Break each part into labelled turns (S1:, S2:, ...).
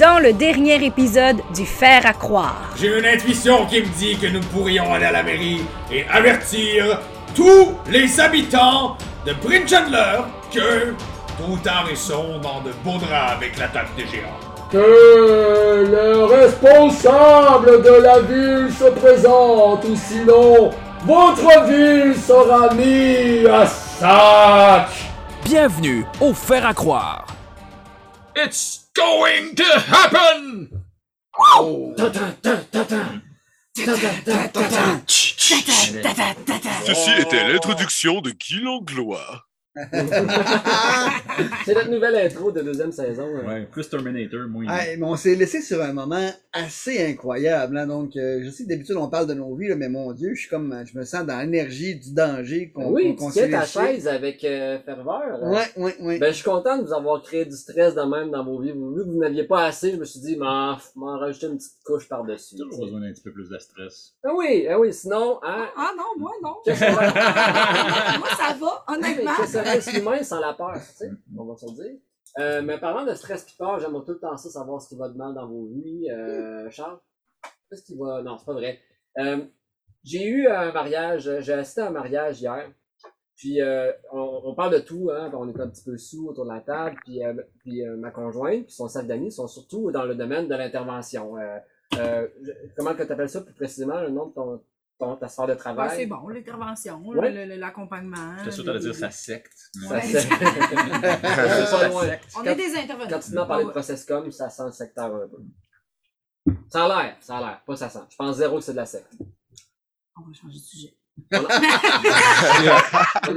S1: dans le dernier épisode du Faire à croire.
S2: J'ai une intuition qui me dit que nous pourrions aller à la mairie et avertir tous les habitants de Prince Chandler que tôt ou tard ils sont dans de beaux draps avec l'attaque des géants.
S3: Que le responsable de la ville se présente ou sinon votre ville sera mise à sac.
S4: Bienvenue au Fer à croire.
S2: It's going to happen!
S5: Ceci était l'introduction de Guy Langlois.
S3: C'est notre nouvelle intro de deuxième saison. hein.
S6: Ouais, plus Terminator,
S3: Mm.
S6: moins.
S7: Ah, mais on s'est laissé sur un moment assez incroyable. hein. Donc, euh, je sais que d'habitude, on parle de nos vies, là, mais mon Dieu, je suis comme, je me sens dans l'énergie du danger qu'on
S3: Ben oui,
S7: qu'on- qu'on
S3: tu tiens
S7: s'est
S3: ta
S7: laissé.
S3: chaise avec euh, ferveur. hein.
S7: Ouais, ouais, ouais.
S3: Ben, je suis content de vous avoir créé du stress de même dans vos vies. Vous- Vu que vous n'aviez pas assez, je me suis dit, m'en m'en rajouter une petite couche par-dessus.
S6: Toujours besoin d'un petit peu plus de stress.
S3: Ah oui, ah oui, sinon, hein,
S8: Ah non, moi non.
S3: qu'est-ce qu'on va-
S8: moi, ça va,
S3: Oui, mais
S8: honnêtement.
S3: que serait-ce l'humain sans la peur, tu sais, on va se le dire. Euh, mais parlant de stress pis peur, j'aimerais tout le temps ça savoir ce qui va de mal dans vos vies.
S8: Mm.
S3: Euh, Charles, qu'est-ce qui va... Non, c'est pas vrai. Euh, j'ai eu un mariage, euh, j'ai assisté à un mariage hier. Puis euh, on, on parle de tout, hein, on est un petit peu sous autour de la table. Puis, euh, puis, euh, ma conjointe puis son cercle d'amis sont surtout dans le domaine de l'intervention. Euh, euh, je- comment que t'appelles ça plus précisément, le nom de ton, ton- ta sphère de
S8: Ah,
S3: travail?
S8: c'est bon, l'intervention,
S3: Ouais.
S8: le- le- l'accompagnement.
S6: J'étais sûr que t'allais dire sa secte.
S3: Ah,
S6: mais-
S3: Ça,
S8: Ouais.
S3: c'est- C'est pas loin.
S8: On
S3: Quand-
S8: est des intervenants.
S3: Quand tu m'en parles de Processcom, ça sent le secteur un peu. Ça a l'air, ça a l'air, pas ça sent. Je pense zéro que c'est de la secte.
S8: On va changer de sujet.
S3: On en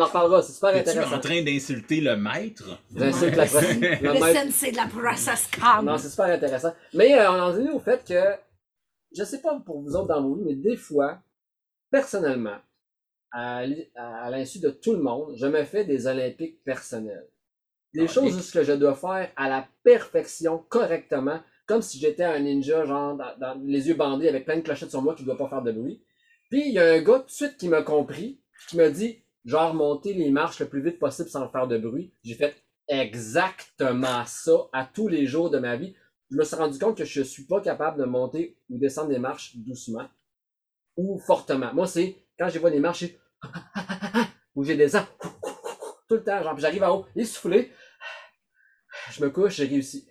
S3: reparlera, c'est super
S6: T'es-tu en
S3: intéressant.
S6: train d'insulter le maître?
S3: J'insulte la
S8: Le,
S3: le maître-
S8: sensei de la process
S3: Non,
S8: calm.
S3: c'est super intéressant. Mais euh, on en est venu au fait que, je sais pas pour vous autres dans vos vies, mais des fois, personnellement, à, l- à l'insu de tout le monde, je me fais des Olympiques personnels. Des choses où ce que je dois faire à la perfection, correctement, comme si j'étais un ninja, genre, dans, dans les yeux bandés, avec plein de clochettes sur moi qui ne dois pas faire de bruit. Puis, il y a un gars, tout de suite, qui m'a compris, qui m'a dit, genre, monter les marches le plus vite possible sans faire de bruit. J'ai fait exactement ça à tous les jours de ma vie. Je me suis rendu compte que je suis pas capable de monter ou descendre des marches doucement ou fortement. Moi, c'est quand je vois des marches, j'ai- ou j'ai des ans, tout le temps, genre, puis j'arrive en haut, essoufflé, je me couche, j'ai réussi.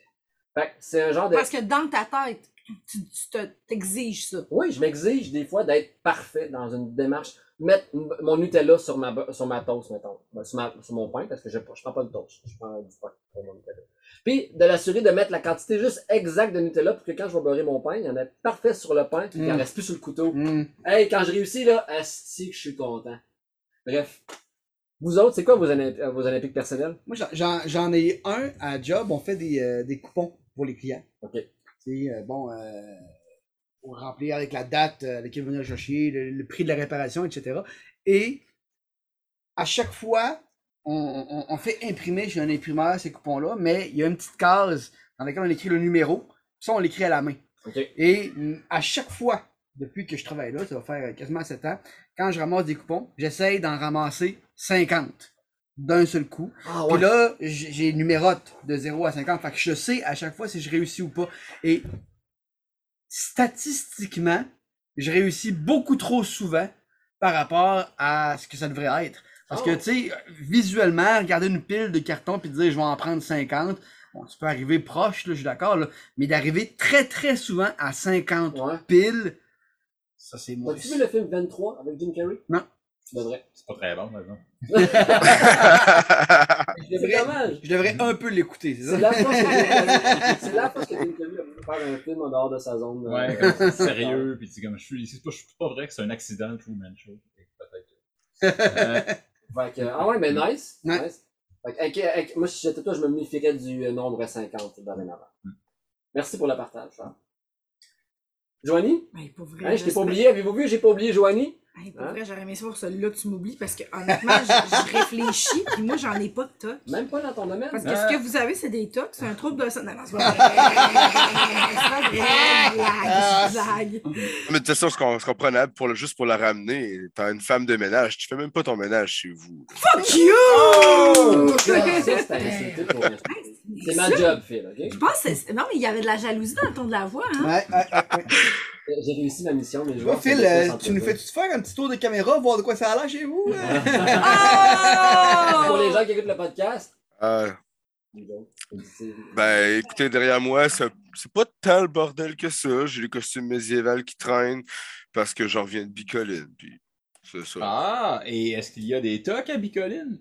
S3: Fait que c'est un genre de...
S8: Parce que dans ta tête, tu, tu te- t'exiges ça.
S3: Oui, je m'exige des fois d'être parfait dans une démarche. Mettre m- mon Nutella sur ma, bo- sur ma toast, mettons. Ben, Sur, ma- sur mon pain, parce que je, je prends pas de toast. Je prends du pain pour mon Nutella. Puis, de l'assurer de mettre la quantité juste exacte de Nutella pour que quand je vais beurrer mon pain, il y en a parfait sur le pain, puis il en
S7: Mm.
S3: reste plus sur le couteau.
S7: Hmm.
S3: Hey, quand je réussis, là, asti que je suis content. Bref. Vous autres, c'est quoi vos, olymp- euh, vos Olympiques personnels?
S7: Moi, j'en- j'en j'en ai un à job. On fait des, euh, des coupons pour les clients.
S3: Ok.
S7: C'est bon, euh, pour remplir avec la date, euh, lequel venir chercher, le, le prix de la réparation, etc. Et à chaque fois, on, on- on fait imprimer chez un imprimeur ces coupons-là, mais il y a une petite case dans laquelle on écrit le numéro. Ça, on l'écrit à la main.
S3: Ok.
S7: Et mm, à chaque fois, depuis que je travaille là, ça va faire quasiment 7 ans, quand je ramasse des coupons, j'essaye d'en ramasser 50 d'un seul coup.
S3: Ah
S7: Puis Oh, là, j- j'ai numérote de 0 à 50. Fait que je sais à chaque fois si je réussis ou pas. Et statistiquement, je réussis beaucoup trop souvent par rapport à ce que ça devrait être. Parce que,
S3: Oh.
S7: tu sais, visuellement, regarder une pile de cartons puis dire je vais en prendre 50, bon, tu peux arriver proche, là, je suis d'accord, là, mais d'arriver très, très souvent à 50
S3: Ouais.
S7: piles, ça, c'est moi.
S3: As-tu vu le film 23 avec Jim Carrey?
S7: Non.
S3: Tu devrais.
S6: C'est pas très bon, par exemple.
S7: Ah.
S3: C'est dommage.
S7: Je devrais un peu l'écouter, c'est ça?
S3: Mmh. C'est la fois que- c'est la fois que Jim Carrey a pu faire un film en dehors de sa zone. euh,
S6: Ouais, comme c'est sérieux, puis c'est comme je suis. C'est pas, je suis pas vrai que c'est un accident, le True Man Show. Peut-être. que- Euh,
S3: Fait que, ah ouais, mais nice.
S7: Ouais.
S3: nice. Fait que, avec- avec- moi, si j'étais toi, je me méfierais du euh, nombre 50 dorénavant.
S6: Mm.
S3: Merci pour le partage. Charles. Joanie?
S8: Ben, pour vrai,
S3: Hein, je t'ai pas
S8: j'espère-
S3: oublié. Avez-vous vu, j'ai pas oublié Joanie?
S8: Hey, pour
S3: Hein?
S8: vrai, j'aurais aimé ça pour celui-là que tu m'oublies parce que honnêtement, je, je réfléchis puis moi j'en ai pas de toc.
S3: Même pas dans ton domaine.
S8: Parce que
S6: Ah.
S8: ce que vous avez, c'est des tocs, c'est un trouble de son. Non, non, c'est pas vrai. C'est pas vrai. Blague, blague.
S5: Mais de toute façon, c'est com- c'est comprenable pour le- juste pour la ramener. T'as une femme de ménage, tu fais même pas ton ménage chez vous.
S8: Fuck you!
S3: Ça, c'est insulté pour
S8: Hey,
S3: C'est ma job, Phil, OK?
S8: Je pense que c'est- Non, mais il y avait de la jalousie dans le ton de la voix, hein?
S9: Ouais, ouais, ouais.
S3: J'ai réussi ma mission, mais je
S9: Tu
S3: vois
S9: vois,
S3: que
S9: Phil,
S3: c'est
S9: euh,
S3: dégueulasse
S9: tu nous
S3: entre
S9: fais-tu faire un petit tour de caméra, voir de quoi ça a l'air chez vous? hein?
S3: deux. Pour les
S8: Oh!
S3: gens qui écoutent le podcast,
S5: Euh,
S3: ils ont- c'est-
S5: ben, écoutez, derrière moi, ça- c'est pas tant le bordel que ça. J'ai les costumes médiévaux qui traînent parce que j'en reviens de Bicoline. Puis, c'est ça.
S6: Ah, et est-ce qu'il y a des tocs à Bicoline?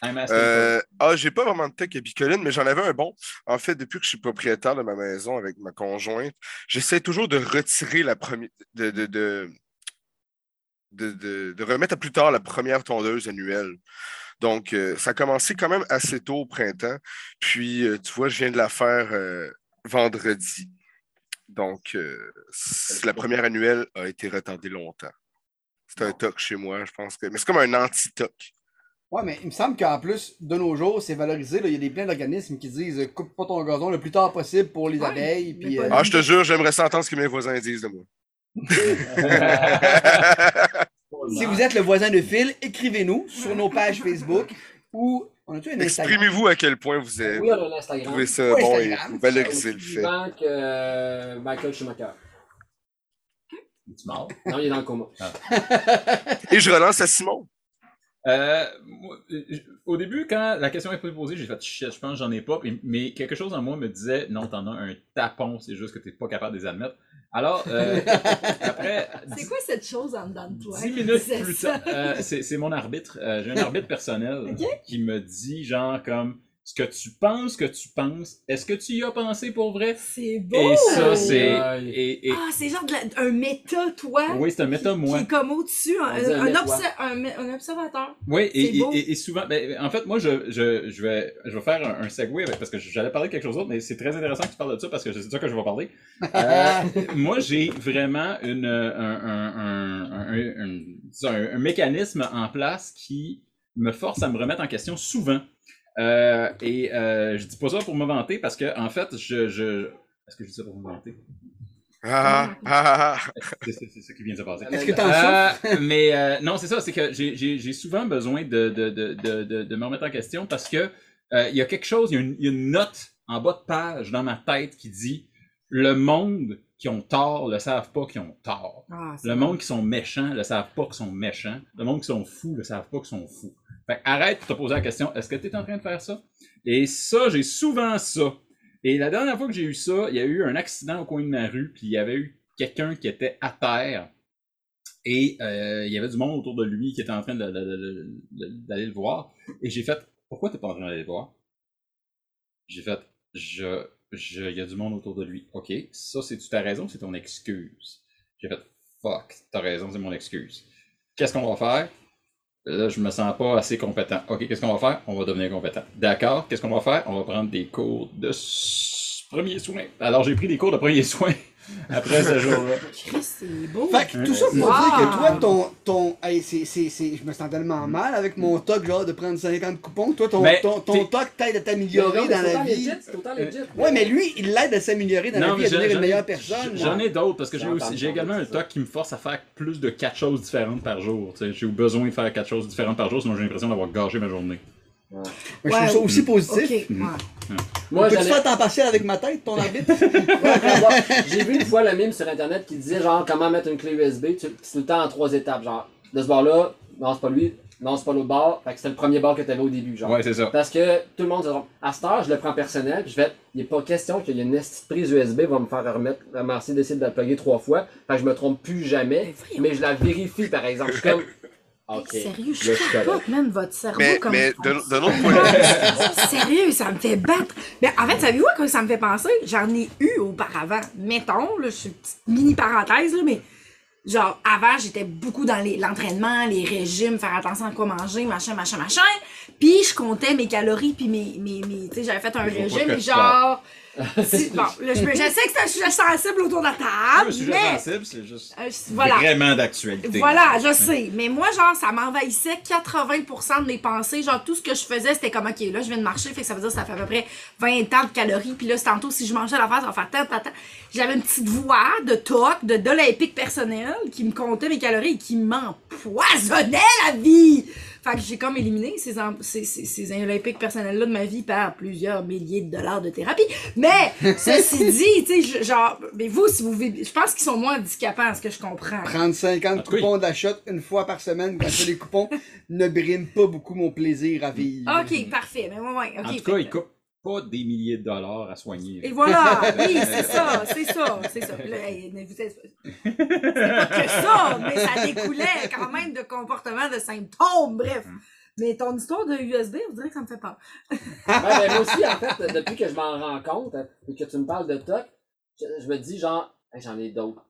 S6: Un master
S5: Euh, ah, j'ai pas vraiment de tech à Bicoline, mais j'en avais un bon. En fait, depuis que je suis propriétaire de ma maison avec ma conjointe, j'essaie toujours de retirer la première. De, de, de, de, de- de remettre à plus tard la première tondeuse annuelle. Donc, euh, ça a commencé quand même assez tôt au printemps. Puis, euh, tu vois, je viens de la faire euh, vendredi. Donc, euh, c- la première annuelle a été retardée longtemps. C'est un toc chez moi, je pense que. Mais c'est comme un anti-toc.
S9: Ouais, mais il me semble qu'en plus, de nos jours, c'est valorisé. là. Il y a des plein d'organismes qui disent euh, coupe pas ton gazon le plus tard possible pour les
S8: Ouais,
S9: abeilles.
S8: mais
S9: Puis,
S8: pas
S9: euh,
S5: Ah, je te jure, j'aimerais ça entendre ce que mes voisins disent de moi.
S9: si vous êtes le voisin de Phil, écrivez-nous sur nos pages Facebook ou. On a-tu un Instagram?
S5: Exprimez-vous à quel point vous avez
S3: Oui, on a l'Instagram.
S5: trouvé ça
S9: Ouais,
S5: bon et
S9: Instagram.
S5: vous
S3: Aussi
S5: valorisez le fait.
S3: vivant que euh, Michael Schumacher.
S6: code? Tu mords?
S3: Non, il est dans le coma.
S5: Et je relance à Simon.
S6: Euh, moi, je- au début, quand la question est posée, j'ai fait shit, je pense que j'en ai pas. puis- Mais quelque chose en moi me disait non, t'en as un tapon, c'est juste que t'es pas capable de les admettre. Alors, euh, après
S8: C'est quoi cette chose en dedans de toi?
S6: 10
S8: qui
S6: minutes
S8: disait
S6: plus
S8: ça?
S6: tard, euh, c'est c'est mon arbitre. Euh, J'ai un arbitre personnel
S8: Ok.
S6: qui me dit genre comme ce que tu penses, que tu penses, est-ce que tu y as pensé pour vrai?
S8: C'est beau!
S6: Et ça, c'est.
S3: Aïe.
S6: Et, et-
S8: Ah, c'est genre de la- un méta, toi?
S6: oui, c'est un méta-moi.
S8: Ah, Qui est comme au-dessus, un,
S3: On dit un
S8: un
S3: méta.
S8: obse- un mé- un observateur.
S6: Oui,
S8: C'est
S6: et,
S8: beau.
S6: et, et- et souvent, ben, en fait, moi, je, je, je, vais, je vais faire un, un segue avec- parce que j'allais parler de quelque chose d'autre, mais c'est très intéressant que tu parles de ça parce que c'est de ça que je vais parler. Euh, moi, j'ai vraiment une, euh, un, un, un, un, un- un- disons, un- un mécanisme en place qui me force à me remettre en question souvent. Euh, et euh, je dis pas ça pour me vanter parce que, en fait, je. je... Est-ce que je dis ça pour me vanter?
S5: Ah, ah, ah,
S6: C'est c'est- c'est ça qui vient de se passer.
S9: Est-ce que t'en souffres?
S6: Euh, mais euh, non, c'est ça, c'est que j'ai- j'ai j'ai souvent besoin de, de, de, de, de, de me remettre en question parce que euh, il y a quelque chose, il y, a une- il y a une note en bas de page dans ma tête qui dit le monde qui ont tort le savent pas qu'ils ont tort.
S8: Ah, c'est
S6: Le
S8: bon.
S6: monde qui sont méchants le savent pas qu'ils sont méchants. Le monde qui sont fous le savent pas qu'ils sont fous. Fait que arrête de te poser la question, est-ce que tu es en train de faire ça? Et ça, j'ai souvent ça. Et la dernière fois que j'ai eu ça, il y a eu un accident au coin de ma rue, puis il y avait eu quelqu'un qui était à terre. Et euh, il y avait du monde autour de lui qui était en train de- de- de- de- de- d'aller le voir. Et j'ai fait Pourquoi t'es pas en train d'aller le voir? J'ai fait je, je, Il y a du monde autour de lui. Ok, ça c'est-tu ta raison, c'est ton excuse. J'ai fait Fuck, t'as raison, c'est mon excuse. Qu'est-ce qu'on va faire? Là, je me sens pas assez compétent. OK, qu'est-ce qu'on va faire? On va devenir compétent. D'accord, qu'est-ce qu'on va faire? On va prendre des cours de s- premiers soins. Alors, j'ai pris des cours de premiers soins après ce jour-là.
S8: Chris, c'est beau!
S6: Euh,
S9: Fait que tout ça pour dire
S6: Ah!
S9: que toi, ton. ton hey, c'est, c'est, c'est, je me sens tellement mal avec mon toc, genre, de prendre 50 coupons. Toi, ton,
S6: Mais
S9: ton, ton
S6: t'es-
S9: toc t'aide à
S3: Non,
S9: t'améliorer
S3: mais
S9: dans
S3: c'est
S9: la
S3: autant
S9: vie.
S3: legit, c'est autant legit.
S9: Ouais, mais lui, il l'aide à s'améliorer dans la vie, à
S6: j'en-
S9: devenir une
S6: j'en ai-
S9: meilleure personne.
S6: J'en ai d'autres parce que
S3: J'ai
S6: j'ai aussi-
S3: entendu
S6: j'ai également
S3: parler
S6: un
S3: de ça.
S6: toc qui me force à faire plus de quatre choses différentes par jour. tu sais. J'ai besoin de faire quatre choses différentes par jour, sinon j'ai l'impression d'avoir gâché ma journée.
S9: Mais je trouve ça aussi
S8: Ok,
S9: positif.
S8: ouais.
S3: Moi,
S9: Peux-tu
S3: j'allais-
S9: faire temps partiel avec ma tête, ton arbitre?
S3: J'ai vu une fois le mime sur internet qui disait genre comment mettre une clé USB, tu- c'est tout le temps en trois étapes, genre de ce bord-là, non c'est pas lui, non c'est pas l'autre bord, fait que c'était le premier bord que t'avais au début, genre.
S6: Ouais, c'est ça.
S3: Parce que tout le monde se dit, à cette heure, je le prends personnel, puis je vais, il n'est pas question qu'il y ait une esti de prise USB, va me faire remettre, ramasser, décide de la plugger trois fois, fait que je me trompe plus jamais,
S8: Mais voyons.
S3: mais je la vérifie par exemple, je suis comme, ok.
S8: Hey,
S3: Là,
S8: Sérieux, je
S3: je
S8: capote, man, votre cerveau
S5: Mais,
S8: comme
S5: mais
S8: ça.
S5: d'un d'un autre point de vue,
S8: Oh, Sérieux, ça me fait battre. Mais en fait, savez-vous à quoi ça me fait penser? J'en ai eu auparavant. Mettons, là, je suis une petite mini parenthèse, là, mais genre, avant, j'étais beaucoup dans les- l'entraînement, les, régimes, faire attention à quoi manger, machin, machin, machin. Puis je comptais mes calories, puis mes. mes, mes- tu sais, j'avais fait un
S6: Je vois pas
S8: régime,
S6: que
S8: puis
S6: tu parles.
S8: genre. si- bon, là, je, me- je sais que c'est un sujet sensible autour de la
S6: Le
S8: table,
S6: sujet
S8: Ah, mais.
S6: sensible, c'est juste
S8: Euh, voilà.
S6: vraiment d'actualité.
S8: Voilà, je sais. Mais moi, genre, ça m'envahissait 80% de mes pensées. Genre, tout ce que je faisais, c'était comme, OK, là, je viens de marcher, fait que ça veut dire que ça fait à peu près 20 ans de calories. Puis là, c'est tantôt, si je mangeais à l'avance, ça va faire tant, tant, tant. J'avais une petite voix de toc, de d'olympique personnel qui me comptait mes calories et qui m'empoisonnait la vie. Fait que j'ai comme éliminé ces, em- ces, ces, ces Olympiques personnels-là de ma vie par plusieurs milliers de dollars de thérapie. Mais, ceci dit, tu sais, je- genre, mais vous, si vous vivez, je pense qu'ils sont moins handicapants, à ce que je comprends.
S9: Prendre 50
S6: En tout cas,
S9: coupons de la shot une fois par semaine quand j'ai les coupons ne brime pas beaucoup mon plaisir à vivre.
S8: Ok, parfait. Mais ouais, ouais, ok.
S6: en tout
S8: fait
S6: cas,
S8: que-
S6: ils coupent pas des milliers de dollars à soigner.
S8: Et voilà, oui, c'est ça, c'est ça, c'est ça. Puis là, hey, ne vous êtes- c'est pas que ça, mais ça découlait quand même de comportements, de symptômes, bref.
S6: Hein.
S8: Mais ton histoire de USB, on dirait que ça me fait peur.
S3: Ouais, ben, moi aussi, en fait, depuis que je m'en rends compte hein, et que tu me parles de TOC, je, je me dis genre, Hey, j'en ai d'autres.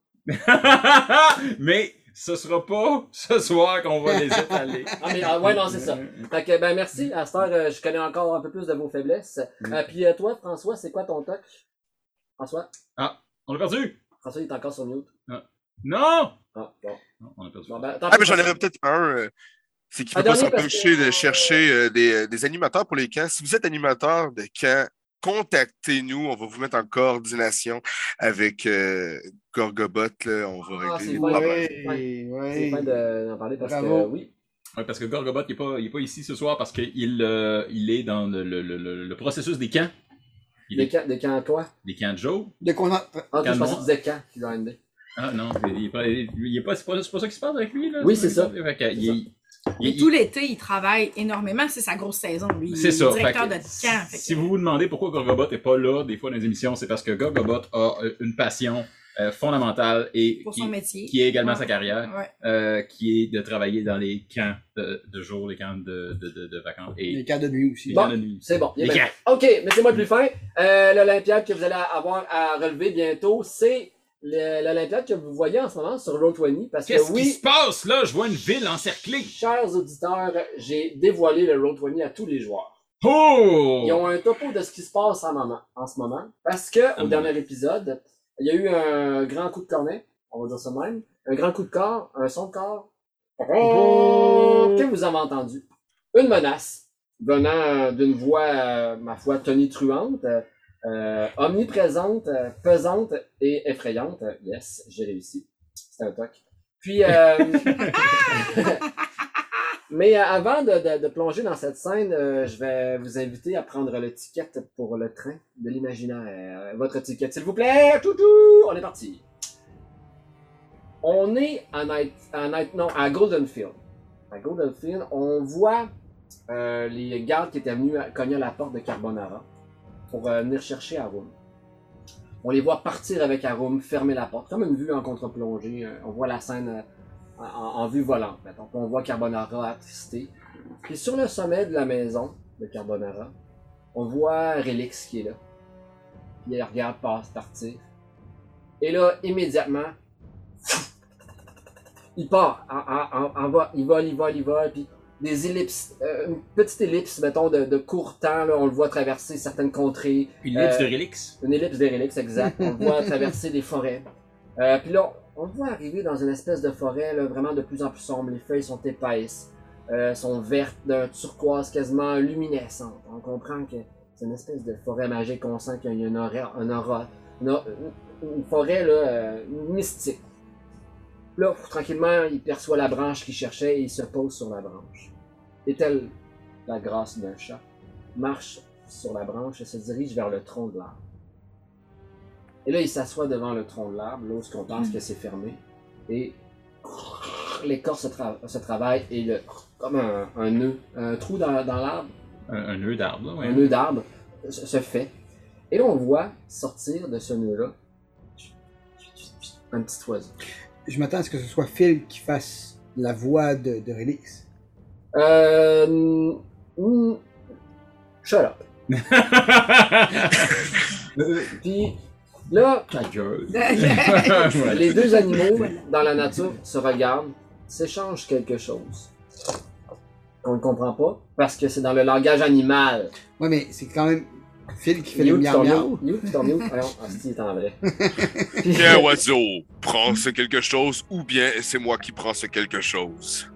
S6: Mais ce sera pas ce soir qu'on va les étaler.
S3: Ah, mais, ah, ouais, non, c'est ça. Fait que, ben, merci. À cette heure, euh, je connais encore un peu plus de vos faiblesses. Euh, puis, euh, toi, François, c'est quoi ton TOC? François?
S6: On l'a perdu?
S3: François, il est encore sur mute.
S6: Non!
S3: Ah, bon.
S6: Non, on a perdu.
S3: Bon, ben, attends,
S5: Ah, mais j'en
S3: François.
S5: aurais peut-être un. euh, c'est qu'il
S3: Un
S5: ne faut pas
S3: dernier parce
S5: s'empêcher
S3: que-
S5: de chercher euh, des, euh, des animateurs pour les camps. Si vous êtes animateur de camp, contactez-nous. On va vous mettre en coordination avec euh, Gorgobot. là. On va
S3: Ah,
S5: régler
S3: c'est
S5: les
S3: bon.
S5: problèmes.
S9: Oui,
S3: C'est
S9: oui.
S3: fin de- d'en parler parce
S9: Bravo.
S3: que, oui.
S6: Ouais, parce que Gorgobot n'est pas, il est pas ici ce soir parce qu'il euh, il est dans le, le- le- le- le processus des camps, Il
S3: De
S6: est-
S3: quand, de quand à toi?
S6: des camps de Joe.
S9: De content-
S3: Ah, ok, je
S6: Calmons.
S3: pensais que tu disais quand, tu l'as aimé.
S6: Ah non, il est pas, il est pas, c'est pas, c'est pas ça qui se passe avec lui. Là,
S3: Oui, c'est ça.
S6: Fait que il-
S3: C'est ça.
S6: il-
S8: Mais
S6: il-
S8: tout l'été, il travaille énormément. C'est sa grosse saison, lui. Il
S6: C'est
S8: est
S6: ça. Fait
S8: directeur de
S6: que
S8: camp. Fait que-
S6: Si vous vous demandez pourquoi Gorgobot n'est pas là des fois dans les émissions, c'est parce que Gorgobot a euh, une passion euh, fondamentale et
S8: pour
S6: qui,
S8: son métier.
S6: qui est également
S8: Ouais.
S6: sa carrière,
S8: Ouais.
S6: euh, qui est de travailler dans les camps de, de jour, les camps de, de, de- de vacances
S9: Les
S6: et
S9: cas de nuit aussi.
S6: les
S3: Bon. Eh ben,
S6: camps de nuit.
S3: C'est bon. il est
S6: Les
S3: bien.
S6: camps.
S3: OK, mais c'est moi le plus fin. Euh, L'Olympiade que vous allez avoir à relever bientôt, c'est le- l'Olympiade que vous voyez en ce moment sur Roll20. Parce que
S6: Qu'est-ce qui
S3: oui,
S6: se passe là? Je vois une ville encerclée.
S3: chers auditeurs, j'ai dévoilé le Roll20 à tous les joueurs.
S6: Oh!
S3: Ils ont un topo de ce qui se passe en, moment- en ce moment. Parce que
S6: Ah
S3: au
S6: bon.
S3: dernier épisode, il y a eu un grand coup de cornet, on va dire ça de même. Un grand coup de corps, un son de corps. Que vous avez entendu? Une menace venant euh, d'une voix, euh, ma foi, tonitruante, euh, euh, omniprésente, euh, pesante et effrayante. Yes, j'ai réussi. C'était un toc. Puis, euh, mais euh, avant de, de- de plonger dans cette scène, euh, je vais vous inviter à prendre l'étiquette pour le train de l'imaginaire. Votre étiquette, s'il vous plaît. Toutou, on est parti. On est à Night, à Night- non, à Goldenfield. À Goldenfield, on voit euh, les gardes qui étaient venus à- cogner à la porte de Carbonara pour euh, venir chercher Arum. On les voit partir avec Arum, fermer la porte, comme une vue en contre-plongée. euh, on voit la scène euh, en, en vue volante. Donc on voit Carbonara attristé. Puis sur le sommet de la maison de Carbonara, on voit Relix qui est là. Puis elle regarde passe partir. Et là, immédiatement, il part. En, en- en- en va- il vole, il vole, il vole. Puis des ellipses, euh, une petite ellipse, mettons, de, de court temps. Là, on le voit traverser certaines contrées.
S6: Une ellipse
S3: Euh,
S6: de Relix.
S3: Une ellipse des reliques, exact. On le voit traverser des forêts. Euh, puis là, on le voit arriver dans une espèce de forêt là, vraiment de plus en plus sombre. Les feuilles sont épaisses, euh, sont vertes d'un turquoise quasiment luminescente. On comprend que c'est une espèce de forêt magique. On sent qu'il y a une aura, une, aura- une a- une- une forêt là, euh, mystique. Là, tranquillement, il perçoit la branche qu'il cherchait et il se pose sur la branche. Et telle la grâce d'un chat, marche sur la branche et se dirige vers le tronc de l'arbre. Et là, il s'assoit devant le tronc de l'arbre, là où on pense que c'est fermé. Et l'écorce se, tra- se travaille et le, comme un, un nœud, un trou dans, dans l'arbre,
S6: Un, un nœud d'arbre, là, ouais.
S3: un nœud d'arbre se, se fait. Et là, on voit sortir de ce nœud-là un petit oiseau.
S9: Je m'attends à ce que ce soit Phil qui fasse la voix de, de Relix.
S3: Euh. mm, Shut up. Puis là,
S6: Ta gueule.
S8: Ah,
S6: Ouais.
S3: les deux animaux
S8: Voilà.
S3: dans la nature se regardent, s'échangent quelque chose. On ne comprend pas parce que c'est dans le langage animal.
S9: Ouais, mais c'est quand même Phil qui fait
S3: Il est
S9: le
S3: où ton
S9: miam
S3: miaou? Il est où ton miaou? Voyons, Ah, c'est-tu, il est en vrai. Puis-
S5: Bien, oiseau, prends ce quelque chose ou bien c'est moi qui prends ce quelque chose.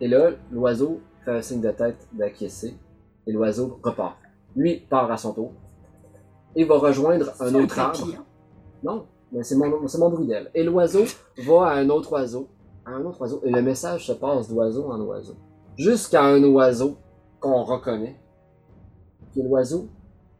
S3: Et là, l'oiseau fait un signe de tête d'acquiescer et l'oiseau repart. Lui part à son tour. Il va rejoindre un autre arbre.
S8: papillon.
S3: Non, mais c'est mon, c'est mon bruit d'aile. Et l'oiseau va à un autre oiseau, à un autre oiseau, et le message se passe d'oiseau en oiseau. jusqu'à un oiseau qu'on reconnaît, qui est l'oiseau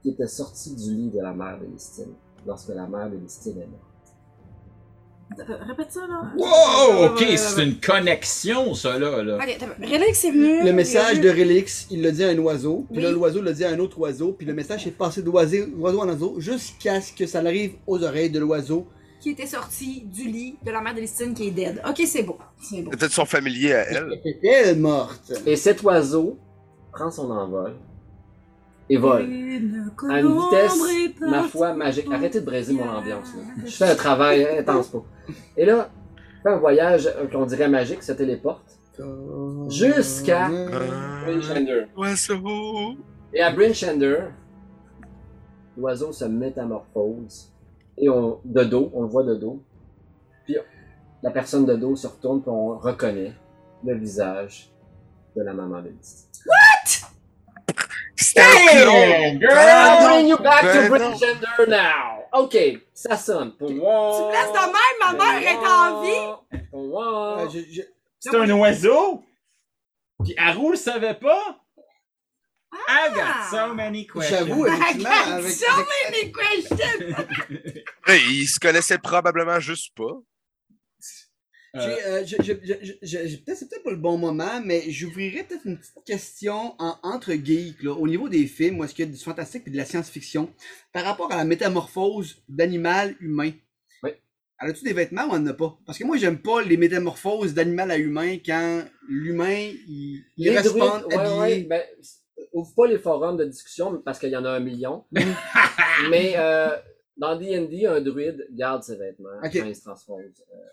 S3: qui était sorti du lit de la mère Vélistine, lorsque la mère Vélistine est morte.
S8: Euh, Répète ça, là.
S6: Wow! Ok, c'est une connexion, ça, là. là.
S8: Ok, t'as- Relax est venu.
S7: Le message
S8: il
S7: de
S8: a vu-
S7: Relix, il l'a dit à un oiseau, puis
S8: Oui.
S7: là, l'oiseau l'a dit à un autre oiseau, puis le message est passé d'oiseau oiseau en oiseau jusqu'à ce que ça arrive aux oreilles de l'oiseau.
S8: Qui était sorti du lit de la mère de Listine qui est dead. Ok, c'est beau. C'est beau.
S5: C'est Peut-être son familier à elle.
S7: Elle morte!
S3: Et cet oiseau prend son envol et vole.
S8: Une
S3: À une vitesse,
S8: colombe est
S3: ma foi,
S8: partie.
S3: magique. Arrêtez de braiser mon ambiance. là. Je fais un travail intense pas. Et là, fait un voyage euh, qu'on dirait magique, se téléporte. Jusqu'à-
S7: Euh,
S3: Brinchander.
S5: Oiseau.
S3: Et à Brinchander, l'oiseau se métamorphose. Et on, de dos, on le voit de dos. Puis la personne de dos se retourne, puis on reconnaît le visage de la maman de Misty.
S5: C'était un clone.
S3: I'll bring you back to
S5: Ah, Ben non.
S3: Bridgender now. OK, ça sonne. Tu
S8: Tu me laisses de même, ma mère est en vie.
S3: vie. Ah.
S5: Ben,
S7: Euh, je- je-
S6: C'est un oiseau? Puis Haru le savait pas? I got so many questions.
S7: J'avoue, effectivement,
S8: Regarde,
S7: avec-
S8: so many questions.
S5: Ouais, il se connaissait probablement juste pas.
S7: J'ai, euh, je- je- je- je- je- je- peut-être- c'est peut-être pas le bon moment, mais j'ouvrirais peut-être une petite question en- entre geeks, là, au niveau des films, où est-ce qu'il y a du fantastique et de la science-fiction, par rapport à la métamorphose d'animal humain.
S3: Oui.
S7: Elle a-tu des vêtements ou elle n'en a pas? Parce que moi, j'aime pas les métamorphoses d'animal à humain quand l'humain, il, il
S3: Les
S7: respawn
S3: druides, ouais,
S7: habillé.
S3: ouais, ben, ouvre pas les forums de discussion parce qu'il y en a un million. Mais euh, dans D&D, un druide garde ses vêtements
S7: Ok.
S3: quand il se transforme. Euh, voilà.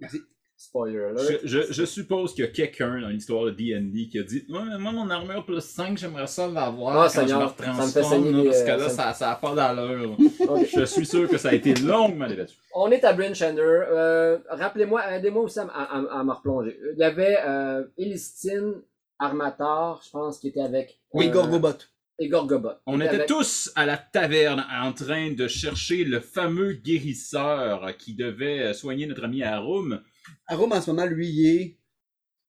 S7: Merci.
S3: Spoiler alert.
S6: Je, je- je suppose qu'il y a quelqu'un dans l'histoire de D&D qui a dit moi, moi, mon armure plus 5, j'aimerais ça l'avoir
S3: Ah,
S6: quand je me
S3: Seigneur, ça me fait
S6: retransforme,
S3: saigner
S6: là,
S3: les-
S6: parce que là,
S3: ça
S6: ça n'a pas d'allure.
S3: Ok.
S6: je suis sûr que ça a été longuement débattu.
S3: On est à Brinchander. Euh, Rappelez-moi, aidez-moi aussi à, m- à- à- à me replonger. Il y avait euh, Elistine, Armator, je pense, qui était avec...
S7: Les
S3: euh,
S7: Gorgobots.
S3: Et Gorgobot.
S6: On était
S3: avec-
S6: tous à la taverne en train de chercher le fameux guérisseur qui devait soigner notre ami Arum
S7: Arôme, en ce moment, lui, il est...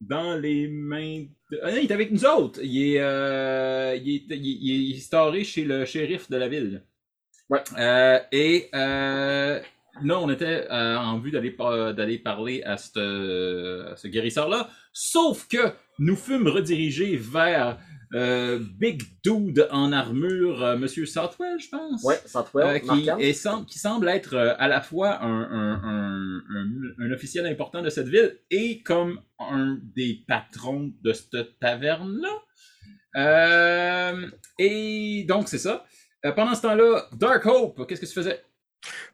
S6: dans les mains de... Ah non, il est avec nous autres! Il est, euh, il est, il est- il est- il est staré chez le shérif de la ville.
S3: Ouais.
S6: Euh, et euh, là, on était euh, en vue d'aller par- d'aller parler à, cette, euh, à ce guérisseur-là, sauf que nous fûmes redirigés vers euh, Big Dude en armure, euh, Monsieur Southwell, je pense.
S3: Ouais,
S6: Euh,
S3: Southwell,
S6: qui,
S3: Markham.
S6: est- semble, qui semble être euh, à la fois un, un- un- un- un officiel important de cette ville et comme un des patrons de cette taverne-là. Euh, et donc, c'est ça. Euh, pendant ce temps-là, Dark Hope, qu'est-ce que tu faisais?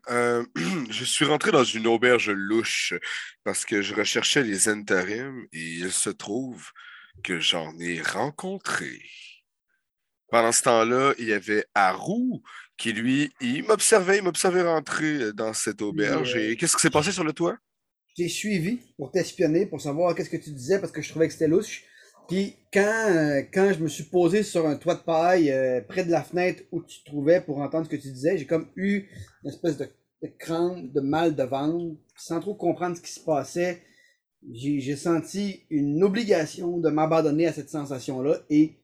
S5: Euh, je suis rentré dans une auberge louche parce que je recherchais les interims et il se trouve que j'en ai rencontré. Pendant ce temps-là, il y avait Haru qui, lui, il m'observait, il m'observait rentrer dans cette auberge. Et qu'est-ce qui s'est passé sur le toit?
S7: Je t'ai suivi pour t'espionner, pour savoir qu'est-ce que tu disais, parce que je trouvais que c'était louche. Puis quand, euh, quand je me suis posé sur un toit de paille, euh, près de la fenêtre où tu te trouvais pour entendre ce que tu disais, j'ai comme eu une espèce de, de crampe, de mal de ventre. Puis Sans trop comprendre ce qui se passait, j'ai j'ai senti une obligation de m'abandonner à cette sensation-là et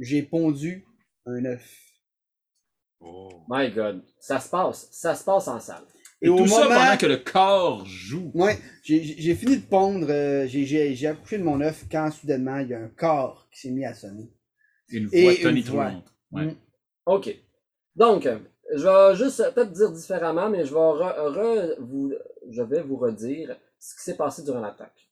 S7: j'ai pondu un œuf.
S3: My God. Ça se passe. Ça se passe en salle.
S6: Et, tout ça pendant que le corps joue.
S7: Ouais, j'ai- j'ai j'ai fini de pondre, euh, j'ai- j'ai j'ai accouché de mon œuf quand soudainement il y a un corps qui s'est mis à sonner.
S6: Une
S7: Et
S6: voix
S7: une
S6: tonitruante. Ouais.
S7: Mm.
S3: OK. Donc, euh, je vais juste euh, peut-être dire différemment, mais je vais, re- re- vous, je vais vous redire ce qui s'est passé durant l'attaque.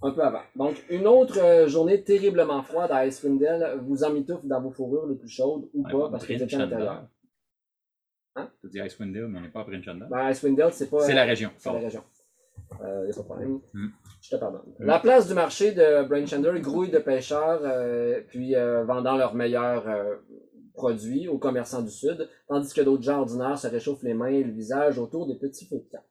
S3: Un peu avant. Donc, une autre euh, journée terriblement froide à Icewind Dale vous emmitouffe dans vos fourrures les plus chaudes ou
S6: Ouais,
S3: pas parce que vous
S6: Bryn
S3: étiez à
S6: Chandler.
S3: l'intérieur. Hein?
S6: T'as dit Icewind Dale, mais on n'est pas à Bryn Chandler.
S3: Ben, Icewind Dale, c'est pas.
S6: C'est la région.
S3: C'est la région. Euh, y a pas de problème.
S6: Mm.
S3: Je te pardonne.
S6: Mm.
S3: La place du marché de Brainchander grouille de pêcheurs, euh, puis euh, vendant leurs meilleurs euh, produits aux commerçants du Sud, tandis que d'autres gens ordinaires se réchauffent les mains et le visage autour des petits feux de camp.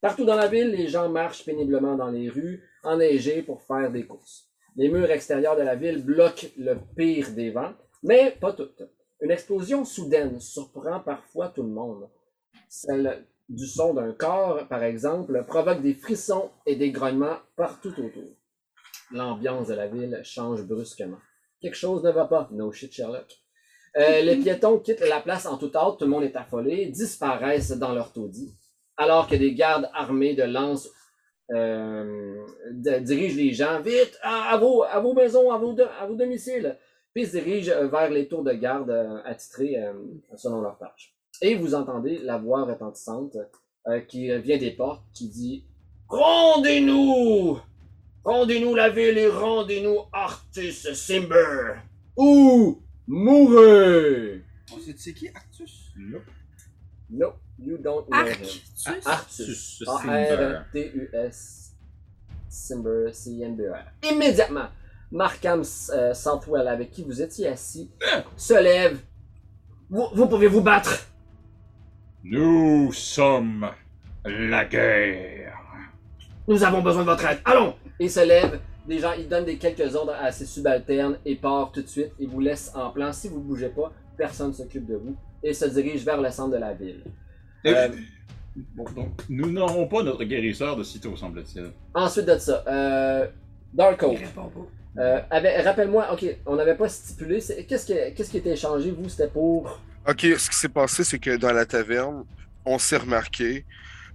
S3: Partout dans la ville, les gens marchent péniblement dans les rues, enneigés pour faire des courses. Les murs extérieurs de la ville bloquent le pire des vents, mais pas toutes. Une explosion soudaine surprend parfois tout le monde. Celle du son d'un corps, par exemple, provoque des frissons et des grognements partout autour. l'ambiance de la ville change brusquement. Quelque chose ne va pas. No shit, Sherlock. Euh, les piétons quittent la place en toute hâte, tout le monde est affolé, disparaissent dans leur taudis, alors que des gardes armés de lances euh, de- dirigent les gens vite à, à vos, à vos maisons, à vos, de- à vos domiciles, puis se dirigent euh, vers les tours de garde euh, attitrées euh, selon leur tâche. Et vous entendez la voix retentissante euh, qui vient des portes qui dit Rendez-nous Rendez-nous la ville et rendez-nous Artus Simber Ou mourrez
S7: On sait c'est qui, Artus?
S3: No, you don't know
S8: Arc.
S3: him.
S8: tu-
S3: Artus.
S6: Arctus Simber.
S3: A-R-T-U-S. Simber, C-I-M-B-E-R. E Immédiatement, Markham euh, Southwell, avec qui vous étiez assis, se lève. Vous, vous pouvez vous battre.
S6: Nous sommes la guerre.
S3: Nous avons besoin de votre aide. Allons! Et se lève. Les gens, ils donnent des quelques ordres à ses subalternes et part tout de suite. Ils vous laissent en plan. Si vous ne bougez pas, personne ne s'occupe de vous. Et se dirige vers le centre de la ville. Euh,
S6: Bon, donc, nous n'aurons pas notre guérisseur de sitôt, semble-t-il.
S3: Ensuite de ça, euh, Dark Oak.
S8: Il répond pas.
S3: Euh, avait- Rappelle-moi, ok, on n'avait pas stipulé, c'est- qu'est-ce que- qu'est-ce qui était échangé, vous, c'était pour...
S5: OK, ce qui s'est passé, c'est que dans la taverne, on s'est remarqué.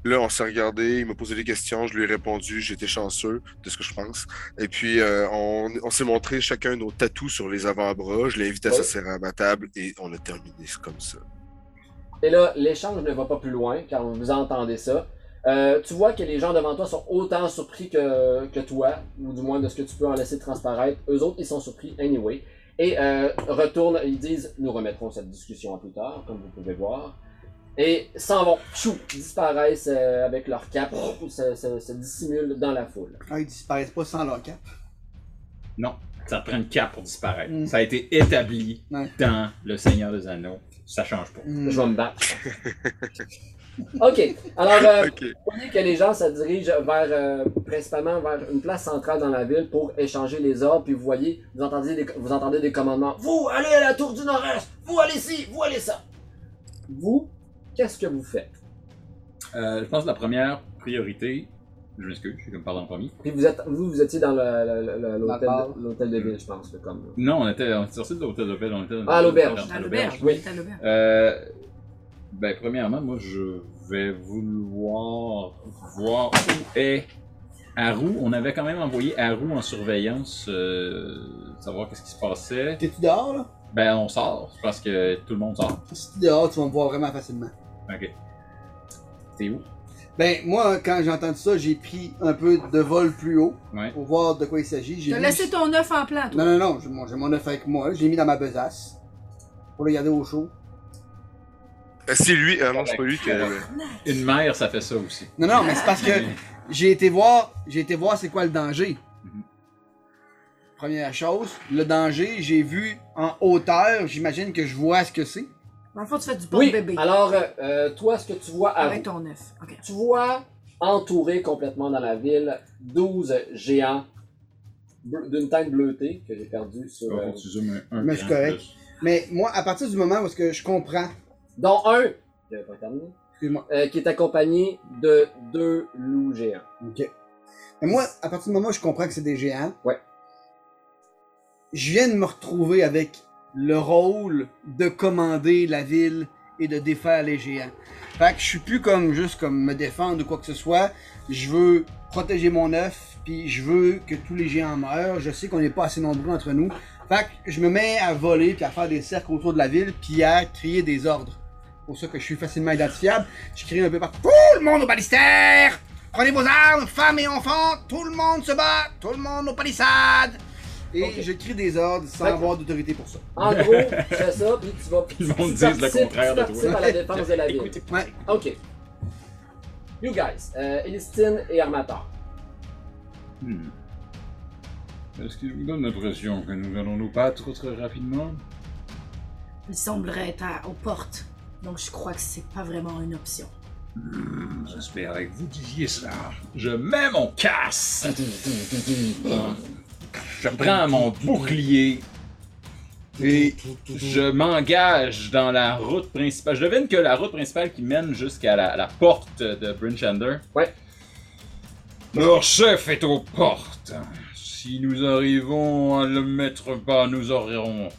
S5: Là, on s'est regardé, il m'a posé des questions, je lui ai répondu, j'étais chanceux de ce que je pense. Et puis, euh, on, on s'est montré chacun nos tatous sur les avant-bras, je l'ai invité à
S3: Ouais.
S5: s'asseoir à ma table et on a terminé comme ça.
S3: Et là, l'échange ne va pas plus loin, car vous entendez ça. Euh, tu vois que les gens devant toi sont autant surpris que, que toi, ou du moins de ce que tu peux en laisser transparaître. Eux autres, ils sont surpris anyway. Et euh, retournent, ils disent, nous remettrons cette discussion à plus tard, comme vous pouvez voir. Et s'en vont, chou, disparaissent euh, avec leur cap, se- se- se dissimulent dans la foule.
S7: Ah, ils disparaissent pas sans hein. leur cap.
S6: Non, ça te prend une cape pour disparaître.
S7: Mm.
S6: Ça a été établi
S7: Ouais.
S6: dans Le Seigneur des Anneaux. Ça change pas.
S7: Hmm.
S3: Je vais me battre. ok, alors euh,
S5: OK.
S3: vous voyez que les gens se dirigent vers, euh, principalement vers une place centrale dans la ville pour échanger les ordres, puis vous voyez, vous entendez des, vous entendez des commandements. Vous, allez à la tour du nord-est, vous allez ci, vous allez ça. Vous, qu'est-ce que vous faites?
S6: Euh, je pense que la première priorité, je m'excuse, je suis comme parler en premier.
S3: Puis vous, êtes, vous, vous étiez dans le- le- le- le-
S7: Dans le
S3: l'hôtel
S7: bar.
S3: de- l'hôtel de ville, je pense, là, comme...
S6: Non, on était, on était sorti de l'hôtel de ville, on était dans-
S3: Ah, à l'auberge.
S6: À
S8: À l'auberge,
S3: oui.
S8: oui. À l'auberge.
S6: Euh, ben, premièrement, moi, je vais vouloir voir où est Haru. On avait quand même envoyé Haru en surveillance, euh, savoir qu'est-ce qui se passait.
S7: T'es-tu dehors, là?
S6: Ben, on sort. Je pense que tout le monde sort.
S7: Si t'es dehors, tu vas me voir vraiment facilement.
S6: Ok. T'es où?
S7: Ben, moi, quand j'ai entendu ça, j'ai pris un peu de vol plus haut
S6: Ouais.
S7: pour voir de quoi il s'agit. J'ai
S8: T'as
S7: vu-
S8: laissé ton œuf en plan, toi.
S7: Non, non, non, j'ai mon, j'ai mon œuf avec moi, j'ai mis dans ma besace pour le garder au chaud.
S5: Euh, C'est lui, ah non, c'est pas lui qui
S6: Correct. Une mère, ça fait ça aussi.
S7: Non, non, mais c'est parce que j'ai été voir, j'ai été voir c'est quoi le danger.
S6: Mhm.
S7: Première chose, le danger, j'ai vu en hauteur, j'imagine que je vois ce que c'est.
S8: Dans le fond, tu fais du bon
S3: Oui,
S8: bébé.
S3: alors, euh, euh, toi, ce que tu vois à
S8: Avec ton œuf. Ok.
S3: Tu vois entouré complètement dans la ville 12 géants bleu- d'une teinte bleutée que j'ai perdu sur. euh,
S6: Faut que tu zoomes un, un
S7: Mais c'est
S6: cran
S7: correct.
S6: plus.
S7: Mais moi, à partir du moment où est-ce que je comprends,
S3: dont un, j'avais pas terminé,
S7: excuse-moi,
S3: euh, qui est accompagné de deux loups géants.
S7: ok. Mais moi, à partir du moment où je comprends que c'est des géants,
S3: Ouais.
S7: je viens de me retrouver avec le rôle de commander la ville et de défaire les géants. Fait que je suis plus comme juste comme me défendre ou quoi que ce soit. Je veux protéger mon œuf, puis je veux que tous les géants meurent. Je sais qu'on n'est pas assez nombreux entre nous. Fait que je me mets à voler, puis à faire des cercles autour de la ville, puis à crier des ordres. C'est pour ça que je suis facilement identifiable. Je crie un peu partout. Tout le monde aux balistères! Prenez vos armes, femmes et enfants! Tout le monde se bat! Tout le monde aux palissades! Et
S3: Ok.
S7: je crie des ordres sans
S3: Fait que-
S7: avoir d'autorité pour ça.
S3: En gros, tu fais ça, puis tu vas.
S6: Ils vont
S3: tu
S6: te dire le
S3: participes-
S6: contraire
S3: tu
S6: de toi.
S3: participes à la défense de la ville.
S7: Ouais.
S3: Ok. You guys, euh, Elistine et Armator.
S6: Hmm. Est-ce qu'il vous donne l'impression que nous allons nous battre très rapidement?
S8: Il semblerait être à- aux portes. Donc, je crois que c'est pas vraiment une option.
S6: Hmm, J'espérais que vous disiez ça. Je mets mon casse! Je prends mon bouclier et je m'engage dans la route principale. Je devine que la route principale qui mène jusqu'à la, la porte de Brinchander.
S3: Ouais.
S6: Leur chef est aux portes. Si nous arrivons à le mettre bas, nous aurons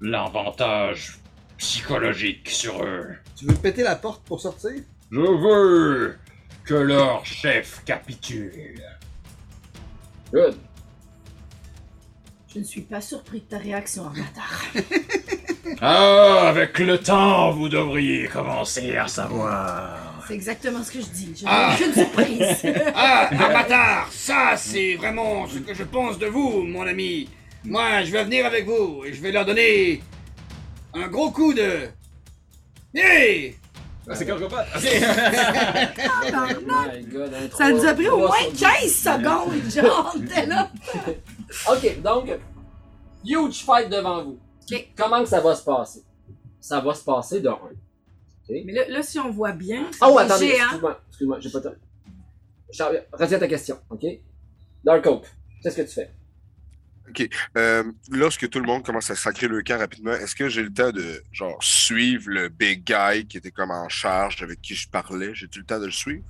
S6: l'avantage psychologique sur eux.
S7: Tu veux péter la porte pour sortir?
S6: Je veux que leur chef capitule.
S3: Good.
S8: Je ne suis pas surpris de ta réaction, Armatar.
S6: Ah, avec le temps, vous devriez commencer à
S3: Ah.
S6: savoir.
S8: C'est exactement ce que je dis. Je n'ai
S9: Ah.
S8: aucune surprise.
S9: Ah, Avatar, ça c'est vraiment ce que je pense de vous, mon ami. Moi, je vais venir avec vous et je vais leur donner un gros coup de. Hey!
S6: Ah, c'est quand je pas.
S3: Ah, Oh My God, un
S8: Ça
S3: trois-
S8: nous a pris au
S3: trois
S8: moins
S3: sur
S8: 15
S3: dix.
S8: secondes, genre, t'es là.
S3: Ok, donc, huge fight devant vous.
S8: Ok.
S3: Comment que ça va se passer? Ça va se passer de 1.
S8: Mais là, là, si on voit bien, c'est
S3: Oh,
S8: des
S3: attendez,
S8: géants.
S3: excuse-moi, excuse-moi, j'ai pas le temps. Charles, Retiens ta question, ok? Dark Hope, qu'est-ce que tu fais?
S5: Euh, lorsque tout le monde commence à sacrer le camp rapidement, est-ce que j'ai le temps de genre suivre le big guy qui était comme en charge avec qui je parlais? J'ai-tu le temps de le suivre?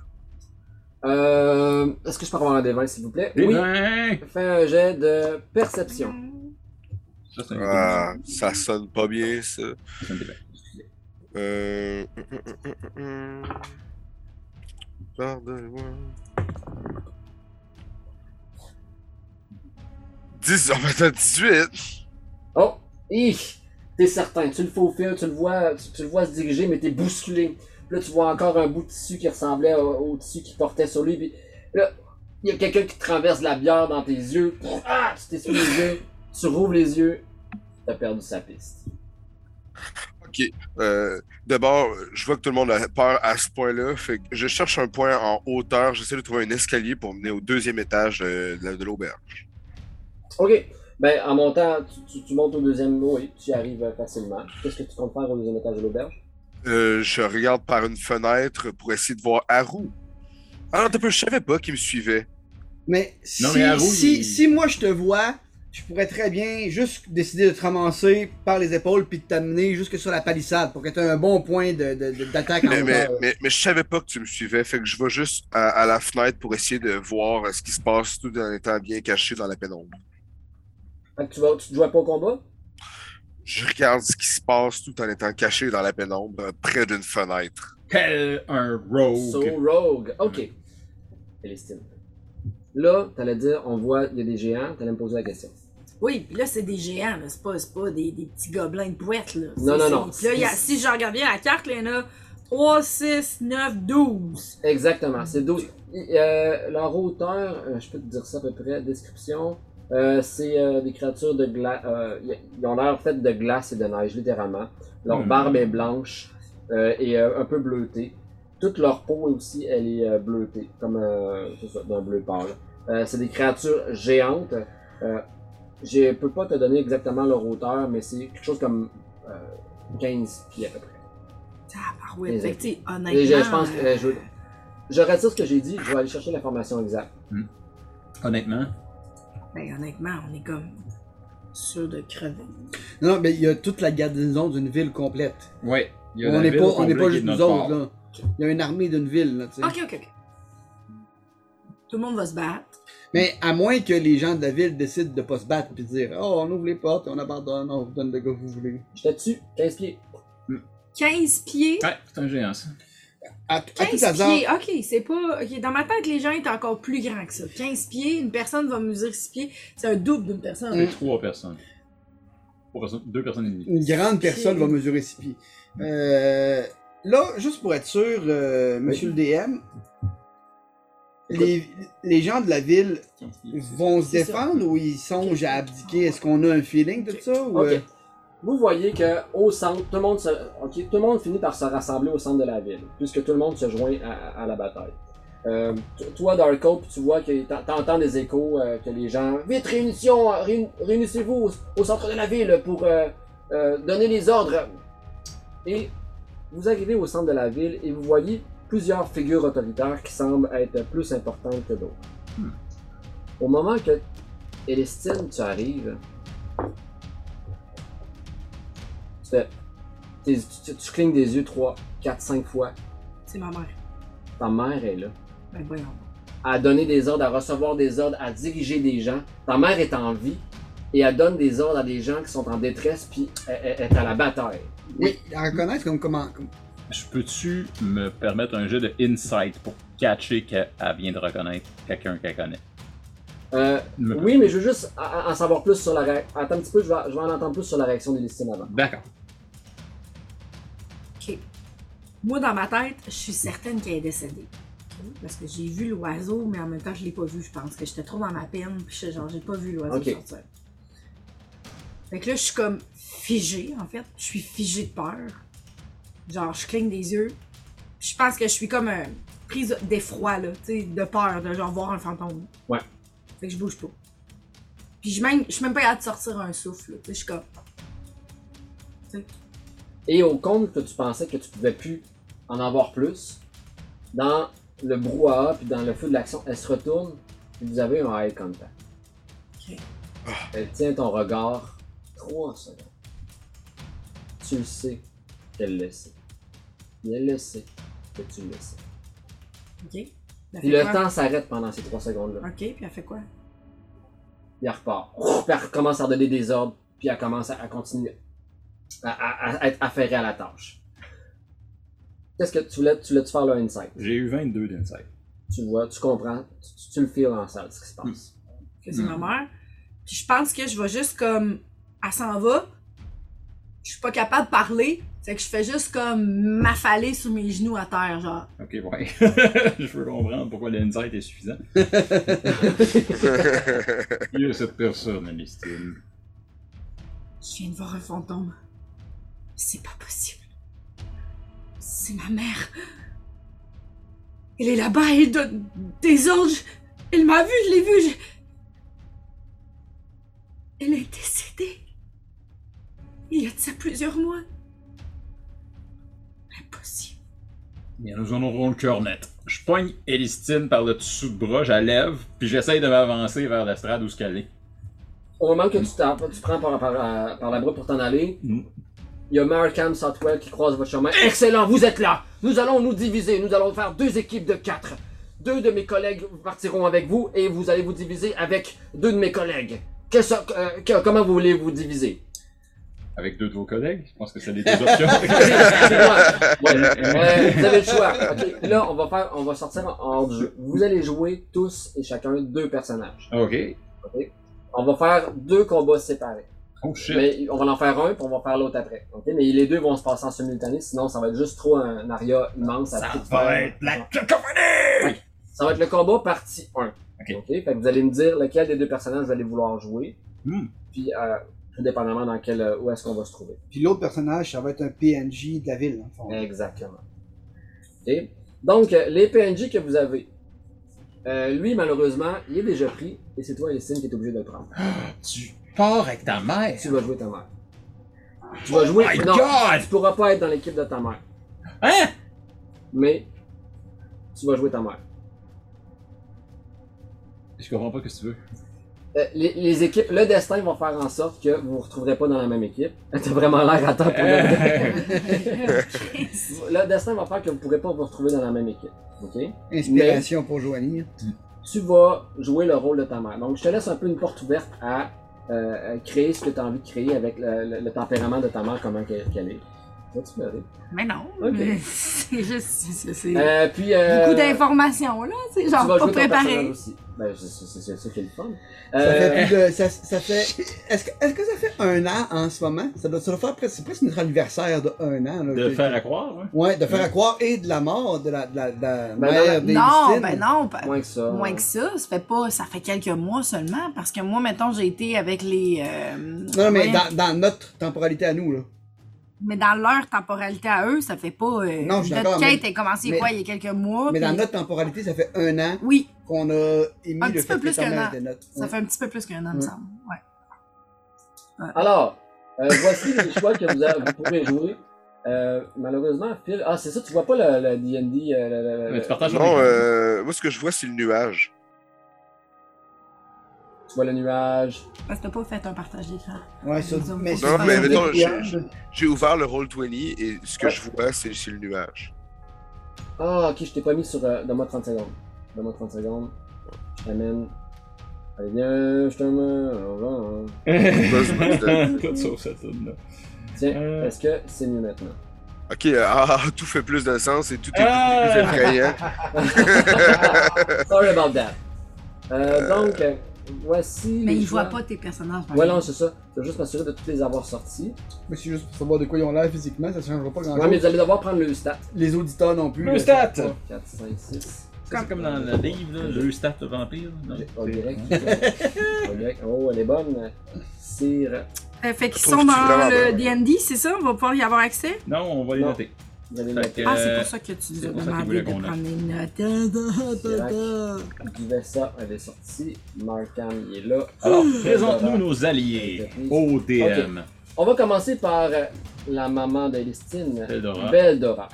S3: Euh, Est-ce que je peux avoir un dévin, s'il vous plaît?
S6: Eh
S3: Oui.
S6: ben,
S3: Fais un jet de perception.
S6: Ça, c'est
S5: Ah, ça sonne pas bien, ça.
S6: un débat.
S5: Euh... hum, hum, hum, hum, hum. Pardonne-moi. 10, on va être à 18.
S3: Oh! Hi! T'es certain, tu le faufiles, tu le vois, tu, tu le vois se diriger, mais t'es bousculé. Puis Là, tu vois encore un bout de tissu qui ressemblait au, au tissu qu'il portait sur lui. Puis là, il y a quelqu'un qui te traverse de la bière dans tes yeux. Ah! Tu t'essuies les yeux, tu rouvres les yeux, t'as perdu sa piste.
S5: Ok. Euh, D'abord, je vois que tout le monde a peur à ce point-là. Fait que je cherche un point en hauteur. J'essaie de trouver un escalier pour mener au deuxième étage euh, de, la- de l'auberge.
S3: Ok! Ben, en montant, tu, tu- tu montes au deuxième mot et tu y arrives euh, facilement. Qu'est-ce que tu comptes faire au deuxième étage de l'auberge?
S5: Euh, je regarde par une fenêtre pour essayer de voir Haru. Ah non, t'as peu, je savais pas qu'il me suivait.
S7: Mais si,
S6: Non, mais Haru,
S7: si,
S6: il-
S7: si moi je te vois, je pourrais très bien juste décider de te ramasser par les épaules puis de t'amener jusque sur la palissade pour que tu aies un bon point de- de- de- d'attaque en
S5: Mais, mais,
S7: hauteur.
S6: Euh,
S5: mais, mais je savais pas que tu me suivais. Fait que je vais juste à, à la fenêtre pour essayer de voir euh, ce qui se passe tout en étant bien caché dans la pénombre.
S3: Fait que tu vas, tu te joues pas au combat?
S5: Je regarde ce qui se passe tout en étant caché dans la pénombre euh, près d'une fenêtre.
S6: Tel un
S3: So
S6: rogue.
S3: Rogue. Ok. Célestine. Là, t'allais dire, on voit, il y a des géants, t'allais me poser la question.
S8: Oui, puis là, c'est des géants, là. C'est pas, c'est pas des, des petits gobelins de boîte, là.
S3: Non,
S8: C'est-
S3: non,
S8: c'est-
S3: non.
S8: Là, il y a- si je regarde bien la carte, là, il y en a 3, 6, 9, 12.
S3: Exactement, c'est 12. Euh, leur hauteur, euh, je peux te dire ça à peu près, description, euh, c'est euh, des créatures de glace. ils ont l'air faites de glace et de neige, littéralement. Leur
S6: Hmm.
S3: barbe est blanche euh, et euh, un peu bleutée. Toute leur peau aussi, elle est euh, bleutée, comme euh, c'est ça, d'un bleu pâle. Euh, c'est des créatures géantes. Euh, je peux pas te donner exactement leur hauteur, mais c'est quelque chose comme euh, 15 pieds à peu près.
S8: Ah, par ouais,
S3: Les-
S8: fait que, tu sais, honnêtement.
S3: Mm-hmm. Et je, je pense que
S8: euh,
S3: euh, je, je retire ce que j'ai dit, je vais aller chercher l'information exacte.
S6: Honnêtement,
S8: ben, honnêtement, on est comme sûr de crever.
S7: Non, non, mais il y a toute la garnison d'une ville complète.
S6: ouais. il y a
S7: On
S6: la
S7: n'est
S6: ville
S7: pas,
S6: au
S7: on n'est
S6: complet
S7: pas
S6: qui est
S7: juste
S6: de
S7: nous
S6: notre
S7: autres,
S6: bord.
S7: là. Il y a une armée d'une ville, là, tu sais.
S8: Ok, ok, ok. Tout le monde va se battre.
S7: Mais à moins que les gens de la ville décident de pas se battre puis de dire Oh, on ouvre les portes, on abandonne, on vous donne le gars que vous voulez.
S3: J'étais dessus, 15 pieds.
S8: 15 pieds.
S6: Ouais, c'est un géant, ça.
S7: À, à tout
S8: 15
S7: hasard,
S8: pieds, ok, c'est pas. ok, dans ma tête, les gens étaient encore plus grands que ça. 15 pieds, une personne va mesurer 6 pieds, c'est un double d'une personne.
S7: Mm.
S6: C'est trois personnes. Trois personnes. Deux personnes et demie.
S7: une grande personne va mesurer 6 pieds. Euh, là, juste pour être sûr, euh, monsieur le DM, les, les gens de la ville vont se
S8: C'est ça.
S7: défendre ou ils songent à abdiquer Est-ce qu'on a un feeling de ça ou,
S3: Ok.
S7: euh,
S3: Vous voyez que au centre, tout le monde se, ok, tout le monde finit par se rassembler au centre de la ville, puisque tout le monde se joint à, à la bataille. Euh, t- toi, Dark Hope, tu vois que t'en- t'entends des échos euh, que les gens vite réunissions, réun- réunissez-vous au, au centre de la ville pour euh, euh, donner les ordres. Et vous arrivez au centre de la ville et vous voyez plusieurs figures autoritaires qui semblent être plus importantes que d'autres. Au moment que Elestine, tu arrives, tu fais- t'es- tu, tu clignes des yeux 3, 4, 5 fois.
S8: C'est ma mère.
S3: Ta mère est là.
S8: Ben voyons.
S3: à donner des ordres, à recevoir des ordres, à diriger des gens. Ta mère est en vie et elle donne des ordres à des gens qui sont en détresse puis elle- elle- elle est à la bataille.
S9: Oui, à reconnaître comme comment. comme-
S6: Je peux-tu me permettre un jeu de insight pour catcher qu'elle elle vient de reconnaître quelqu'un qu'elle connaît?
S3: Euh,
S6: Me-
S3: oui, mais je veux juste en en savoir plus sur la réaction. Attends un petit peu, je vais, je vais en entendre plus sur la réaction des listines avant.
S6: D'accord.
S8: OK. Moi, dans ma tête, je suis certaine qu'elle est décédée. OK? Parce que j'ai vu l'oiseau, mais en même temps, je l'ai pas vu, je pense. Que j'étais trop dans ma peine, puis je- genre, j'ai pas vu l'oiseau
S3: OK.
S8: sortir. Fait que là, je suis comme figée, en fait. Je suis figée de peur. Genre, je cligne des yeux. Puis Je pense que je suis comme euh, prise d'effroi, là, tu sais, de peur, de genre voir un fantôme.
S3: Ouais.
S8: Fait que je bouge pas. Puis je, même, je suis même pas capable de sortir un souffle, là. Tu sais, je suis comme.
S3: Et au compte que tu pensais que tu pouvais plus en avoir plus, dans le brouhaha puis dans le feu de l'action, elle se retourne et vous avez un eye contact. Ah.
S8: Ok.
S3: Elle tient ton regard trois secondes. Tu le sais qu'elle le sait. Et elle le sait que tu le sais.
S8: OK. Ça
S3: Puis le
S8: fait quoi?
S3: temps s'arrête pendant ces trois secondes-là.
S8: OK, puis elle fait quoi?
S3: Puis elle repart. Ouf, Puis elle commence à donner des ordres. Puis elle commence à, à continuer à, à- à- à être affairée à la tâche. Qu'est-ce que tu voulais, tu voulais faire là, insight?
S6: J'ai eu 22 d'insight.
S3: Tu vois, tu comprends, tu, tu- tu le files en salle, ce qui se passe.
S8: que c'est
S6: Mm.
S8: ma mère. Puis je pense que je vais juste comme. Elle s'en va. Je suis pas capable de parler. C'est que je fais juste comme m'affaler sur mes genoux à terre, genre.
S6: Ok, ouais. je peux comprendre pourquoi l'insight est suffisant. Il y a cette personne, Listine.
S8: Je viens de voir un fantôme. C'est pas possible. C'est ma mère. Elle est là-bas, elle donne des ordres. Je- Elle m'a vu, je l'ai vu. je- Elle est décédée. Il y a de ça plusieurs mois. Impossible.
S6: Bien, nous en aurons le cœur net. Je pogne Elistine par le dessous de bras, je la lève, puis j'essaye de m'avancer vers l'estrade où ce qu'elle est.
S3: Au moment que tu, t'en- tu prends par, par, euh, par la bras pour t'en aller,
S6: Mm.
S3: il y a Markham Southwell qui croise votre chemin. Excellent, vous êtes là! Nous allons nous diviser, nous allons faire deux équipes de quatre. Deux de mes collègues partiront avec vous et vous allez vous diviser avec deux de mes collègues. Qu'est-ce- euh, que- comment vous voulez vous diviser?
S6: Avec deux de vos collègues, je pense que c'est les deux options.
S3: Excusez-moi. Ouais, euh, vous avez le choix. Ok, Là, on va faire, on va sortir en hors du jeu. Vous allez jouer tous et chacun deux personnages.
S6: ok.
S3: On va faire deux combats séparés.
S6: Oh shit.
S3: Mais on va en faire un, puis on va faire l'autre après. Ok, Mais les deux vont se passer en simultané, sinon ça va être juste trop un aria immense. à tout faire.
S6: cacophonie!
S3: Ça va être le combat partie 1.
S6: Ok.
S3: Ok, Fait que vous allez me dire lequel des deux personnages vous allez vouloir jouer.
S6: Hmm.
S3: Puis, euh, tout dépendamment dans quel, euh, où est-ce qu'on va se trouver.
S7: Puis l'autre personnage, ça va être un PNJ de la ville, dans le fond.
S3: Exactement. Ok. Donc, euh, les PNJ que vous avez, euh, lui, malheureusement, il est déjà pris et c'est toi, Elistine, qui est obligé de le prendre.
S6: Tu pars avec ta mère.
S3: Tu vas jouer ta mère. Tu vas jouer.
S6: Oh my
S3: non,
S6: God!
S3: tu pourras pas être dans l'équipe de ta mère,
S6: Hein?
S3: mais tu vas jouer ta mère.
S6: Je comprends pas ce que tu veux.
S3: Euh, les, les équipes, le destin va faire en sorte que vous vous retrouverez pas dans la même équipe. T'as vraiment l'air à temps pour
S6: Euh.
S3: le... le destin va faire que vous pourrez pas vous retrouver dans la même équipe. Ok?
S7: Inspiration pour Joanie.
S3: tu vas jouer le rôle de ta mère. Donc, je te laisse un peu une porte ouverte à euh, à créer ce que tu as envie de créer avec le, le- le tempérament de ta mère, comment qu'elle qu'elle est. Vas-tu pleurer?
S8: Mais non.
S3: Ok.
S8: mais C'est juste. c'est- c'est-
S3: Euh, puis, euh,
S8: Beaucoup d'informations, là. C'est
S3: tu
S8: genre
S3: vas
S8: pas
S3: jouer ton personnage
S8: préparé.
S3: aussi. Ben, c'est- c'est c'est ça qui est le fun.
S7: Ça fait
S3: Euh,
S7: plus de. Ça, ça fait. Est-ce que, est-ce que ça fait un an en ce moment Ça doit, ça doit faire presque. C'est presque notre anniversaire de un an. Là,
S6: De
S7: Que-
S6: faire à croire, hein?
S7: Ouais, de faire à croire et de la mort de la, de la, de la
S3: Ben,
S7: mère
S3: non,
S7: des
S8: Non,
S7: Justines.
S8: ben non. pas-
S3: moins euh, que ça.
S8: Moins que ça, ça fait pas, ça fait quelques mois seulement, parce que moi, mettons, j'ai été avec les. euh,
S7: Non, non, mais
S8: voyons,
S7: dans, dans notre temporalité à nous, là.
S8: mais dans leur temporalité à eux, ça fait pas. euh,
S7: Non, je suis
S8: Notre
S7: d'accord,
S8: quête
S7: mais-
S8: a commencé
S7: mais-
S8: quoi, il y a quelques mois.
S7: Mais dans
S8: puis-
S7: notre temporalité, ça fait un an
S8: Oui,
S7: qu'on a émis
S8: Un
S7: le
S8: petit
S7: fait
S8: peu plus
S7: que ta
S8: qu'un
S7: mère
S8: an.
S7: était notre.
S8: ça
S7: Ouais.
S8: fait un petit peu plus qu'un an, me
S7: Mm.
S8: semble. Ouais.
S3: Alors, euh, voici les choix que vous, a- vous pourrez jouer. Euh, malheureusement, Phil. Ah, c'est ça, tu vois pas le le DD. euh, le- le-
S6: Mais tu
S3: le-
S6: partages ton
S5: Non,
S6: écran.
S5: euh, moi, ce que je vois, c'est le nuage.
S3: Tu vois le nuage.
S8: Parce que t'as pas fait un partage d'écran.
S7: Ouais, ça.
S8: Disons,
S7: Mais
S8: faut
S7: c'est
S5: Non,
S7: pas
S5: mais
S7: un
S5: mettons,
S7: autre
S5: j'ai-
S7: nuage.
S5: J'ai ouvert le Roll 20 et ce que
S3: Ouais.
S5: je vois, c'est c'est le nuage.
S3: Ah, ok, je t'ai pas mis sur. euh, Donne-moi 30 secondes. Donne-moi 30 secondes. Je t'amène. Allez, viens, je te mets. on va, on-
S6: Tout sauf cette tune-là.
S3: Tiens,
S6: Euh.
S3: est-ce que c'est mieux maintenant?
S5: Ok, euh, ah, tout fait plus de sens et tout est
S6: Ah!
S5: plus effrayant.
S3: Sorry about that. Euh, donc, euh, voici.
S8: Mais
S3: les
S8: ils voient
S3: choix.
S8: pas tes personnages. par
S3: Ouais, non,
S8: exemple.
S3: c'est ça. Je veux juste m'assurer de toutes les avoir sorties.
S7: Mais c'est juste pour savoir de quoi ils ont l'air physiquement, ça ne changera pas grand
S3: Ouais, mais
S7: chose.
S3: vous allez devoir prendre le stat.
S7: Les auditeurs non plus.
S6: Le
S7: là,
S6: stat!
S7: ça va
S3: 4, 5, 6.
S6: Ça, C'est comme dans le livre, là, le stat de vampire. non?
S3: Oh, direct. Oh, direct. Oh, elle est bonne. Cire.
S8: Euh, fait qu'ils
S5: Je trouve
S8: sont
S5: que tu
S8: dans
S5: l'as
S8: le
S5: là-bas.
S8: D&D, c'est ça? On va pouvoir y avoir accès?
S6: Non, on va les
S3: Non.
S6: noter.
S3: Vous allez
S6: Fait
S3: noter.
S6: que-
S8: Ah, c'est
S6: Euh,
S8: pour ça que tu nous
S6: c'est
S8: as
S6: pour ça qu'ils
S8: demandé
S6: voulaient
S8: de
S6: qu'on
S8: prendre les notes.
S3: Vessa, elle est sortie. Markham, il est là.
S6: Alors,
S3: Mmh.
S6: présente-nous nos alliés. ODM.
S3: On va commencer par euh, la maman d'Elistine,
S6: Beldora.
S3: Beldora.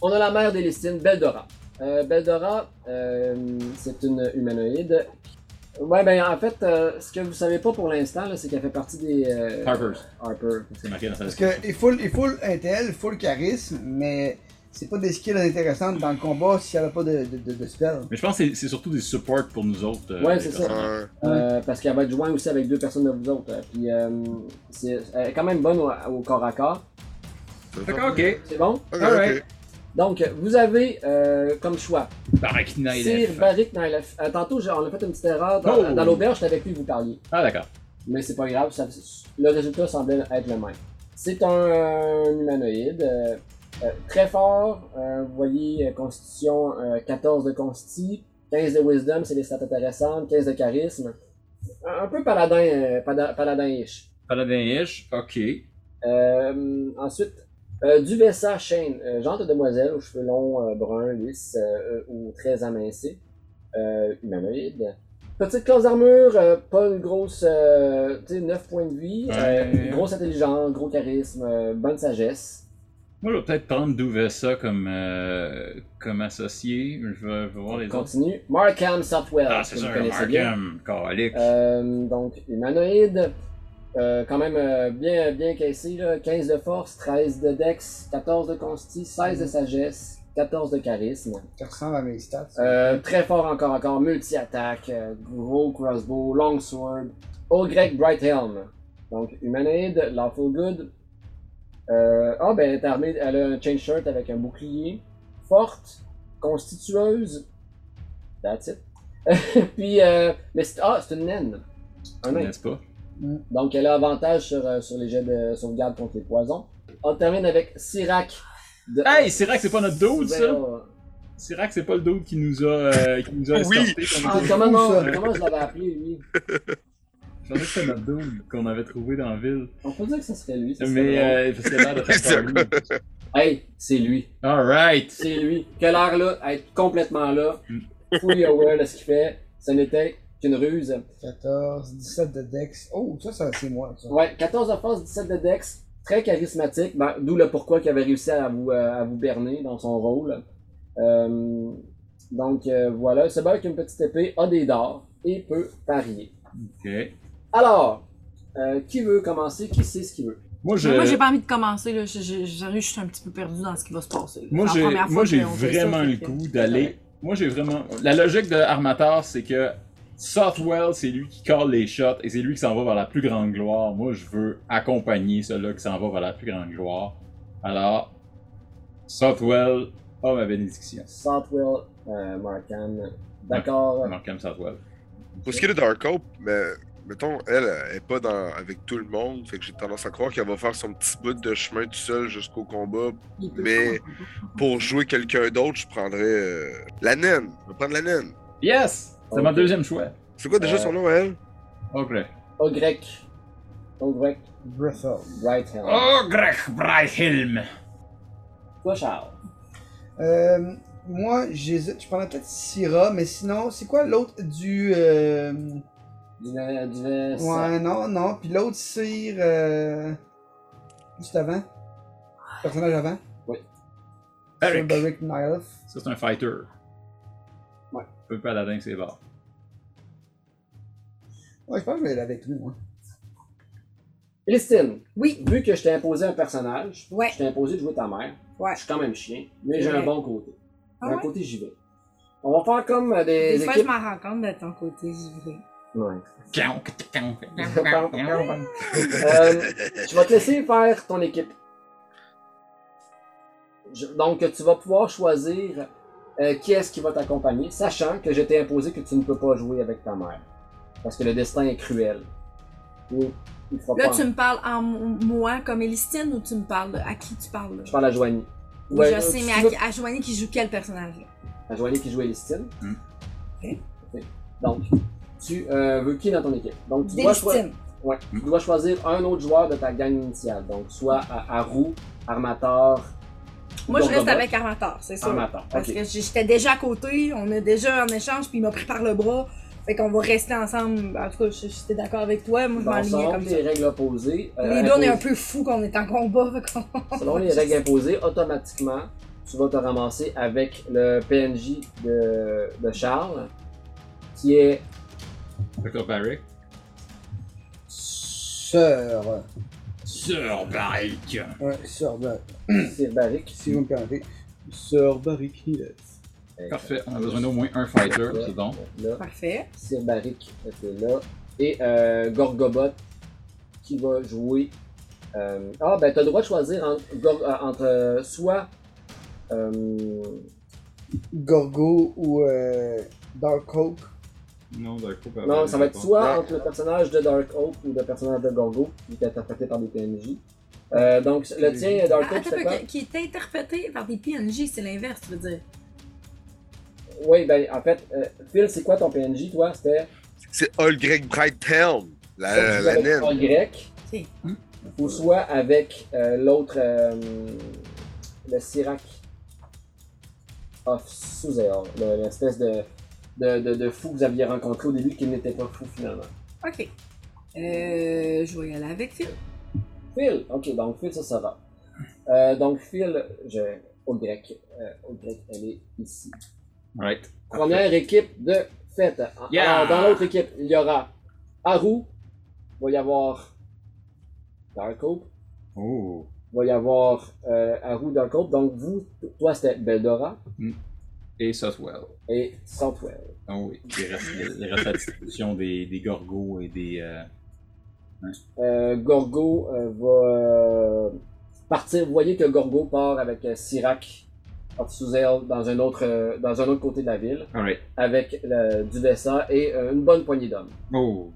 S3: On a la mère d'Elistine, Beldora. Euh, Beldora, euh, c'est une humanoïde. Ouais, ben en fait, euh, ce que vous savez pas pour l'instant, là, c'est qu'elle fait partie des. euh,
S6: Harpers.
S3: Harper.
S6: C'est marqué dans sa
S7: Parce qu'il full, il full intel, full charisme, mais c'est pas des skills intéressantes dans le combat s'il n'y avait pas de, de, de, de spell.
S6: Mais je pense que c'est- c'est surtout des supports pour nous autres. euh,
S3: Ouais,
S6: les
S3: c'est ça.
S6: personnages.
S5: Euh,
S3: Euh, parce qu'elle va être jointe aussi avec deux personnes de vous autres. hein. Puis, euh, c'est, elle est quand même bonne au, au corps à corps.
S6: D'accord, ok.
S3: C'est bon?
S5: Ok,
S6: Alright.
S5: ok.
S3: Donc, vous avez euh, comme choix
S6: Barakina et
S3: Sir
S6: Lef.
S3: Barik Nailef. Euh, tantôt, j'ai- on a fait une petite erreur. Dans,
S6: Oh!
S3: dans l'auberge, j'étais avec lui, vous parliez.
S6: Ah, d'accord.
S3: Mais c'est pas grave, ça- le résultat semblait être le même. C'est un, euh, humanoïde. euh, euh, très fort. euh, vous voyez, euh, constitution euh, 14 de consti, 15 de wisdom, c'est des stats intéressantes, 15 de charisme. Un, un peu paladin, euh, pada- paladin-ish.
S6: Paladin-ish, ok.
S3: Euh, ensuite, euh, du Vessa Shane, euh, genre de demoiselle aux cheveux longs, euh, bruns, lisses euh, euh, ou très amincés, euh, humanoïde. Petite classe d'armure, euh, pas une grosse, euh, tu sais, 9 points de vie, euh,
S6: Ouais.
S3: grosse intelligence, gros charisme, euh, bonne sagesse.
S6: Moi, je vais peut-être prendre Duvessa comme, euh, comme associé. Je vais, je vais voir les autres.
S3: Continue. euh, Markham Southwell,
S6: Ah,
S3: que
S6: c'est
S3: vous
S6: ça,
S3: connaissez bien.
S6: Markham, Calic.
S3: Euh, donc, humanoïde, euh, quand même euh, bien, bien caissé, là. 15 de force, 13 de dex, 14 de consti, 16 de sagesse, 14 de charisme.
S7: Ça ressemble à mes stats. ça.
S3: Euh, très fort encore, encore, multi-attaque, euh, gros crossbow, longsword, Ogrec Bright Helm. Donc, humanoïde, lawful good. Euh, Ah, ben, elle est armée, elle a un chain shirt avec un bouclier. Forte, constitueuse. That's it. Puis, euh, mais c'est, ah, c'est une naine. Un nain.
S6: N'est-ce pas?
S3: Donc, elle a avantage sur, euh, sur les jets de sauvegarde contre les poisons. On termine avec Sirac. De...
S6: Hey, Sirac, c'est pas notre dude, ça?
S3: Sibel-
S6: Sirac, c'est pas le dude qui nous a, euh, qui nous a
S5: Oui.
S6: escorté comme
S3: Ah,
S6: dude.
S3: comment, non,
S7: ça.
S3: comment je l'avais appelé, lui?
S6: euh, Je pensais que c'était notre dude qu'on avait trouvé dans la ville.
S3: On peut dire que ce serait lui. ça serait
S6: Mais
S3: drôle.
S6: euh, parce qu'il a l'air de faire ça. lui.
S3: Hey, c'est lui.
S6: Alright.
S3: C'est lui. Quelle heure là, à être complètement là,
S6: Mm.
S3: fully aware de ce qu'il fait, ce n'était qu'une ruse.
S7: 14, 17 de Dex. Oh, ça, ça c'est moi. Ça.
S3: Ouais, 14 de force, 17 de dex, très charismatique, ben, d'où le pourquoi qu'il avait réussi à vous, euh, à vous berner dans son rôle. Euh, donc euh, voilà, se bat avec une petite épée, a des dards et peut parier.
S6: Ok.
S3: Alors, euh, qui veut commencer, qui sait ce qu'il veut?
S6: Moi, je.
S8: Mais Moi, j'ai pas envie de commencer. Là. Je, je, j'arrive, je suis un petit peu perdu dans ce qui va se passer. là.
S6: Moi,
S8: C'est la
S6: j'ai-
S8: première fois
S6: moi, j'ai
S8: qu'on fait ça,
S6: vraiment
S8: fait
S6: le
S8: que-
S6: goût d'aller. Moi, j'ai vraiment. La logique de Armator, c'est que Southwell, c'est lui qui colle les shots et c'est lui qui s'en va vers la plus grande gloire. Moi, je veux accompagner celui-là qui s'en va vers la plus grande gloire. Alors, Southwell a ma bénédiction.
S3: Southwell, euh, Markham, d'accord.
S6: Markham Southwell.
S5: Pour ce qui est de Dark Hope, mais, mettons, elle, elle est pas dans, avec tout le monde, fait que j'ai tendance à croire qu'elle va faire son petit bout de chemin tout seul jusqu'au combat.
S8: Il peut
S5: Mais-
S8: pas.
S5: Pour jouer quelqu'un d'autre, je prendrais euh, la naine. Je vais prendre la naine.
S6: Yes! C'est mon
S3: Ok.
S6: deuxième choix.
S5: C'est quoi déjà
S3: Euh,
S5: son nom, elle?
S6: Ok.
S3: Ogrec. Ogrec,
S7: Breathal.
S3: Bright Hand.
S6: Oh, Greg Breithelm!
S3: Toi, Charles.
S7: Euh, moi, j'hésite. Je prendrais peut-être Syrah, mais sinon, c'est quoi l'autre du. Euh...
S3: Du, euh, du, euh, ça.
S7: Ouais, non, non. Puis l'autre, Cyr. Euh... Juste avant. Personnage avant.
S3: Oui.
S7: Sir Beric Nilef.
S6: Ça, c'est un fighter.
S3: Ouais.
S6: Peu paladin, c'est bas.
S7: Ouais, je pense que je vais aller avec lui, moi.
S3: Christine,
S8: Oui,
S3: vu que je t'ai imposé un personnage,
S8: Ouais.
S3: je t'ai imposé de jouer ta mère,
S8: ouais.
S3: je suis quand même chien, mais j'ai
S8: Ouais.
S3: un bon côté.
S8: Ah
S3: un
S8: ouais?
S3: côté j'y vais. On va faire comme euh, des,
S8: Des fois, je
S3: équipes.
S8: m'en rends compte de ton côté givré.
S3: Ouais.
S6: Fait
S3: Euh, je vais te laisser faire ton équipe. Je- donc, tu vas pouvoir choisir euh, qui est-ce qui va t'accompagner, sachant que je t'ai imposé que tu ne peux pas jouer avec ta mère. Parce que le destin est cruel. Ou il fera
S8: Là,
S3: pas-
S8: tu me parles en mo- moi comme Elistine ou tu me parles de- à qui tu parles là?
S3: Je parle à Joanie.
S8: Oui,
S3: Ouais,
S8: je sais,
S3: tu
S8: mais
S3: veux-
S8: à, qui- à Joanie qui joue quel personnage là?
S3: à Joanie qui jouait les styles.
S6: Hmm.
S3: Ok. Ok. Donc, tu euh, veux qui dans ton équipe? Donc, tu dois, choi-
S8: D'Elistine.
S3: ouais,
S6: Hmm.
S3: tu dois choisir un autre joueur de ta gang initiale. Donc, soit à Haru, Armator.
S8: Moi, je
S3: Gorgobot.
S8: reste avec Armator, c'est sûr.
S3: Armator.
S8: Parce
S3: ok.
S8: que j- j'étais déjà à côté, on est déjà en échange, puis il m'a pris par le bras. Fait qu'on va rester ensemble. En tout cas, je- j'étais d'accord avec toi, moi je
S3: Bon,
S8: m'enlignais
S3: selon
S8: comme ça.
S3: les règles opposées, euh,
S8: Les deux, on est un
S3: imposées-
S8: peu fous qu'on est en combat. fait qu'on-
S3: selon les règles imposées, automatiquement, tu vas te ramasser avec le PNJ de, de Charles, qui est
S6: que là, Barrick.
S7: Sœur.
S6: Sir Barrick.
S7: Ouais, sœur Barrick,
S3: Sir Barrick.
S7: si vous me permettez. Sœur Barrick Niles.
S6: Parfait, on a besoin d'au moins un fighter, c'est bon.
S3: Euh, Là,
S8: Parfait.
S3: Sir Barrick était là. Et euh, Gorgobot, qui va jouer. euh, Ah, ben, t'as le droit de choisir entre, Gor- euh, entre euh, soit. euh,
S7: Gorgo ou euh, Dark Oak.
S6: Non, d'un coup, Barrick,
S3: non, ça va être
S6: bon.
S3: soit
S5: Non.
S3: entre le personnage de Dark Oak ou le personnage de Gorgo, qui est interprété par des PNJ. Euh, donc, le tien,
S8: Ah,
S3: Dark Oak,
S8: attends un
S3: c'était
S8: peu,
S3: quoi
S8: qui- qui est interprété par des PNJ, c'est l'inverse, tu veux dire.
S3: Oui, ben, en fait, euh, Phil, c'est quoi ton PNJ, toi C'était.
S5: C'est Old Greg Brighthelm, la, la
S3: soit avec
S5: naine.
S3: Paul grec.
S8: Ok.
S3: Ou soit avec euh, l'autre. euh, le Sirac of Suzeor, le- l'espèce de, de, de, de fou que vous aviez rencontré au début qui n'était pas fou finalement.
S8: Ok. Euh, je vais y aller avec Phil.
S3: Phil, ok, donc Phil, ça, ça va. Euh, donc Phil, je, au grec, euh, au grec, elle est ici.
S6: Right.
S3: Première équipe de fête. Ah, Alors,
S6: Yeah!
S3: dans l'autre équipe, il y aura Haru, il va y avoir Dark Hope,
S6: Oh.
S3: il va y avoir euh, Haru, Dark Hope. Donc vous, toi c'était Beldora
S6: Et Sotwell.
S3: et Southwell.
S6: Oh oui. Il reste, il reste la distribution des, des gorgos et des. euh,
S3: Euh, Gorgo euh, va euh, partir. Vous voyez que Gorgo part avec euh, Sirac of Suzel dans un autre euh, dans un autre côté de la ville
S6: Alright.
S3: avec euh, du dessert et euh, une bonne poignée d'hommes.
S6: Oh.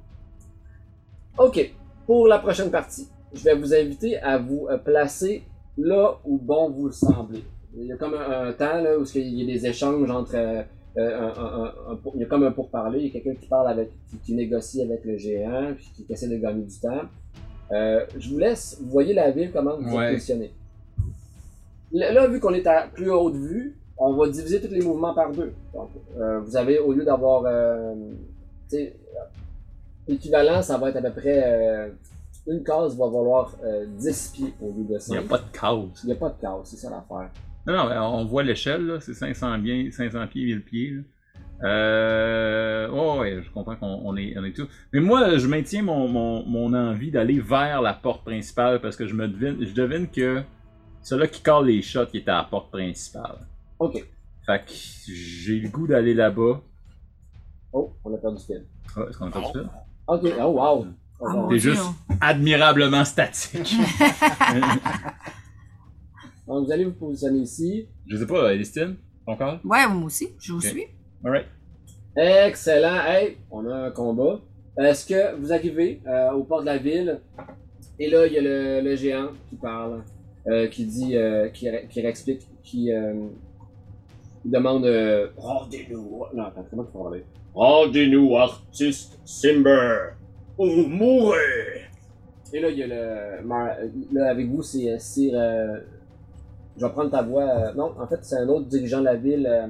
S3: Ok, pour la prochaine partie, je vais vous inviter à vous euh, placer là où bon vous le semblez. Il y a comme un, un temps là, où il y a des échanges entre. euh, euh, un- un- un- un pour- il y a comme un pourparler, il y a quelqu'un qui parle avec. Qui, qui négocie avec le géant, puis qui essaie de gagner du temps. Euh, je vous laisse, vous voyez la ville, comment vous
S6: Ouais.
S3: êtes positionné. Là, là, vu qu'on est à plus haute vue, on va diviser tous les mouvements par deux. Donc, euh, vous avez, au lieu d'avoir. euh, tu sais, L'équivalent, ça va être à peu près. euh, une case va valoir euh, 10 pieds au lieu de
S6: Il n'y a
S3: 5.
S6: pas de cause.
S3: Il n'y a pas de case, c'est ça l'affaire.
S6: Non, non, mais on voit l'échelle, là. C'est 500, bien, 500 pieds, 1000 pieds, là. Euh. oh, ouais, je comprends qu'on on est, on est tous. Mais moi, je maintiens mon, mon, mon envie d'aller vers la porte principale parce que je me devine, je devine que celui qui colle les shots qui était à la porte principale.
S3: Ok.
S6: Fait que j'ai le goût d'aller là-bas.
S3: Oh, on a perdu Phil.
S6: Ah, est-ce qu'on a perdu ça?
S3: Ok, oh wow. Oh,
S8: Ah,
S3: wow.
S8: mon-
S6: T'es
S8: Dieu.
S6: juste admirablement statique.
S3: Donc vous allez vous positionner ici.
S6: je sais pas, Elistine, ton corps?
S8: Ouais, moi aussi, je vous
S6: Ok.
S8: suis.
S6: Alright.
S3: Excellent. Hey, on a un combat. Est-ce que vous arrivez euh, au port de la ville et là il y a le, le géant qui parle, euh, qui dit, euh, qui, ré- qui réexplique, qui euh, il demande euh, Rendez-nous. Non, attends, comment tu parles Rendez-nous, artiste Simber, ou mourrez. Et là il y a le mar- là avec vous c'est euh, Sir. euh, je vais prendre ta voix. euh, non, en fait c'est un autre dirigeant de la ville. euh,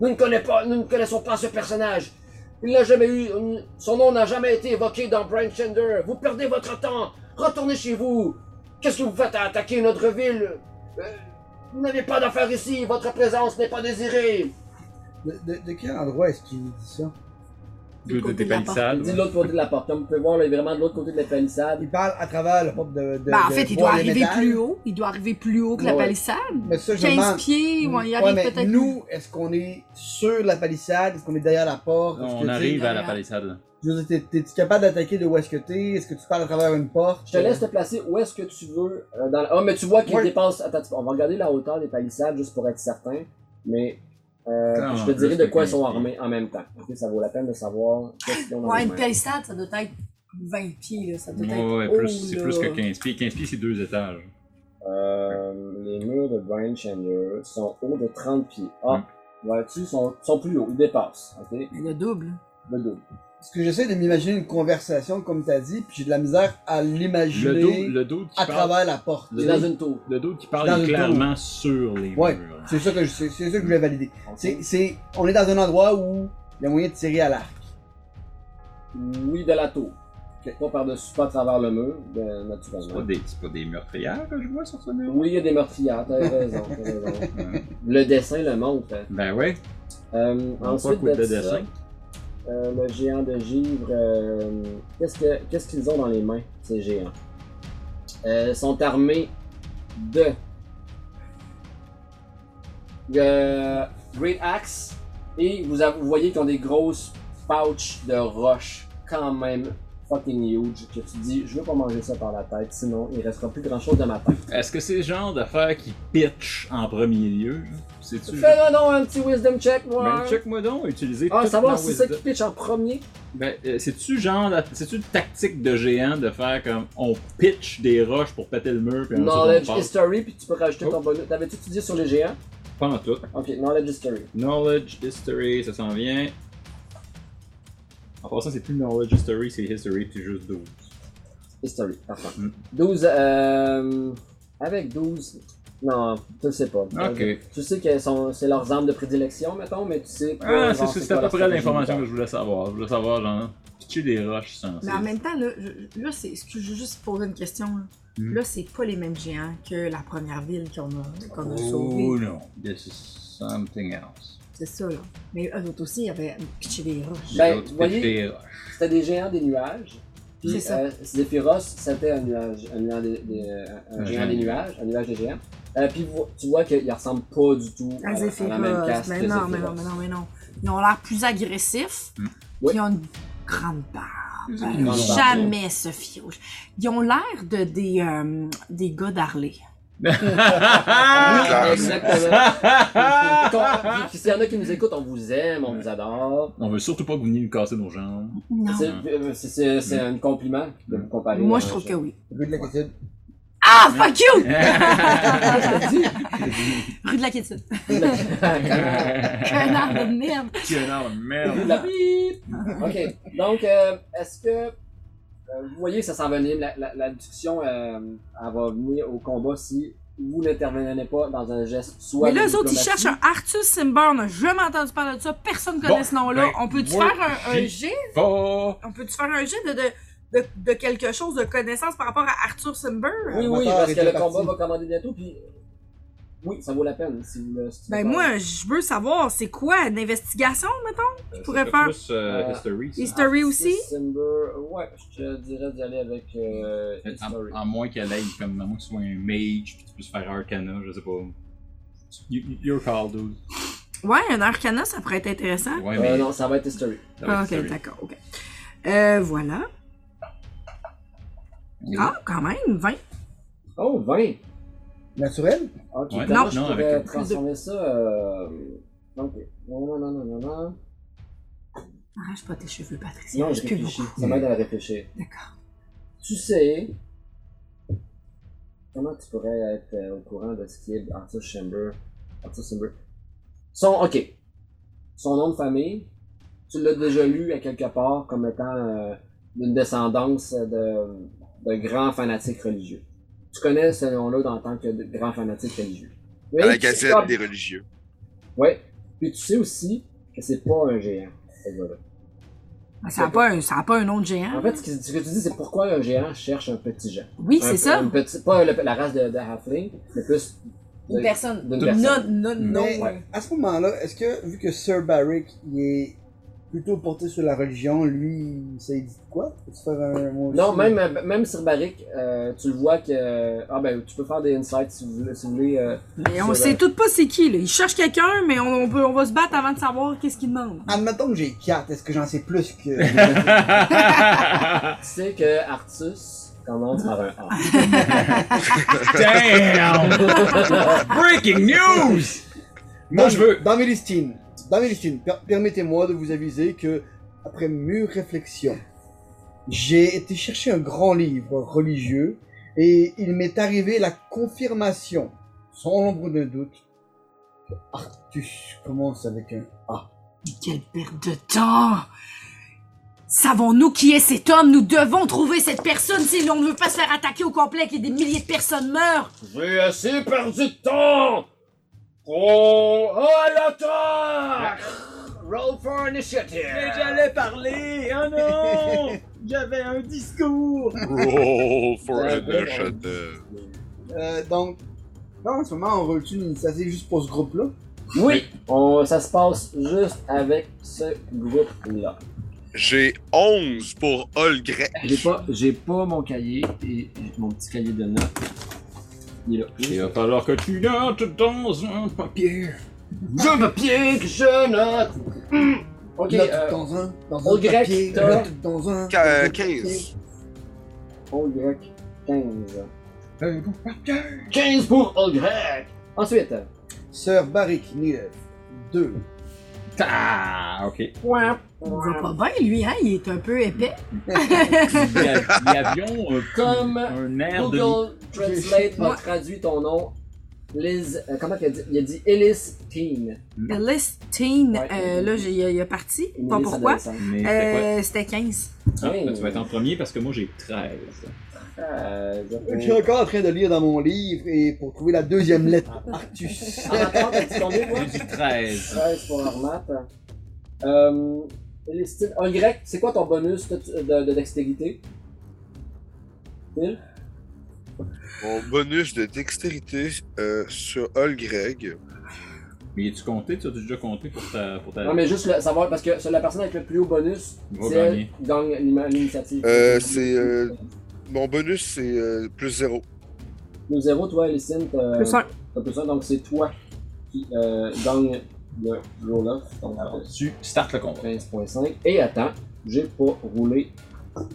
S3: nous ne, connaissons pas, nous ne connaissons pas ce personnage. Il n'a jamais eu. Son nom n'a jamais été évoqué dans Brian Shender. Vous perdez votre temps. Retournez chez vous. Qu'est-ce que vous faites à attaquer notre ville Euh, Vous n'avez pas d'affaires ici. Votre présence n'est pas désirée.
S7: De, de- de quel endroit est-ce qu'il dit ça
S6: de, de- des palissades.
S3: Il dit de
S6: ouais.
S3: l'autre côté de la porte. Comme vous pouvez voir, là, il est vraiment de l'autre côté de la palissade.
S7: Il parle à travers la porte de. de
S8: Ben, en
S7: de
S8: fait, il
S7: bois
S8: doit
S7: de
S8: arriver
S7: métal.
S8: plus haut. Il doit arriver plus haut que la
S3: Ouais.
S8: palissade.
S7: Mais ça, je me
S8: 15
S7: demande.
S8: pieds, ouais, il
S7: Ouais,
S8: arrive
S7: mais
S8: peut-être.
S7: Nous, est-ce qu'on est sur la palissade? Est-ce qu'on est derrière la porte? Est-ce que
S6: On
S7: tu-
S6: arrive à la
S8: derrière.
S6: palissade. là.
S7: Je veux dire, t'es- t'es-tu capable d'attaquer de où est-ce que t'es? Est-ce que tu parles à travers une porte?
S3: Je te laisse te placer où est-ce que tu veux. euh, dans la- Ah, mais tu vois qu'il
S7: Ouais.
S3: dépasse. Attends, tu- on va regarder la hauteur des palissades juste pour être certain. Mais euh,
S6: Ah,
S3: je
S6: en
S3: te
S6: plus,
S3: dirai de
S6: c'est
S3: quoi ils sont
S6: 15
S3: armés en même temps. Ok, ça vaut la peine de savoir qu'est-ce qu'ils ont dans
S8: Ouais,
S3: les
S8: une
S3: mains.
S8: palissade, ça doit être 20 pieds, là. Ça doit être.
S6: Ouais, ouais,
S8: haut,
S6: plus-
S7: Oh
S6: c'est
S8: là.
S6: plus que 15 pieds. 15 pieds, c'est deux étages.
S3: Euh, les murs de Brian Chandler sont hauts de 30 pieds. Ah,
S6: Hmm.
S3: vois-tu, sont, sont plus hauts, ils dépassent. OK?
S8: Mais le double.
S3: Le double.
S7: Parce que j'essaie de m'imaginer une conversation, comme t'as dit, puis j'ai de la misère à
S6: Le dos,
S7: l'imaginer
S6: le dos qui
S7: à
S6: parle,
S7: travers la porte.
S3: C'est dans une tour.
S6: le dos qui
S7: dans
S6: parle
S7: le
S6: est
S7: dos.
S6: clairement sur les
S7: Ouais.
S6: murs.
S7: C'est ça que je, c'est c'est ça que je voulais valider.
S3: Ok.
S7: C'est, c'est, on est dans un endroit où il y a moyen de tirer à l'arc.
S3: Oui, de la tour. Pas par-dessus, pas à travers le mur, de-
S6: C'est pas
S3: naturellement.
S6: des, c'est pas des meurtrières que je vois sur ce mur.
S3: Oui, il y a des meurtrières, t'as raison, t'as raison.
S6: Ouais.
S3: Le dessin le montre. hein.
S6: ben ouais.
S3: Euh,
S6: On voit
S3: ensuite
S6: quoi
S3: de,
S6: de
S3: ça,
S6: dessin.
S3: euh, le géant de givre, euh, qu'est-ce que- qu'est-ce qu'ils ont dans les mains, ces géants? Euh, ils sont armés de euh, Great Axe et vous, avez- vous voyez qu'ils ont des grosses pouches de roches quand même fucking huge que tu dis je veux pas manger ça par la tête sinon il restera plus grand chose dans ma tête.
S6: Est-ce que c'est le genre d'affaires qui pitch en premier lieu? C'est-tu.
S3: Fais-le donc un petit wisdom check moi!
S6: Ben, check-moi donc, utiliser
S3: ah
S6: toute
S3: savoir
S6: ma
S3: si c'est ça
S6: wisdom.
S3: qui pitch en premier?
S6: Ben, euh, c'est-tu genre, la- c'est-tu une tactique de géant de faire comme on pitch des roches pour péter le mur puis on
S3: Knowledge
S6: passe?
S3: History, puis tu peux rajouter
S6: Oh.
S3: ton bonus. T'avais-tu étudié sur les géants?
S6: Pas en tout.
S3: Ok, Knowledge History.
S6: Knowledge History, ça s'en vient. En passant, c'est plus Knowledge History, c'est History, puis juste 12.
S3: History, parfait.
S6: Mm.
S3: 12, euh... Avec 12... Non, tu le sais pas.
S6: Ok.
S3: Tu sais que sont- c'est leurs armes de prédilection, mettons, mais tu sais pas...
S6: Ah, c'est,
S3: genre,
S6: c'est,
S3: quoi
S6: à peu
S3: leur
S6: près
S3: stratégie
S6: l'information que
S3: militaire.
S6: je voulais savoir. Je voulais savoir, genre, pitcher des roches sans.
S8: Mais en même temps, là, je- là c'est. Excuse, je veux juste poser une question. Là,
S3: Hmm.
S6: Mm.
S8: Là, c'est pas les mêmes géants que la première ville qu'on a, qu'on a
S6: Oh
S8: sauvée.
S6: non, this is something else.
S8: C'est ça, là. Mais eux autres aussi, ils avaient pitché des roches.
S3: Ben,
S6: Les autres
S3: vous voyez-
S6: pitchent des roches.
S3: C'était des géants des nuages. Puis,
S8: C'est ça.
S3: euh, Zephyros, c'était un nuage, un, nuage des, des- euh, un- un
S6: Un
S3: géant
S6: géant.
S3: des nuages, un nuage des géants. Euh, puis vous- tu vois qu'il ressemble pas du tout à,
S8: Ah,
S3: la-
S8: c'est
S3: à la même caste
S8: mais
S3: que
S8: non, mais non,
S3: Zephyros.
S8: mais non, mais non. Ils ont l'air plus agressifs.
S6: Mm.
S3: Hmm. Ouais.
S8: Ils ont une grande barbe.
S3: une grande barbe.
S8: Jamais Sophie Rouge. Ils ont l'air de des, euh, des gars d'Harley.
S5: Clairement.
S3: Exactement. Qu'on- S'il y en a qui nous écoutent, on vous aime, on vous adore.
S6: On veut surtout pas que vous veniez nous casser nos jambes.
S8: Non.
S3: C'est- euh, C'est c'est- c'est un compliment de vous comparer.
S8: Moi,
S3: à
S8: je
S3: un
S8: trouve que
S3: chat.
S8: oui.
S7: Rue de la Quiétude.
S8: Ah, fuck you!
S6: Connard
S8: Rue de la Quiétude. Connard de merde.
S6: de merde.
S3: La bip! Ok, donc, euh, est-ce que. euh, vous voyez, ça s'en venait. La, la- la discussion, euh, elle va venir au combat si vous n'intervenez pas dans un geste soit.
S8: Mais là,
S3: de
S8: eux autres, ils
S3: diplomatie-
S8: cherchent un Arthur Simborn. On a jamais entendu parler de ça. Personne connaît
S6: Bon,
S8: ce nom-là.
S6: ben,
S8: on peut-tu
S6: moi,
S8: faire un, un
S6: j'ai-
S8: jet?
S6: Va!
S8: On peut-tu faire un jet de, de, de, de quelque chose, de connaissance par rapport à Arthur Simborn?
S3: Oui,
S7: Mon
S3: oui,
S7: moteur
S3: parce que
S7: était
S3: le
S7: parti.
S3: combat va commander bientôt, puis. Oui, ça vaut la peine. Si vous le- si
S8: Ben
S3: vous-
S8: moi, je veux savoir, c'est quoi, une investigation, mettons?
S6: Je
S8: pourrais faire-
S6: Plus, euh,
S3: Euh,
S6: history, ça.
S8: History aussi?
S3: December, euh, ouais, je te dirais d'y aller avec euh,
S6: En,
S3: History.
S6: en moins qu'elle aille, comme à moins que tu sois un mage, puis tu puisses faire Arcana, je sais pas. You- you- Your call, dude.
S8: Ouais, un arcana, ça pourrait être intéressant.
S6: Ouais,
S3: Euh,
S6: mais.
S3: non, ça va être History.
S6: ça va
S8: Ah,
S6: être
S8: ok,
S6: history.
S8: d'accord, ok. Euh, voilà. Ah, quand même, 20.
S3: Oh, 20!
S7: Naturel?
S3: Ok,
S6: Ouais.
S3: comment
S8: Non,
S3: je
S6: non,
S3: pourrais
S6: avec-
S3: transformer ça euh... Ok. Non, non, non, non, non, non.
S8: Arrache pas tes cheveux, Patricia.
S3: Non, je
S8: je plus
S3: réfléchis.
S8: beaucoup.
S3: Ça m'aide à réfléchir.
S8: D'accord.
S3: Tu sais... Comment tu pourrais être euh, au courant de ce qui est Arthur Chamber? Arthur Chamber. Son... Ok. Son nom de famille, tu l'as déjà lu à quelque part comme étant euh, une descendance de, de grands fanatiques religieux. Tu connais ce nom-là en tant que de- grand fanatique religieux.
S5: À la
S3: Mais tu-
S5: gazette des religieux.
S3: Ouais. Puis tu sais aussi que c'est pas un géant, ce gars-là.
S8: Ah, Ça n'a pas, un- ça a pas un nom de géant.
S3: En fait, ce que, ce que tu dis, c'est pourquoi un géant cherche un petit géant.
S8: Ah. oui,
S3: Un-
S8: c'est ça.
S3: un petit- pas le- la race de, de halfling, mais plus de-
S8: Une personne.
S3: d'une
S8: Non,
S3: personne.
S8: non, non.
S7: Mais à ce moment-là, est-ce que, vu que Sir Barrick, il est plutôt porté sur la religion, lui, ça lui dit quoi? Peux-tu faire un moi aussi?
S3: Non, même, même sur Barrick, euh, tu le vois que. Ah ben, tu peux faire des insights si vous voulez. si vous voulez, euh,
S8: Mais on
S3: sur,
S8: sait
S3: euh,
S8: tout pas c'est qui, là. Il cherche quelqu'un, mais on, on peut, on va se battre avant de savoir qu'est-ce qu'il demande.
S7: Admettons que j'ai 4, est-ce que j'en sais plus que.
S3: Tu sais que Artus commence par un A.
S6: Damn! Breaking news! Moi,
S7: Dans-
S6: je veux.
S7: Dans mes listines, dans mes listines, per- permettez-moi de vous aviser que, après mûre réflexion, j'ai été chercher un grand livre religieux et il m'est arrivé la confirmation, sans l'ombre de doute, que Artus commence avec un A.
S8: Quelle perte de temps! Savons-nous qui est cet homme? Nous devons trouver cette personne si on ne veut pas se faire attaquer au complet et des milliers de personnes meurent!
S2: J'ai assez perdu de temps! Oh, à l'attaque!
S3: Roll for initiative!
S6: parler! Oh non! J'avais un discours!
S5: Roll Oh, for
S3: Ouais,
S5: initiative.
S7: Euh, donc, là, en ce moment, on roule une initiative juste pour ce groupe-là.
S3: Oui! On, ça se passe juste avec ce groupe-là.
S5: J'ai 11 pour Olgrec.
S3: J'ai pas, j'ai pas mon cahier et mon petit cahier de notes. Il est là.
S6: Il va falloir que tu notes dans un papier.
S3: Je me pique, je note! Hmm. Ok,
S7: Note
S3: euh,
S7: dans un, dans
S3: au
S7: un
S3: grec,
S7: papier,
S3: t'as-
S7: note dans un.
S5: Qu- euh,
S7: dans un
S5: 15.
S3: Olgrec, 15. 15 pour Olgrec! Ensuite,
S7: papier. Sœur Barik, Nilev, 2.
S6: Ah, ok.
S3: point.
S8: On va pas bien, lui, hein? Il est un peu épais.
S6: Il y a- il y avions euh,
S3: Comme
S6: un air de.
S3: Google Translate
S8: Ouais.
S3: m'a traduit ton nom. Liz, euh, comment qu'elle dit Il a dit Ellis Teen.
S8: The Listine,
S3: Ouais.
S8: euh, là, j'ai- il a- il a parti.
S3: Une
S8: Pas
S3: Ellis
S8: pourquoi.
S3: adolescente.
S6: Mais c'était quoi?
S8: Euh, c'était 15.
S6: Ah, ben, tu vas être en premier parce que moi j'ai 13.
S3: Euh,
S7: Je suis encore en train de lire dans mon livre et pour trouver la deuxième lettre,
S3: Ah.
S7: Artus.
S3: En attendant, t'as dit combien, toi?
S6: J'ai dit 13.
S3: 13 pour Armat. Euh, Ellis Teen. En grec, c'est quoi ton bonus de, de, de dextérité Phil?
S5: Mon bonus de dextérité euh, sur Olgreg.
S6: Mais es-tu compté? Tu as déjà compté pour ta. Pour ta...
S3: Non, mais juste le, savoir, parce que c'est la personne avec le plus haut bonus,
S6: Il va
S3: c'est elle
S6: gagner.
S3: qui gagne l'ima- l'initiative.
S5: Euh, c'est, euh, Mon bonus, c'est euh, plus 0.
S3: Le zéro, toi, Ellis Teen, t'as-
S7: Euh,
S8: Plus un.
S3: t'as plus un, donc c'est toi qui euh, gagne le roll-off. Donc, euh,
S6: Alors, tu startes le combat.
S3: 15.5. Et attends, j'ai pas roulé.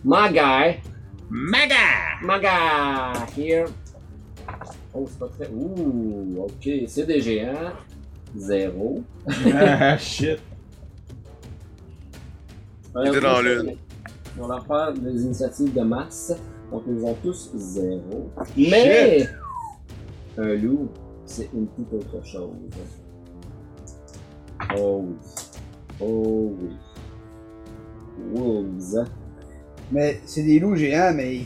S3: My guy,
S6: Maga!
S3: my guy, here. Oh, c'est pas très. Ouh, ok, c'est des géants. Zéro.
S6: ah, shit!
S3: Euh,
S5: était dans
S3: on-
S5: l'une.
S3: On leur parle des initiatives de masse. Donc, ils ont tous zéro. Mais. Un loup, c'est une toute autre chose. Oh oui. Oh oui. Wolves.
S7: Mais c'est des loups géants, mais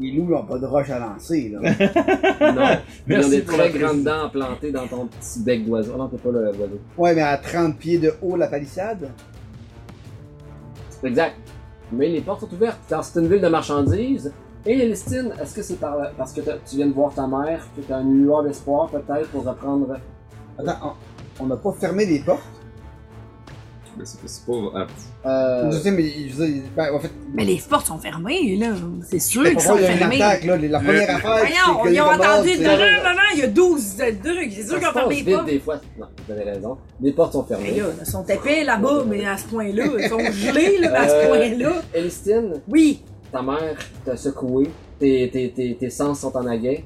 S7: les loups n'ont pas de roche à lancer. Là.
S3: Non. Ils ont
S6: Merci
S3: des
S6: pour la
S3: très grandes dents plantées dans ton petit bec d'oiseau. Ah Non, t'es pas le oiseau.
S7: ouais, mais à 30 pieds de haut, la palissade.
S3: Exact. Mais les portes sont ouvertes. Car c'est une ville de marchandises. Et Elistine, est-ce que c'est par là- parce que t'as- tu viens de voir ta mère que t'as une lueur d'espoir peut-être pour reprendre.
S7: Attends, on on n'a pas fermé les portes.
S6: Mais c'est- C'est pas. ah, pff.
S3: Euh,
S7: Je sais, mais je veux dire, ben, en fait,
S8: Mais les portes sont fermées, là. C'est sûr
S7: mais
S8: qu'ils sont
S7: pourquoi il y a une
S8: fermées.
S7: attaque. Là, la première affaire,
S8: Voyons,
S7: c'est que
S8: ils ont
S7: les commandes,
S8: entendu
S7: c'est-
S8: deux maman, il y a 12 de trucs. C'est
S3: ça
S8: sûr
S3: se
S8: qu'ils ont
S3: passe
S8: fermé les
S3: vite
S8: portes.
S3: des fois. Non, vous avez raison. Les portes sont
S8: Mais
S3: fermées.
S8: là, ils sont épais là-bas, mais à ce point-là, ils sont gelés, là, à ce
S3: Euh,
S8: point-là.
S3: Elistine,
S8: Oui,
S3: ta mère t'a secoué. Tes, tes, tes, tes sens sont en aguet.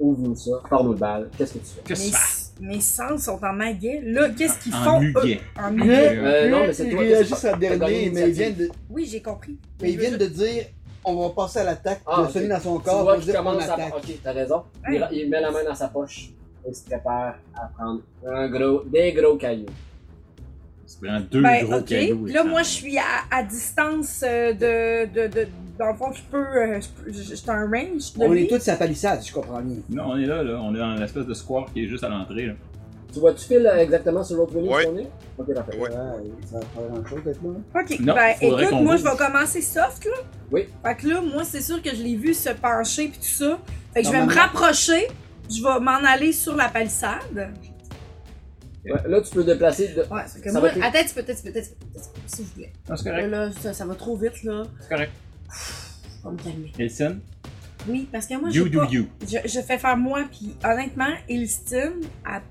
S3: Ouvre-nous ça. Parle-nous de balle. Qu'est-ce que tu fais?
S6: Que
S8: mes,
S6: se passe?
S8: mes sens sont en aguet. Là, qu'est-ce qu'ils
S6: En
S8: font, eux?
S6: muguet.
S8: En
S7: Lui,
S8: muguet.
S6: Euh,
S3: Euh, non, mais c'est
S7: il
S3: toi,
S7: réagit
S3: qu'est-ce
S7: sur la
S3: que- t'as gagné
S7: dernière, mais il vient
S3: l'initiative.
S7: de,
S8: Oui, j'ai compris.
S7: mais il vient de dire on va passer à l'attaque,
S3: Ah,
S7: de sonner
S3: ok.
S7: dans son
S3: Tu
S7: corps
S3: vois
S7: pour
S3: qu'il
S7: dire on
S3: commence à...
S7: attaque.
S3: Ok, t'as raison.
S8: Hey.
S3: Il, il met la main dans sa poche et se prépare à prendre un gros, des gros cailloux.
S6: C'est vraiment deux
S8: ben,
S6: gros
S8: ok.
S6: cailloux.
S8: Là,
S6: et
S8: moi,
S6: ça.
S8: je suis à, à distance euh, de, de, de. Dans le fond, je peux. euh, je peux- J'ai un range de.
S7: On
S8: lui.
S7: est tous à la palissade, si je comprends bien.
S6: Non, on est là, là. On est dans l'espèce de square qui est juste à l'entrée, là.
S3: Tu vois-tu Phil euh, exactement sur l'autre menu
S5: Ouais.
S3: qu'on est? Ok, parfait.
S5: Ouais.
S7: Ça va pas grand-chose d'être là.
S8: Ok,
S6: Non,
S8: ben
S6: faudrait
S8: écoute,
S6: qu'on
S8: moi je
S6: bouge.
S8: vais commencer soft là.
S3: Oui.
S8: Fait que là, moi c'est sûr que je l'ai vu se pencher puis tout ça. Fait que je vais me
S7: Normalement.
S8: rapprocher, je vais m'en aller sur la palissade.
S3: Ouais, là, tu peux déplacer. De...
S8: Ouais, c'est que
S3: Ça
S8: moi,
S3: va être-
S8: attends, tu peux, attends, tu peux, attends, tu peux, attends, tu peux, s'il vous plaît.
S6: Non, c'est
S8: Là,
S6: correct.
S8: là, ça, ça va trop vite, là.
S6: C'est correct.
S8: Je vais me calmer.
S6: Wilson,
S8: Oui, parce que moi,
S6: you
S8: j'ai
S6: do
S8: pas-
S6: you.
S8: je, je fais faire moi, puis honnêtement, Elstine, elle,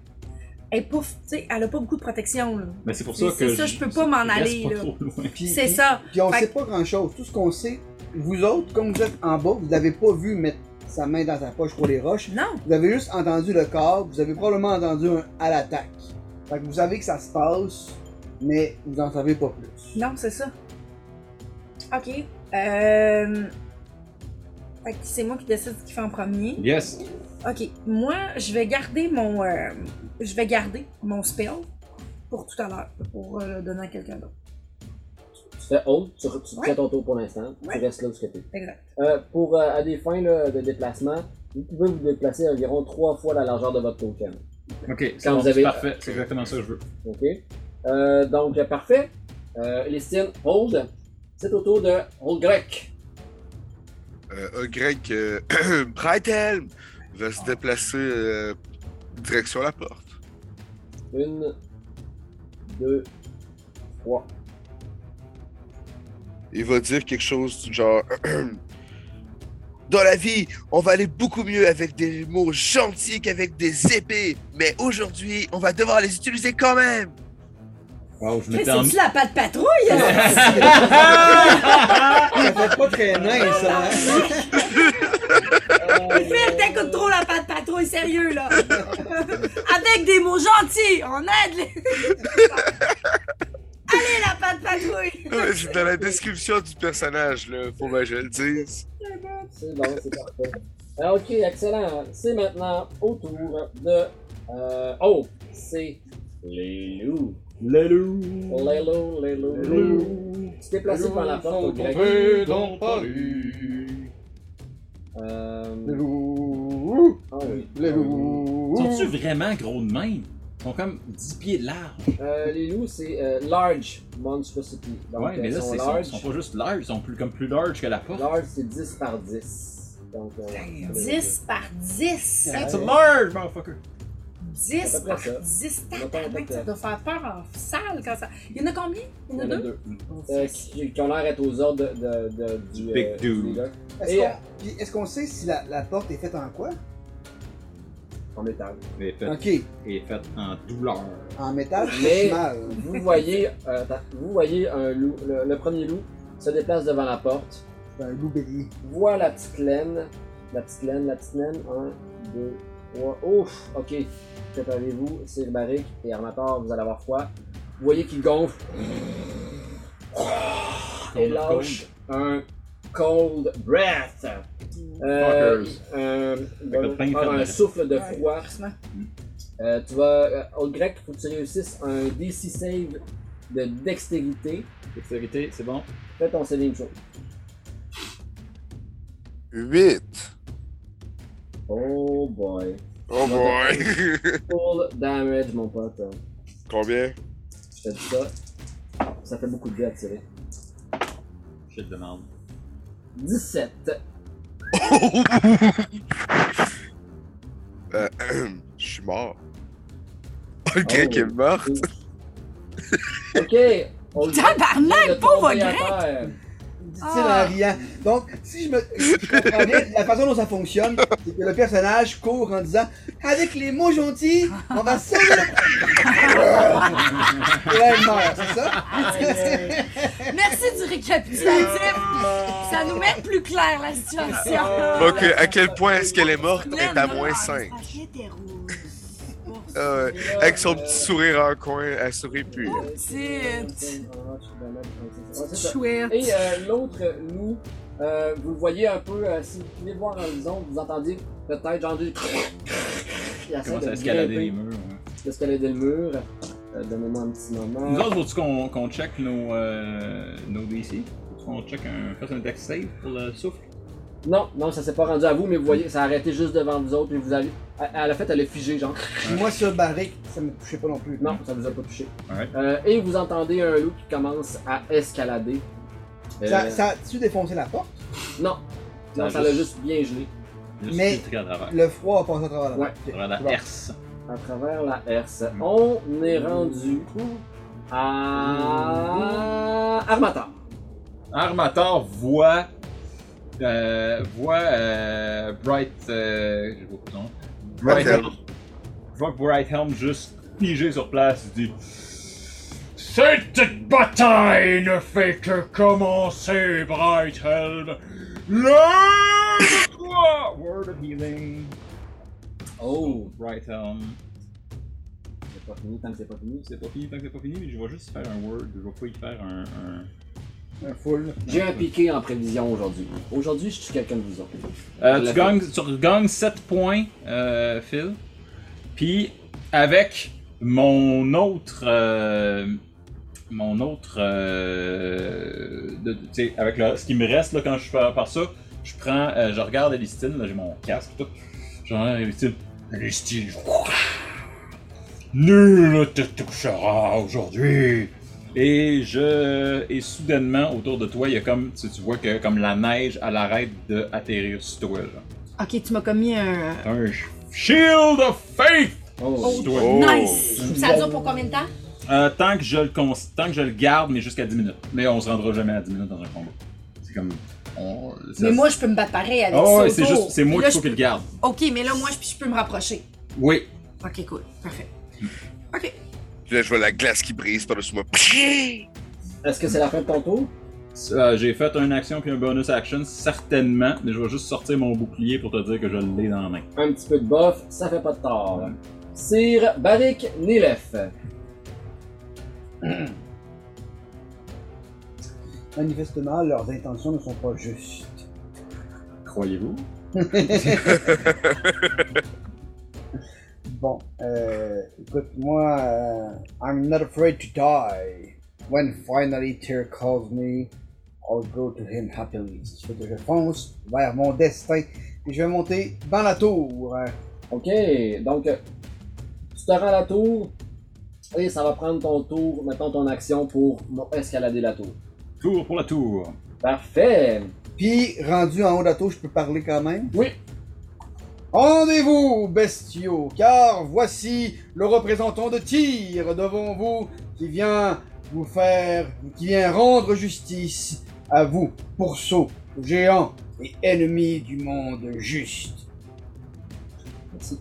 S8: elle, est pas- tu sais, elle a pas beaucoup de protection, là.
S6: Mais Ben, c'est pour
S8: C'est-
S6: ça que.
S8: c'est ça, je peux pas m'en
S6: reste
S8: aller,
S6: pas
S8: là.
S6: trop loin.
S7: Puis-
S8: C'est
S7: puis-
S8: ça.
S7: Puis on
S8: Fait
S7: sait pas grand chose. Tout ce qu'on sait, vous autres, comme vous êtes en bas, vous l'avez pas vu mettre sa main dans sa poche pour les roches.
S8: Non,
S7: Vous avez juste entendu le corps, vous avez probablement entendu un à l'attaque. Fait que vous savez que ça se passe, mais vous n'en savez pas plus.
S8: non, c'est ça. Ok. Euh... Fait que c'est moi qui décide ce qu'il fait en premier.
S6: Yes.
S8: Ok, moi, je vais garder mon, euh, je vais garder mon spell pour tout à l'heure, pour euh, le donner à quelqu'un d'autre.
S3: Tu fais hold, tu, re- tu
S8: Ouais.
S3: fais ton tour pour l'instant.
S8: Ouais.
S3: Tu restes là où ce que t'es.
S8: Exact.
S3: Euh, pour euh, à des fins là, de déplacement, vous pouvez vous déplacer environ trois fois la largeur de votre token.
S6: Ok, c'est
S3: Quand
S6: bon,
S3: vous
S6: c'est
S3: avez-
S6: parfait. C'est exactement ça que je veux.
S3: OK? Euh, donc, euh, parfait. Euh, Elistine, hold. C'est au tour de Hold Grec.
S5: Euh, euh, Greg euh, Brighthelm va se déplacer euh, direction la porte.
S3: Une, deux, trois.
S5: Il va dire quelque chose du genre Dans la vie, on va aller beaucoup mieux avec des mots gentils qu'avec des épées, mais aujourd'hui, on va devoir les utiliser quand même.
S6: Wow, je
S1: Mais
S6: m'étais en...
S1: C'est-tu la patte patrouille? hein?
S7: Ça fait pas très nain, ça. hein?
S8: Phil, t'écoutes trop la patte patrouille, sérieux, là! Avec des mots gentils, on aide les... Allez, la patte patrouille!
S5: Ouais, C'est dans la description du personnage, là, faut que je le dise.
S3: C'est bon, c'est parfait. Ah, OK, excellent. C'est maintenant au tour de... Euh, oh, c'est les loups.
S6: Le loup.
S3: Les loups, les loups.
S6: Les loups.
S3: Tu t'es placé par la porte au grec. Euh, ah oui.
S6: Sont-tu vraiment gros de même? Ils sont comme 10 pieds de large.
S3: Euh, les loups, c'est euh, large monstrosity. Donc,
S6: Ah ouais, mais
S3: elles
S6: là,
S3: sont
S6: c'est ça. Ils
S3: large.
S6: sont pas juste large, ils sont plus, comme plus large que la porte.
S3: Large, c'est 10 par 10. Donc, euh,
S8: 10 par 10!
S6: That's a large, motherfucker.
S8: 10
S3: peu près
S8: par
S3: ça.
S8: 10!
S3: On a pas
S8: Tabarnak,
S3: un peu
S8: ça doit faire peur en salle quand ça... Il y en a combien? Il y en a deux?
S3: Euh, qui, qui ont l'air d'être aux ordres de, de- de- du.
S6: Big
S3: euh,
S6: dude.
S3: du leader.
S7: Est-ce
S3: Et,
S7: qu'on-
S3: euh,
S7: puis est-ce qu'on sait si la, la porte est faite en quoi?
S3: en métal.
S6: Et faite
S7: Ok,
S6: est faite en douleur.
S7: en métal,
S3: Mais-
S7: c'est mal.
S3: Vous voyez, euh, attends, vous voyez un loup. Le, le premier loup se déplace devant la porte,
S7: C'est un loup bélier.
S3: voit la petite laine. La petite laine, la petite laine. 1, 2, 3. Ouf! Ok. Préparez-vous, c'est barrique et armateur, vous allez avoir froid. Vous voyez qu'il gonfle et
S6: Comme le
S3: lâche un cold breath. Euh,
S6: Fuckers.
S3: euh, il
S6: Fait que le pain
S3: va faire
S6: ferme.
S3: un souffle de froid.
S8: Heureusement.
S3: Euh, tu vas, euh, au grec, faut que tu réussisses un DC save de dextérité.
S6: Dextérité, c'est bon.
S3: Fais ton saving throw.
S5: 8.
S3: Oh boy.
S5: Oh boy.
S3: Full damage, mon pote.
S5: Combien
S3: Je te dis ça. Ça fait beaucoup de dés à tirer.
S6: Je te demande.
S3: 17.
S5: Euh, Je suis mort. Oh, Greg
S3: Oh.
S5: est mort.
S3: Ok. On
S8: Tabarnak! pauvre
S7: Dit-il
S8: Ah.
S7: en riant. Donc, si je me. je comprends bien, la façon dont ça fonctionne, c'est que le personnage court en disant Avec les mots gentils, on va sauver le. Et là, il meurt, c'est ça?
S8: Merci du récapitulatif! Ça nous met plus clair la situation!
S5: Donc, euh, à quel point est-ce qu'elle est morte
S8: Elle
S5: est à moins 5. Euh, Avec
S3: Avec
S5: son petit sourire en coin, elle sourit plus.
S3: Ah,
S8: Petite.
S3: Et
S8: Chouette!
S3: euh, l'autre loup, euh, vous le voyez un peu, euh, si vous pouvez voir dans le zone, vous entendez peut-être genre des... Il essaie
S6: Commence
S3: de
S6: à escalader
S3: grimper,
S6: les murs. hein? ouais.
S3: d'escalader le mur. Euh, Donnez-moi un petit moment.
S6: Nous autres, faut-tu qu'on qu'on check nos, euh, nos DC? Faut-tu qu'on check un, fasse un dex save pour le souffle?
S3: Non, non, ça s'est pas rendu à vous, mais vous voyez, ça a arrêté juste devant vous autres, et vous avez... À, à la fête, elle est figée, genre.
S7: Moi, sur Barrick, ça me touchait pas non plus.
S3: Non, ça vous a pas touché.
S6: Ouais.
S3: Euh, et vous entendez un loup qui commence à escalader. Euh,
S7: Ça, ça a-tu défoncé la porte?
S3: Non, non,
S6: Ça a
S3: ça l'a juste bien gelé.
S6: Juste
S7: Mais-
S6: filtré à travers.
S7: Le froid a passé à travers la porte.
S6: À travers la
S7: Bon.
S6: herse.
S3: à travers la herse. On est rendu à Armata.
S6: Armator voit. euh, voit. euh, Bright. euh, j'ai beaucoup de noms. Bright
S5: Bright
S6: Helm. Voit Bright Helm juste pigé sur place. Il dit. Cette bataille ne fait que commencer, Bright Helm. Lève-toi! Word of healing.
S3: Oh,
S6: Bright Helm.
S3: c'est pas fini tant que c'est pas fini.
S6: C'est pas fini tant que c'est pas fini, mais je vais juste faire un word. Je vais pas y faire un. un-
S7: Un full.
S3: J'ai un piqué en prévision aujourd'hui. Aujourd'hui, je suis quelqu'un de vous autres.
S6: Euh,
S3: Je l'ai
S6: tu, gagnes, tu gagnes 7 points, euh, Phil. Puis, avec mon autre. euh, mon autre. euh, de- tu sais, avec le- ce qui me reste là, quand je fais par ça, je prends. euh, je regarde Elistine, là, j'ai mon casque et tout. J'en ai Elistine. Elistine. Nul ne te touchera aujourd'hui. Et je et soudainement autour de toi, il y a comme tu, tu vois que comme la neige, elle arrête de atterrir sur toi. Genre.
S8: Ok, tu m'as comme mis un.
S6: T'as un sh- shield of faith
S3: Oh,
S6: sur toi.
S5: Oh.
S8: Nice! Ça dure pour combien de temps?
S6: Euh, tant que je le cons- tant que je le garde, mais jusqu'à 10 minutes. Mais on se rendra jamais à 10 minutes dans un combat. C'est comme on, ça-
S8: Mais moi, je peux me battre pareil avec
S6: oh, ouais,
S8: ça.
S6: c'est
S8: autour.
S6: juste c'est moi
S8: Là,
S6: qu'il faut qu'il
S8: je-
S6: le garde.
S8: Ok, mais là, moi, je je peux me rapprocher.
S6: Oui.
S8: Ok, cool. Parfait.
S5: Puis Là, je vois la glace qui brise par-dessus moi.
S3: Est-ce que c'est la fin de ton tour?
S6: Euh, j'ai fait une action puis un bonus action certainement, mais je vais juste sortir mon bouclier pour te dire que je l'ai dans la main.
S3: Un petit peu de bof, ça fait pas de tort. Sir Barik Nilef.
S7: Manifestement, leurs intentions ne sont pas justes.
S6: Croyez-vous
S7: Bon, euh, écoute, moi, euh, I'm not afraid to die. When finally Tyr calls me, I'll go to him happily. Je, je fonce vers mon destin et je vais monter dans la tour. hein.
S3: Ok, donc euh, tu te rends à la tour et ça va prendre ton tour, mettons ton action pour escalader la tour.
S6: Tour pour la tour.
S3: Parfait!
S7: Puis, rendu en haut de la tour, je peux parler quand même?
S3: Oui.
S7: Rendez-vous, bestiaux, car voici le représentant de Tyr devant vous qui vient vous faire, qui vient rendre justice à vous, pourceaux, géants et ennemis du monde juste.
S3: Merci.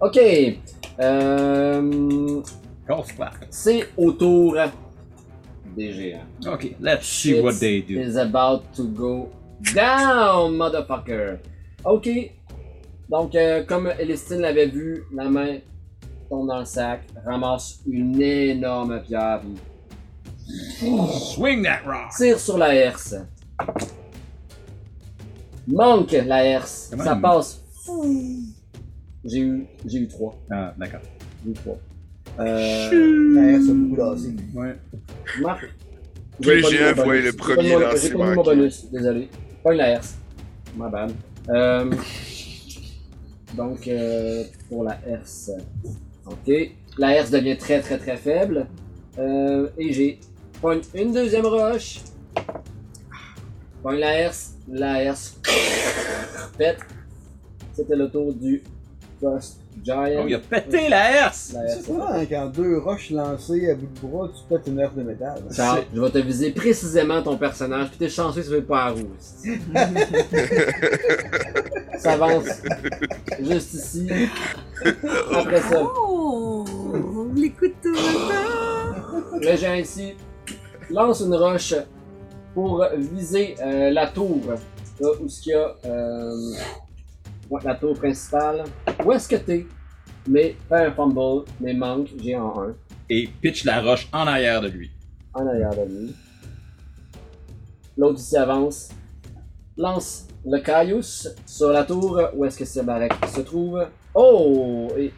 S3: Ok, euh,
S6: Course back.
S3: c'est au tour des géants.
S6: Ok, let's see
S3: Shit
S6: what they do.
S3: is about to go down, motherfucker. Ok. Donc, euh, comme Elistine l'avait vu, la main tombe dans le sac, ramasse une énorme pierre, puis
S6: Swing that rock!
S3: tire sur la herse. Manque la herse.
S6: Quand
S3: Ça
S6: même.
S3: passe. J'ai eu, j'ai eu trois.
S6: Ah, d'accord.
S3: J'ai eu trois. Euh,
S7: Ouais, c'est beaucoup lassé.
S6: Ouais.
S3: Marc.
S5: Tous les
S3: j'ai pas mis
S5: géants
S3: mon bonus.
S5: voient le
S3: J'ai
S5: premier
S3: pas mis mon-
S5: lancer
S3: J'ai pas mis mon
S5: manqué.
S3: bonus, désolé. Pas une la herse. Ma bad. Euh, donc, euh, pour la herse. Ok. La herse devient très très très faible. Euh, et j'ai pogne une deuxième roche. Pogne la herse. La herse. Pète. C'était le tour du First Giant.
S6: Oh, il a pété la herse!
S3: La
S7: C'est
S3: herse.
S7: ça, hein, quand deux roches lancées à bout de bras, tu pètes une herse de métal.
S3: Charles, je vais te viser précisément ton personnage, puis t'es chanceux si tu veux pas à rouge. ça avance juste ici. Après ça,
S8: Oh! L'écoute tout le temps!
S3: le géant ici lance une roche pour viser euh, la tour. Là où ce qu'il y a euh, ouais, la tour principale. Où est-ce que t'es? Mais fais un fumble, mais manque, j'ai en un.
S6: Et pitch la roche en arrière de lui.
S3: en arrière de lui. L'autre ici avance, lance le Caius sur la tour où est-ce que Sir Barek se trouve. Oh! Et,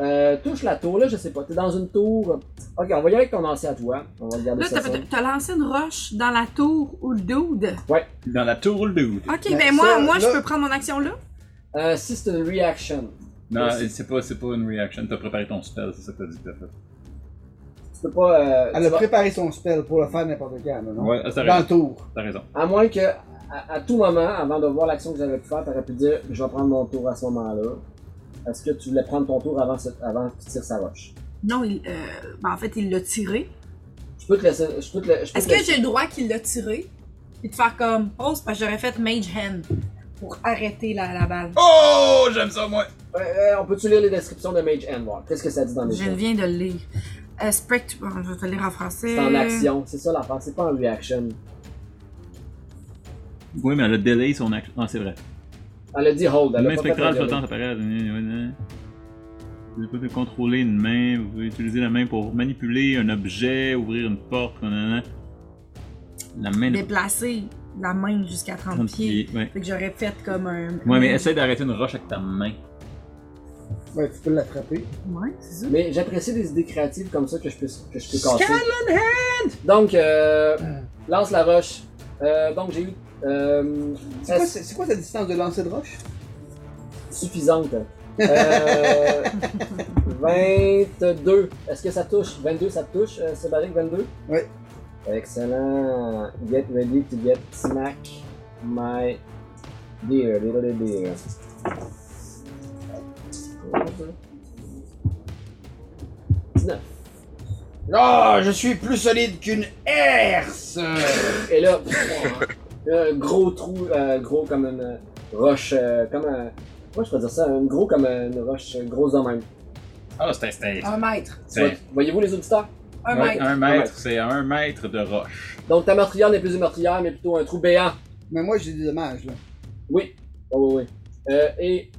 S3: euh, touche la tour là, je sais pas, t'es dans une tour. Ok, on va y aller avec ton ancien à toi. On va regarder
S8: Là,
S3: ça.
S8: t'as,
S3: ça.
S8: t'as lancé une roche dans la tour ou le dude.
S6: Dans la tour le dude.
S8: Ok,
S7: Mais
S8: ben, moi,
S7: ça,
S8: moi je
S7: là-
S8: peux prendre mon action là.
S3: Euh, si c'est une reaction,
S6: Non,
S3: Yes.
S6: c'est pas, c'est pas une reaction. T'as préparé ton spell, c'est ça que t'as dit que t'as fait.
S3: tu peux pas. euh,
S7: Elle
S3: tu
S7: a
S3: vas-
S7: préparé son spell pour le faire n'importe quand, non?
S6: Ouais, ah, t'as
S7: Dans le
S6: raison.
S7: tour.
S6: T'as raison.
S3: À moins que, à, à tout moment, avant de voir l'action que j'avais pu faire, t'aurais pu dire je vais prendre mon tour à ce moment-là. Est-ce que tu voulais prendre ton tour avant, ce- avant qu'il tire sa roche?
S8: Non, il, euh, ben, en fait, il l'a tiré.
S3: Je peux te laisser. Je peux te, la- je peux
S8: Est-ce
S3: te
S8: que
S3: laisser-
S8: j'ai le droit qu'il l'a tiré? Puis de faire comme pause, parce que j'aurais fait Mage Hand pour arrêter la, la balle.
S6: Oh, j'aime ça, moi!
S3: Euh, euh, on peut-tu lire les descriptions de Mage Hand? voir? Qu'est-ce que ça dit dans Mage
S8: Je
S3: Hand?
S8: viens de le lire. Euh, Spect- bon, je vais te le lire en français.
S3: C'est en action, c'est ça l'affaire, c'est pas en reaction.
S10: Oui, mais elle a délai son action. Ah, c'est vrai.
S3: Elle a dit hold, elle
S10: Une main
S3: a pas fait
S10: spectrale
S3: un délai.
S10: flottante apparaît. Vous n'avez pas pu contrôler une main. Vous pouvez utiliser la main pour manipuler un objet, ouvrir une porte. nanana. La main de
S8: Déplacer la main jusqu'à 30,
S10: 30
S8: pieds.
S10: pieds. Ouais.
S8: Fait que j'aurais fait comme un.
S10: ouais, mais essaie d'arrêter une roche avec ta main.
S7: Ouais, tu peux l'attraper.
S8: Ouais, c'est ça.
S3: Mais j'apprécie des idées créatives comme ça que je peux, que je peux casser. Donc, euh, lance la roche. Euh, donc, j'ai eu euh,
S7: C'est quoi, c'est- c'est quoi ta distance de lancer de roche?
S3: suffisante. Euh, 22. Est-ce que ça touche 22, ça te touche, euh, Sébastien, 22
S7: Oui.
S3: Excellent. Get ready to get smack, my dear, little dear.
S9: Oh, je suis plus solide qu'une herse!
S3: Et là, un gros trou, euh, gros comme une roche, euh, comme un. Moi, je peux dire ça, un gros comme une roche euh, grosse de même.
S6: Ah, c'est un- c'est un.
S8: Un mètre.
S3: Tu vois-
S6: c'est
S3: Voyez-vous les auditeurs?
S8: Un
S6: ouais,
S8: mètre.
S6: Un mètre, c'est un mètre de roche.
S3: Donc, ta meurtrière n'est plus une meurtrière, mais plutôt un trou béant.
S7: Mais moi, j'ai des dommages, là.
S3: Oui. Oh, oui, oui. Euh, et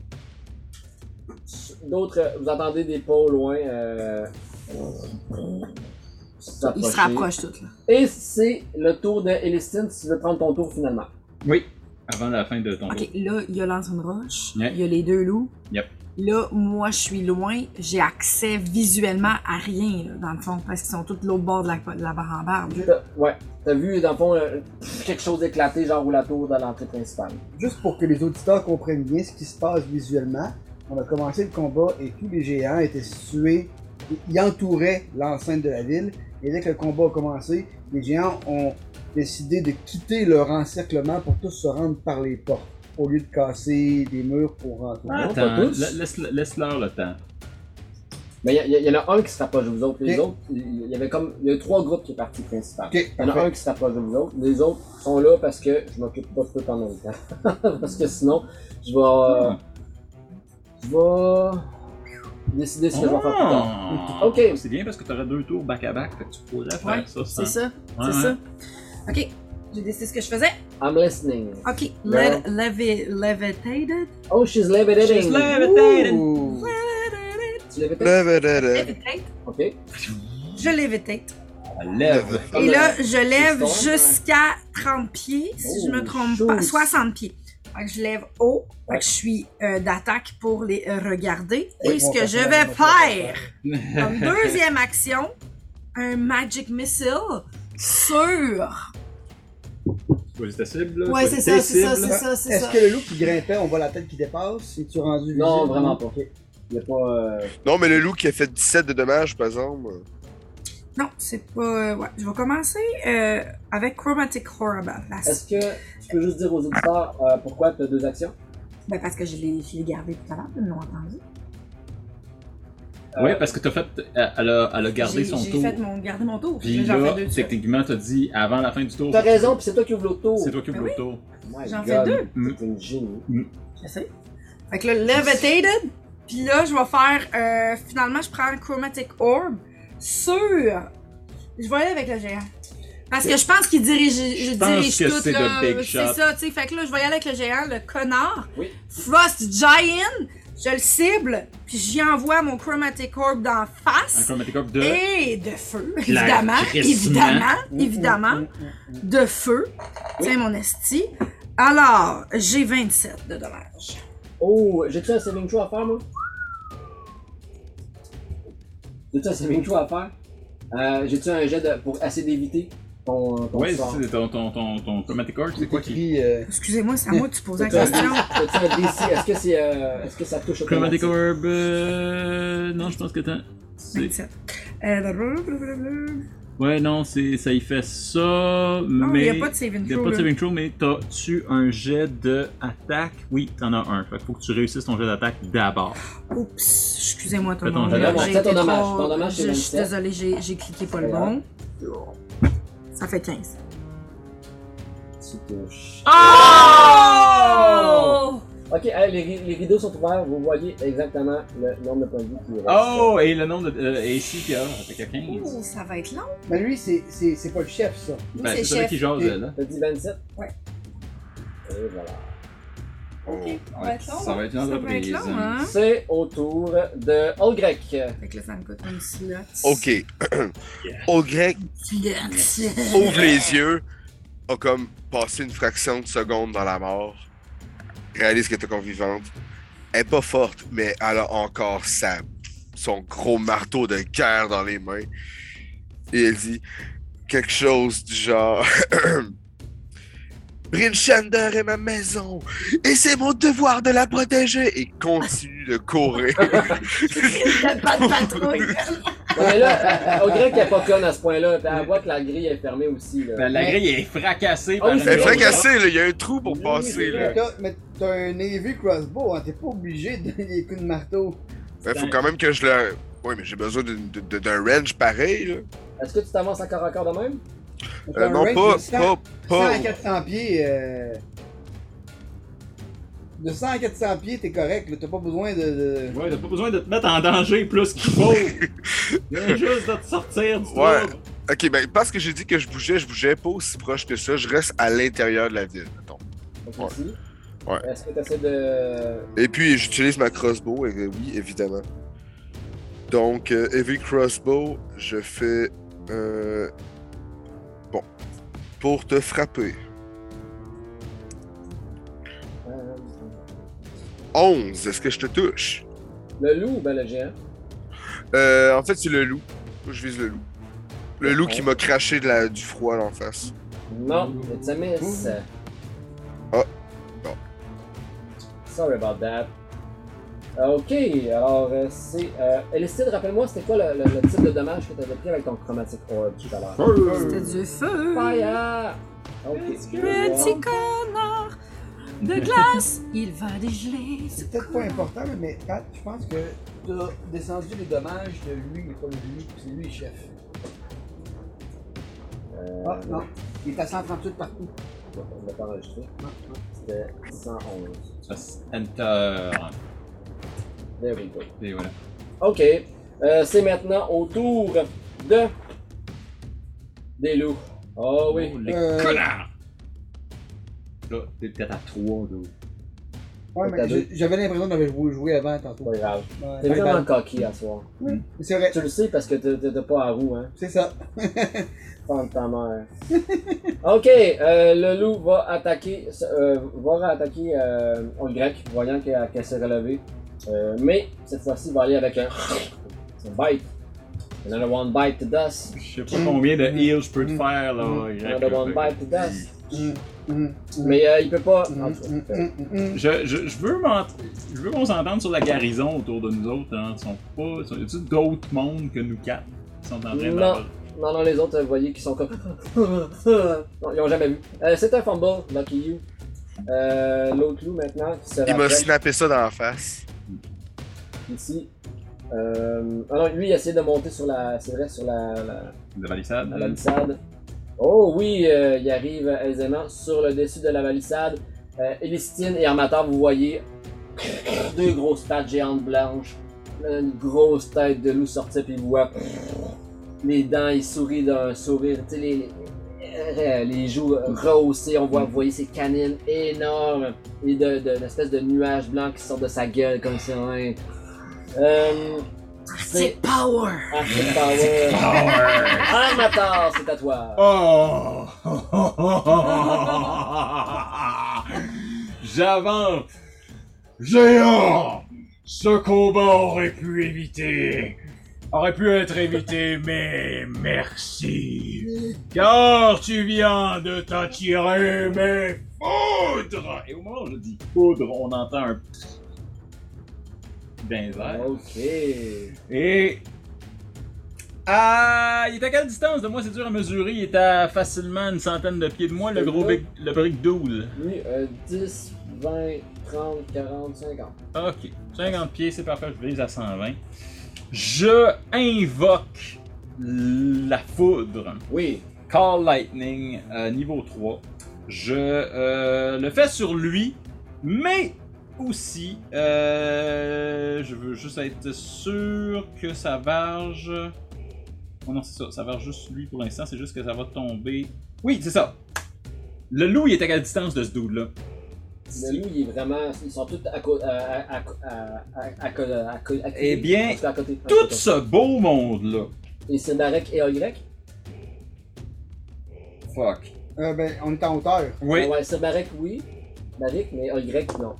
S3: d'autres, euh, vous entendez des pas au loin. Euh...
S8: Il se
S3: s'approcher.
S8: rapproche tout, là.
S3: Et c'est le tour de Elistine si tu veux prendre ton tour finalement.
S6: Oui. Avant la fin de ton
S8: Ok,
S6: tour.
S8: là, il y a Lance une roche.
S6: Yeah.
S8: Il y a les deux loups.
S6: Yep.
S8: Là, moi, je suis loin. J'ai accès visuellement à rien, là, dans le fond, parce qu'ils sont tous de l'autre bord de la, de la barre en barre. là.
S3: T'as- Ouais. T'as vu, dans le fond, euh, quelque chose éclater, genre, ou la tour de l'entrée principale.
S7: Juste pour que les auditeurs comprennent bien ce qui se passe visuellement, on a commencé le combat et tous les géants étaient situés, ils entouraient l'enceinte de la ville. Et dès que le combat a commencé, les géants ont décidé de quitter leur encerclement pour tous se rendre par les portes, au lieu de casser des murs pour rentrer.
S3: Non, pas
S10: Ah, Attends,
S3: tous.
S10: la- laisse- laisse-leur le temps.
S3: Mais il y, y en a un qui se rapproche de vous autres. Les
S7: Ok.
S3: autres, il y avait comme. Il y a eu trois groupes qui est parti principal.
S7: Ok,
S3: Il y en a
S7: parfait.
S3: un qui se rapproche de vous autres. Les autres sont là parce que je m'occupe pas de tout en même temps. parce que sinon, je vais. euh, Je vais. décider ce que je vais faire plus tard.
S10: Ah!
S3: Ok.
S10: C'est bien parce que tu aurais deux tours back-à-back, fait que tu pourrais faire
S8: Ouais,
S10: ça. sans-
S8: C'est ça.
S10: Ouais,
S8: c'est
S10: ouais.
S8: ça. Ok, j'ai décidé ce que je faisais.
S3: I'm listening.
S8: Ok,
S3: Well.
S8: le- levi- levitated.
S3: Oh, she's levitating.
S10: She's levitating.
S7: Ouh.
S3: Tu levitating?
S5: Levadada.
S8: Levitate.
S3: Ok.
S8: Je levitate.
S6: Lève.
S3: Comme
S8: Et là,
S3: le-
S8: je lève
S3: piston, ouais.
S8: jusqu'à 30 pieds, si je me
S3: Oh,
S8: trompe
S3: chose.
S8: pas. 60 pieds. Fait que je lève haut. Fait que je suis euh, d'attaque pour les euh, regarder.
S7: Oui,
S8: Et ce
S7: mon
S8: que je
S7: personnage,
S8: vais
S7: mon personnage.
S8: faire comme deuxième action, un Magic Missile sur.
S6: Choisis ta cible.
S8: Ouais,
S6: choisis
S8: c'est
S6: tes
S8: ça, c'est ça,
S6: cibles.
S8: c'est ça, c'est
S7: Est-ce
S8: ça.
S7: que le loup qui grimpait, on voit la tête qui dépasse? Es-tu rendu
S3: Non,
S7: visible?
S3: vraiment pas. Il y a pas. euh,
S5: Non, mais le loup qui a fait 17 de dommages, par exemple.
S8: Non, c'est pas. Ouais, je vais commencer euh, avec Chromatic Horrible.
S3: Est-ce que tu peux juste dire aux auditeurs euh, pourquoi tu as deux actions?
S8: Ben, parce que je l'ai je l'ai gardé tout à l'heure, ils l'ont entendu.
S6: Ouais, parce que t'as fait. euh, Elle a, elle a gardé
S8: J'ai-
S6: son
S8: J'ai
S6: tour.
S8: fait mon, gardé mon tour.
S6: Puis
S8: J'en
S6: là,
S8: fais deux. de suite.
S6: techniquement, t'as dit avant la fin du tour.
S3: T'as raison, puis c'est toi qui ouvre l'auto. Oh
S6: C'est toi qui ouvres
S8: Ben
S6: le tour. Mm,
S8: J'en fais Ah, deux.
S3: C'est une génie.
S8: Je sais. Fait que là, levitated. Puis là, je vais faire. euh, finalement, je prends le Chromatic Orb sur. Je vais aller avec le géant. Parce que je pense qu'il dirige. Je,
S6: pense
S8: dirige
S6: que
S8: tout,
S6: c'est
S8: là.
S6: le big shot.
S8: C'est ça, tu sais. Fait que là, je vais y aller avec le géant, le connard.
S3: Oui.
S8: Frost Giant. Je le cible. Puis j'y envoie mon Chromatic Orb d'en
S6: Un
S8: face.
S6: chromatic orb de.
S8: Et de feu,
S6: La
S8: évidemment,
S6: crissement.
S8: évidemment, évidemment, de feu.
S3: Oui.
S8: Tiens, mon esti. Alors, j'ai 27 de dommages.
S3: Oh, j'ai-tu un saving throw à faire, moi? J'ai-tu un saving throw à faire? Euh, j'ai-tu un jet de, pour essayer d'éviter ton, ton
S6: Ouais,
S3: sort?
S6: c'est ton, ton, ton, ton chromatic orb, c'est quoi qui.
S7: Puis, euh,
S8: Excusez-moi, c'est à moi que tu posais la
S3: T'as-tu un
S8: question.
S3: DC? T'as-tu un DC? Est-ce que, c'est, euh, est-ce que ça touche
S10: Chromatic
S3: automatique?
S10: Orb. euh, Non, je pense que t'as. c'est-
S8: 27. Euh, blablabla.
S10: Ouais, non, c'est, ça y fait ça,
S8: Non, Ah, il
S10: mais.
S8: n'y a pas de saving
S10: Il n'y a
S8: throw.
S10: pas de
S8: là.
S10: saving throw, mais t'as-tu un jet de attaque? Oui, t'en as un. Fait que faut que tu réussisses ton jet d'attaque d'abord.
S8: Oups, excusez-moi tout le
S10: Fais ton
S8: monde.
S10: dommage.
S8: J'ai
S3: Fais
S8: été
S3: ton dommage.
S8: trop-
S3: Ton dommage, c'est
S8: Je je suis
S3: 27.
S8: désolée, j'ai j'ai cliqué pas le bon. Ça fait 15.
S3: Tu touches.
S8: Oh!
S3: Ok, hey, les, ri- les rideaux sont ouverts, vous voyez exactement le nombre de points de vie qui reste.
S10: Oh! Et le nombre de. euh, et ici, puis ah, fait que 15.
S8: Ouh, Oh, ça va être long.
S7: Mais lui, c'est- c'est c'est pas le chef, ça.
S10: Ben,
S8: c'est
S10: c'est celui
S8: chef.
S10: qui jase,
S7: Et-
S10: là.
S3: T'as dit 27?
S8: Ouais.
S3: Et voilà.
S8: Ok, ça va être long.
S10: Ça va être une
S8: Ça va être
S10: entreprise.
S8: long, hein?
S3: C'est au tour de Olgrec.
S8: Fait que là, ça me coûte un slot.
S5: Ok. Au grec, ouvre les yeux, a comme passé une fraction de seconde dans la mort, réalise qu'elle est encore vivante. Elle est pas forte, mais elle a encore sa, son gros marteau de guerre dans les mains. Et elle dit quelque chose du genre. Brinchander est ma maison et c'est mon devoir de la protéger et continue de courir.
S8: Pas de patrouille.
S3: Non, mais là, Olgrec n'est pas conne à ce point-là. puis Elle voit que la grille est fermée aussi. Là.
S10: Ben, la grille est fracassée
S8: Oh,
S3: Ah oui,
S10: par
S3: c'est
S5: Elle est
S3: vrai
S10: fracassée!
S5: fracassée, là, il y a un trou pour passer. Là.
S7: Mais t'as- Mais t'as un heavy crossbow, hein, t'es pas obligé de donner des coups de marteau.
S5: Il Ben, faut quand même que je le. Oui, mais j'ai besoin d'une- de- de- d'un range pareil. Là.
S3: Est-ce que tu t'avances encore encore de même?
S7: Donc,
S5: Euh,
S7: un
S5: non,
S7: range
S5: pas,
S7: de 100
S5: pas,
S7: 100
S5: pas.
S7: à 400 pieds. euh, De 100 à 400 pieds, t'es correct, là, t'as pas besoin de. de-
S10: Ouais, t'as pas besoin de te mettre en danger plus qu'il faut. Viens juste de te sortir du
S5: Ouais.
S10: trouble.
S5: Ok, ben parce que j'ai dit que je bougeais, je bougeais pas aussi proche que ça. Je reste à l'intérieur de la ville, mettons.
S3: Donc,
S5: Ouais.
S3: ici.
S5: Ouais.
S3: Est-ce que tu essaies de.
S5: Et puis j'utilise ma crossbow, et euh, oui, évidemment. Donc, euh, heavy crossbow, je fais. euh, Bon. Pour te frapper.
S3: Euh,
S5: 11, est-ce que je te touche?
S3: Le loup ou ben le géant?
S5: Euh, en fait, c'est le loup. Moi, je vise le loup. Le loup qui
S3: Ouais.
S5: m'a craché de la... du froid là, en face.
S3: Non, it's a miss.
S5: Ah. Bon.
S3: Sorry about that. Euh, Ok, alors euh, c'est. Euh, Elicide, rappelle-moi, c'était quoi le, le- le type de dommage que t'avais pris avec ton Chromatic Orb tout à l'heure?
S8: C'était du feu.
S3: Fire! Ok.
S8: Petit connard de glace, il va dégeler.
S7: C'est peut-être pas important, là, mais Pat, je pense que t'as descendu les dommages de lui, mais pas de lui, puis c'est lui le chef.
S3: Euh,
S7: Ah, non, il est à 138 partout. Ah,
S3: On l'a pas enregistré. C'était 111.
S6: Enter.
S3: There we go.
S6: Et voilà.
S3: Ok. Euh, c'est maintenant au tour de. Des loups. Oh oui.
S6: Oh, les
S7: Euh,
S6: connards! Là, t'es peut-être à 3, là.
S7: Ouais, mais j'ai- j'avais l'impression d'avoir joué, joué avant tantôt.
S3: Pas grave.
S7: Ouais,
S3: T'es
S7: c'est
S3: vraiment
S7: grave.
S3: coquille à soir.
S7: C'est vrai,
S3: Tu le sais parce que t'es- t'es t'es pas à roue, hein.
S7: c'est ça.
S3: Femme ta mère. ok, euh, le loup va attaquer, euh, va attaquer euh, Olgrec, voyant qu'elle qu'elle s'est relevée. Euh, mais cette fois-ci, il va aller avec un, un bite. Another one bite to dust.
S10: Je sais pas combien
S8: Mm.
S10: de heals je peux te faire, là. Y a
S3: Another
S10: que-
S3: one bite to dust.
S7: Hum, hum, hum,
S3: Mais euh, il peut pas. en
S7: hum,
S3: tout cas,
S7: hum,
S3: euh,
S7: hum, hum.
S10: Je, je, je veux m'ent- je veux qu'on s'entende sur la garnison autour de nous autres. Hein. Ils Sont pas, sont, y a-tu d'autres mondes que nous quatre qui sont en train
S3: Non.
S10: d'avoir?
S3: Non, non, les autres, vous voyez, qui sont comme. non, ils ont jamais vu. Euh, C'est un fumble, Lucky You. Euh, L'autre loup maintenant, qui se
S5: Il m'a
S3: rapproche.
S5: snappé ça dans la face.
S3: ici. Euh, alors lui, il essaie de monter sur la, c'est vrai, sur la, la,
S10: La balissade?
S6: Hmm.
S3: la valissade. Oh oui, euh, il arrive aisément sur le dessus de la valissade. Euh, Elistine et Armateur, vous voyez deux grosses pattes géantes blanches, une grosse tête de loup sortir puis il voit les dents, il sourit d'un sourire, tu sais, les, les, les joues rehaussées, on voit, vous voyez ses canines énormes et de, de, une espèce de nuage blanc qui sort de sa gueule comme ça. hein. Euh,
S8: C'est power.
S3: Arctic Power.
S10: Ah
S3: Armator, c'est à toi.
S6: Oh! J'avance! Géant! Ce combat aurait pu éviter. aurait pu être évité, mais merci. Car tu viens de t'attirer mes foudres!
S10: Et au moment où je dis poudre, on entend un pfff
S6: Ben,
S10: dans les airs.
S3: Ok.
S6: Et Ah, il est à quelle distance de moi? C'est dur à mesurer. Il est à facilement une centaine de pieds de moi, le gros big, le brick doule.
S3: Lui, euh, 10, 20, 30, 40, 50.
S6: Ok. 50 pieds, c'est parfait. Je vise à 120. Je invoque la foudre.
S3: Oui,
S6: Call Lightning euh, niveau 3. Je euh, le fais sur lui, mais aussi, euh, je veux juste être sûr que ça varge. Oh non, c'est ça, ça varge juste lui pour l'instant, c'est juste que ça va tomber. Oui, c'est ça! Le loup, il est à quelle distance de ce dude-là?
S3: le loup, il est vraiment. Ils sont tous à côté. À, à, à, à, à, co- à, co- à-
S6: Eh bien,
S3: ils sont à côté.
S6: Tout ce beau monde-là!
S3: Et c'est Darek et Olgrec
S6: Fuck.
S7: Euh, ben, on est en hauteur.
S6: Oui.
S3: Ah Ouais, c'est Darek, oui. Darek, mais Olgrec, non.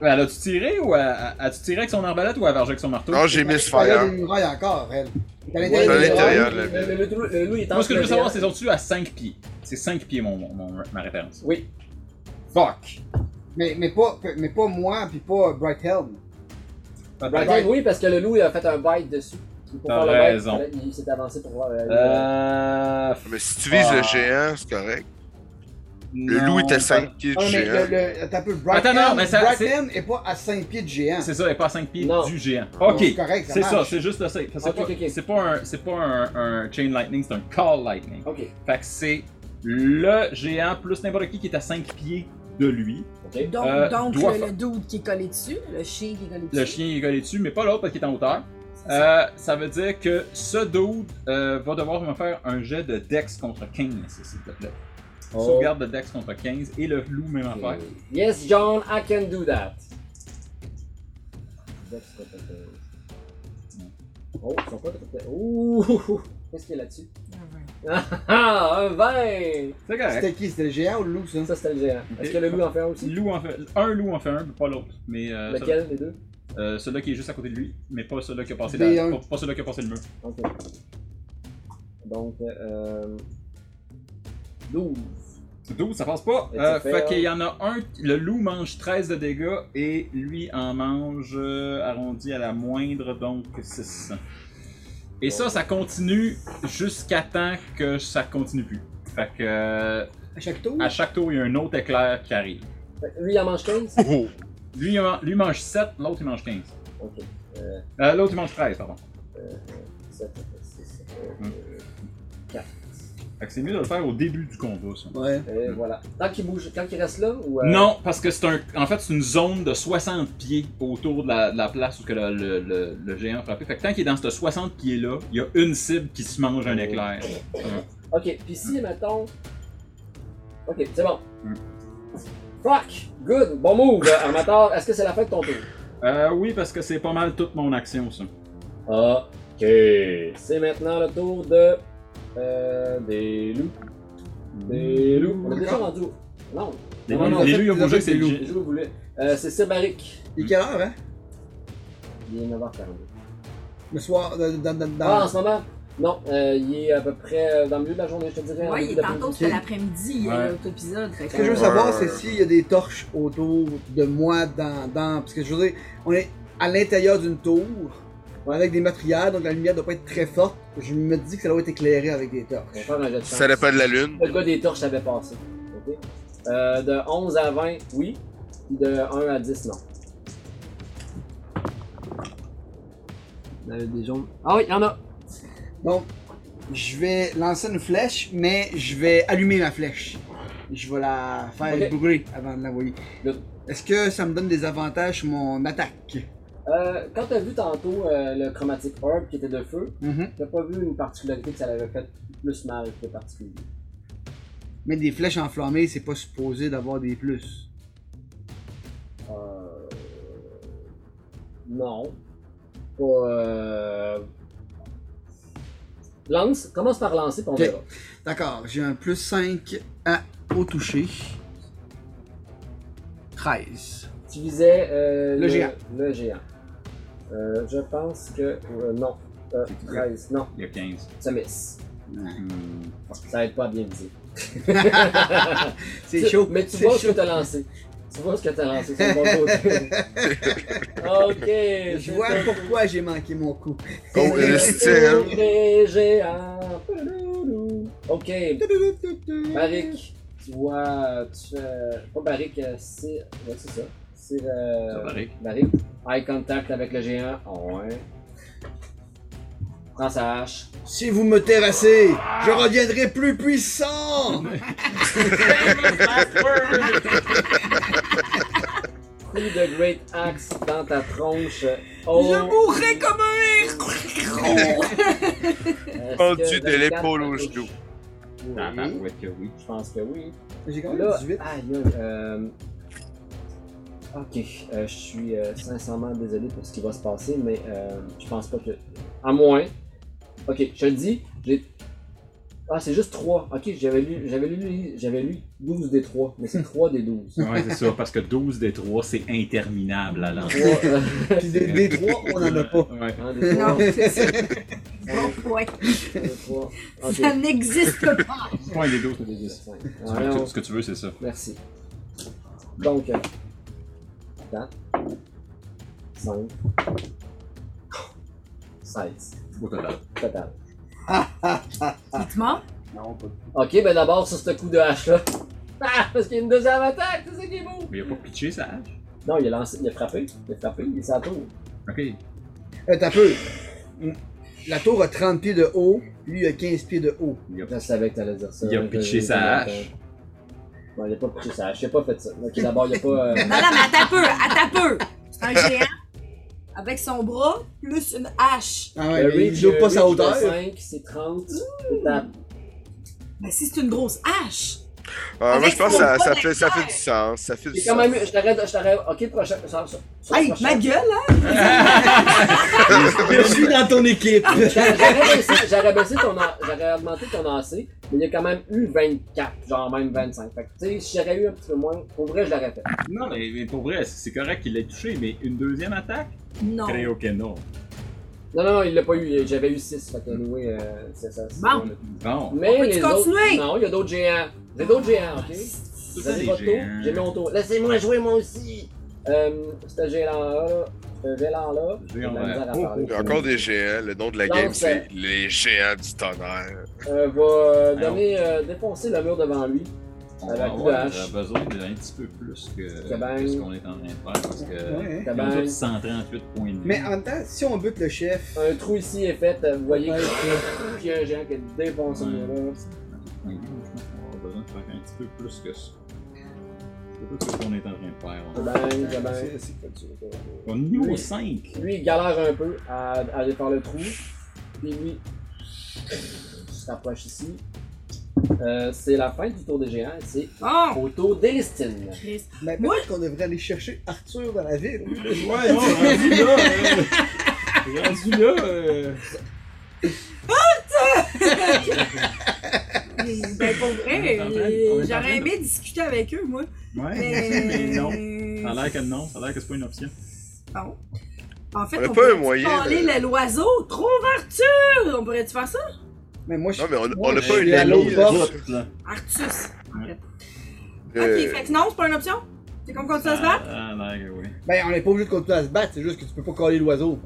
S6: Elle a-tu tiré ou a- a- as-tu tiré avec son arbalète ou elle varge avec son marteau?
S5: Non, j'ai mis
S7: Elle a
S5: fire.
S7: des murailles encore, elle. Elle est à
S3: Ouais,
S5: à
S7: l'intérieur des
S5: l'intérieur.
S7: murailles.
S5: là.
S3: mais- mais le, loup- le loup, il est en
S6: Moi, ce que je veux
S3: train de-
S6: savoir, c'est sont-tu à 5 pieds? C'est 5 pieds mon, mon- mon- ma référence.
S3: Oui.
S6: Fuck!
S7: Mais, mais, pas, mais pas moi, puis pas Bright Helm.
S3: Brighton,
S7: Bite.
S3: Ah, ben, oui, parce que le loup, il a fait un bite dessus. Pour
S6: T'as
S3: le bite,
S6: raison.
S3: fallait- Il s'est avancé pour voir. euh,
S6: Euh.
S5: Mais si tu vises le
S6: Ah.
S5: géant, c'est correct. Le loup est à 5 pieds
S7: Ah,
S5: du
S7: mais
S5: géant.
S7: le, le, attends un peu, Bright
S6: Attends, non,
S7: Helm,
S6: mais ça-
S7: Bright
S6: c'est-
S7: Helm est pas à 5 pieds de géant.
S6: C'est ça, elle est pas à 5 pieds
S3: Non.
S6: du géant.
S7: Non,
S6: Ok.
S7: c'est correct, ça
S6: C'est ça,
S7: marche.
S6: c'est juste le 5. C'est
S3: Ok,
S6: pas,
S3: ok, ok.
S6: c'est pas un, c'est pas un, un chain lightning, c'est un call lightning.
S3: Ok,
S6: Fait que c'est le géant plus n'importe qui qui est à 5 pieds de lui.
S3: ok.
S8: Donc,
S6: Euh,
S8: donc
S6: doit
S8: le,
S6: faire.
S8: le dude qui est collé dessus, le chien qui est collé dessus.
S6: Le chien est collé dessus, mais pas l'autre parce qu'il est en hauteur.
S8: c'est ça.
S6: Euh, ça veut dire que ce dude euh, va devoir me faire un jet de dex contre 15, s'il te plaît. Sauvegarde de dex contre 15 et le loup même
S3: Oh. Ok.
S6: affaire.
S3: Mm. Yes, John, I can do that. Dex contre 15. Oh, ils sont pas très. Ouh! Qu'est-ce qu'il y a là-dessus? Ah ah! Un vin!
S6: C'est correct.
S7: C'était qui C'était le géant ou le loup, ça
S3: Ça, c'était le géant.
S6: Ok.
S3: Est-ce que le loup en fait un aussi?
S6: Loup en fait, un loup en fait un, mais pas l'autre. Mais euh, ça-
S3: Lequel des deux?
S6: Euh, celui-là qui est juste à côté de lui, mais pas celui-là qui a passé, la...
S7: B1.
S6: pas, pas celui-là qui a passé le mur.
S3: Ok. Donc, euh. 12.
S6: 12, ça passe pas.
S3: Et
S6: Euh,
S3: tu fais,
S6: fait qu'il
S3: euh,
S6: y en a un, le loup mange 13 de dégâts et lui en mange euh, arrondi à la moindre, donc 6. Et ça, ça continue jusqu'à temps que ça continue plus. Fait que euh,
S7: À chaque tour
S6: à chaque tour, il y a un autre éclair qui arrive.
S3: Fait que Lui, il en mange 15?
S5: Oh,
S6: Lui, il man- lui mange 7, l'autre il mange 15.
S3: Ok. Euh,
S6: Euh, l'autre il mange 13, pardon.
S3: 7, 6,
S6: Hmm.
S3: 4.
S6: Fait que c'est mieux de le faire au début du combat, ça.
S7: Ouais.
S3: Et voilà. Tant qu'il bouge, quand il reste là ou. euh,
S6: Non, parce que c'est un. En fait, c'est une zone de 60 pieds autour de la, de la place où que le, le- le- le géant a frappé. Fait que tant qu'il est dans ce 60 pieds-là, il y a une cible qui se mange un éclair.
S3: Ok, puis si, mettons. Ok, c'est bon.
S6: Hmm.
S3: Fuck! Good! Bon move, euh, Armator. Est-ce que c'est la fin de ton tour?
S6: Euh, oui, parce que c'est pas mal toute mon action, ça.
S3: Ok. C'est maintenant le tour de. Euh, des loups. Des loups. On est déjà rendu. au- Non.
S6: Les
S3: Ben, Non, non,
S6: loups, les
S7: en fait,
S6: loups, ils ont
S7: ils ont
S6: bougé,
S7: fait
S6: c'est
S7: des
S6: le
S3: Je vous voulais. Euh, c'est Sebaric.
S7: Il est quelle heure, hein
S3: Il est 9h42.
S7: Le soir, dans. dans, dans, dans-
S3: Ah, en ce moment? Non, euh, il est à peu près euh, dans le milieu de la journée, je te dirais. en
S8: Ouais,
S3: début
S8: il est
S3: d'après-midi.
S8: tantôt, c'était l'après-midi, il y
S6: Ouais.
S8: a l'autre épisode. fait
S7: Ce que je veux
S5: Ouais.
S7: savoir, c'est s'il y a des torches autour de moi dans, dans- Parce que je veux dire, on est à l'intérieur d'une tour, on est avec des meurtrières, donc la lumière doit pas être très forte. Je me dis que ça doit être éclairé avec des
S3: On va
S7: torches.
S3: faire un jet de chance.
S5: Ça dépend de la lune.
S3: Le gars des torches avait passé. ok? Euh, de 11 à 20, oui. Puis de 1 à 10, non. Il y en avait des jaunes. Ah oui, il y en a!
S7: Donc, je vais lancer une flèche, mais je vais allumer ma flèche. Je vais la faire
S3: Ok.
S7: brûler avant de l'envoyer.
S3: Good.
S7: Est-ce que ça me donne des avantages sur mon attaque?
S3: Euh, quand t'as vu tantôt euh, le Chromatic Orb qui était de feu,
S7: Mhm.
S3: t'as pas vu une particularité que ça l'avait fait plus mal que particulier.
S7: Mais des flèches enflammées, c'est pas supposé d'avoir des plus.
S3: Euh... Non. Pas. Euh... Lance, commence par lancer ton
S7: Ok.
S3: verra.
S7: D'accord, j'ai un plus 5 à au toucher. 13.
S3: Tu visais euh,
S7: Le géant.
S3: Le géant. Euh, je pense que. euh, non. Euh, 13. Non,
S6: Il y a 15.
S3: ça miss.
S6: Hmm.
S3: Ça aide pas à bien viser.
S7: C'est chaud.
S3: Mais tu
S7: c'est
S3: vois ce
S7: chaud.
S3: que t'as lancé. Tu vois ce que t'as lancé, c'est le bon côté. ok.
S7: Je vois pourquoi j'ai manqué mon coup. Oh,
S5: Go
S3: Des
S5: Christian.
S3: souris géants. Ok. Barik, tu vois. Tu fais. Pas Barik, euh, c'est. Ouais, c'est ça. C'est
S6: Ça
S3: le.
S6: paraît.
S3: Barik. Eye contact avec le géant. Ah, Ouais. Prends sa hache.
S7: Si vous me terrassez, je reviendrai plus puissant!
S3: Coup de Great Axe dans ta tronche. Oh.
S8: Je mourrais comme un
S5: Pendu de l'épaule au genou.
S6: Ah, ah,
S3: Oui,
S6: ouais, que oui.
S3: je pense que oui.
S7: J'ai quand même
S3: Là,
S7: 18.
S3: aïe, aïe, euh... Ok, euh, je suis euh, sincèrement désolé pour ce qui va se passer, mais euh, je pense pas que. À moins. Ok, je te le dis, j'ai. Ah, c'est juste 3. Ok, j'avais lu, j'avais lu, j'avais lu 12 des 3, mais c'est 3 des 12.
S6: Ouais, c'est ça, parce que 12 des 3, c'est interminable à l'entrée.
S3: 3 euh,
S7: Puis des, des trois, on en a pas.
S6: Ouais.
S3: un des
S8: Non,
S3: 3,
S8: c'est ça. Bon point.
S3: des 3.
S8: Ça n'existe pas.
S6: Point des 12, c'est des 10. Tu fais tout ce que tu veux, c'est ça.
S3: Merci. Donc, euh, 4, 5, 16,
S6: Au total.
S3: total.
S8: Tu mens?
S9: Non, pas
S3: Ok, ben d'abord sur ce coup de hache là. Ah, parce qu'il y a une deuxième attaque, c'est ça qui est beau!
S6: Mais il a pas pitché sa hache.
S3: Non, il a lancé, il a frappé, il a frappé, il est sur la tour.
S6: Ok.
S7: Euh, T'as peu. Mm. La tour a 30 pieds de haut, lui il a 15 pieds de haut.
S3: Je savais que t'allais dire ça.
S6: Il a
S3: Je-
S6: pitché
S3: je-
S6: sa
S3: je-
S6: hache.
S3: Non, il a pas pitché sa hache, il a pas fait ça. Ok, d'abord, il a pas. euh,
S8: Non, non, mais attends un peu, attends un peu. C'est un géant avec son bras plus une hache.
S7: Ah
S3: le
S7: ouais, mais il
S3: reach,
S7: joue
S3: euh,
S7: pas sa
S3: reach de
S7: hauteur.
S3: 5, c'est 30. C'est ta-
S8: Mais Ben, si c'est une grosse hache,
S5: Ah, moi,
S8: Avec
S5: je pense
S8: son
S5: que ça,
S8: bon
S5: ça fait, ça fait
S8: acteur.
S5: du sens. Ça fait du
S3: C'est quand
S5: sens.
S3: même. Je t'arrête, je t'arrête. Ok, prochain. Sur, sur, sur
S8: hey,
S3: prochain.
S8: ma gueule, hein?
S7: Je suis dans ton équipe.
S3: J'aurais baissé- J'aurais baissé ton en- j'aurais augmenté ton AC, mais il y a quand même eu 24, genre même 25. Fait que tu sais, si j'aurais eu un petit peu moins, pour vrai, je l'aurais fait.
S6: Non, mais, mais pour vrai, c'est correct qu'il l'ait touché, mais une deuxième attaque
S8: Non.
S6: Creo que non.
S3: Non, non, non, il l'a pas eu. J'avais eu 6, fait que anyway, euh, c'est ça. c'est
S8: Bon.
S6: Bon.
S3: Mais
S8: Peux-tu
S3: les
S8: continuer?
S3: autres, non, il y a d'autres géants. Il y a d'autres géants, ok?
S6: Tout
S3: Vous avez
S6: Ah, les
S3: votre tour,
S6: géants.
S3: j'ai mon tour. Laissez-moi jouer moi aussi! Euh, ce géant-là, ce géant-là, j'ai de la
S6: Géant, ouais.
S3: misère à
S6: Oh,
S3: parler.
S5: Il y a encore des géants. Le nom de la
S3: Non,
S5: game,
S3: c'est-
S5: c'est les géants du tonnerre.
S6: oh.
S3: Euh, va euh,
S6: Ah,
S3: donner, euh, défoncer le mur devant lui.
S6: On
S3: Avec
S6: va
S3: le
S6: avoir
S3: hache.
S6: besoin d'un petit peu plus que,
S3: Cabane.
S6: que ce qu'on est en train de faire parce que.
S7: Ouais.
S6: on
S3: Cabane.
S6: a 138 points de vie.
S7: hein. Mais en même temps, si on bute le chef,
S3: Un trou ici est fait, euh, vous voyez qu'il y a un géant qui a défoncé le mur.
S6: Points de vie, je pense qu'on va avoir besoin de faire un petit peu plus que ça. C'est tout ce qu'on est en train de faire.
S3: Je
S6: On-
S3: bang, je bang.
S6: On est niveau
S3: Oui.
S6: 5.
S3: Lui, il galère un peu à, à aller par le trou. Puis lui, il s'approche ici. Euh, c'est la fin du tour des géants et c'est
S8: Oh,
S3: au tour d'Elistine.
S8: Chris.
S7: ben,
S8: Moi-
S7: peut-être qu'on devrait aller chercher Arthur dans la ville.
S10: Ouais, non, rendu là. euh, rendu là. euh,
S8: Ben, pour vrai,
S6: On est en train- on est en train
S8: j'aurais
S6: de-
S8: aimé discuter avec eux, moi.
S6: Ouais.
S8: Mais euh,
S6: Mais non. Ça a l'air que non, ça a l'air que c'est pas une option.
S8: Non. Ah En fait,
S5: On a
S8: on
S5: pas un
S8: pourrait
S5: moyen
S8: parler
S5: de-
S8: l'oiseau. Trouve Arthur! On pourrait-tu faire ça?
S7: Mais moi je
S5: Non, mais on
S7: Moi,
S5: on n'a
S7: je
S5: pas
S7: suis
S5: une
S7: à
S5: amie.
S7: l'autre
S5: là,
S7: bord.
S5: sur-
S6: Là.
S8: Artus. en fait.
S5: euh,
S8: Ok, fait que non, c'est pas une option? C'est comme quand ça se bat?
S6: Ah, ah, l'air que oui.
S7: Ben on n'est pas obligé de continuer à se battre, c'est juste que tu peux pas coller l'oiseau.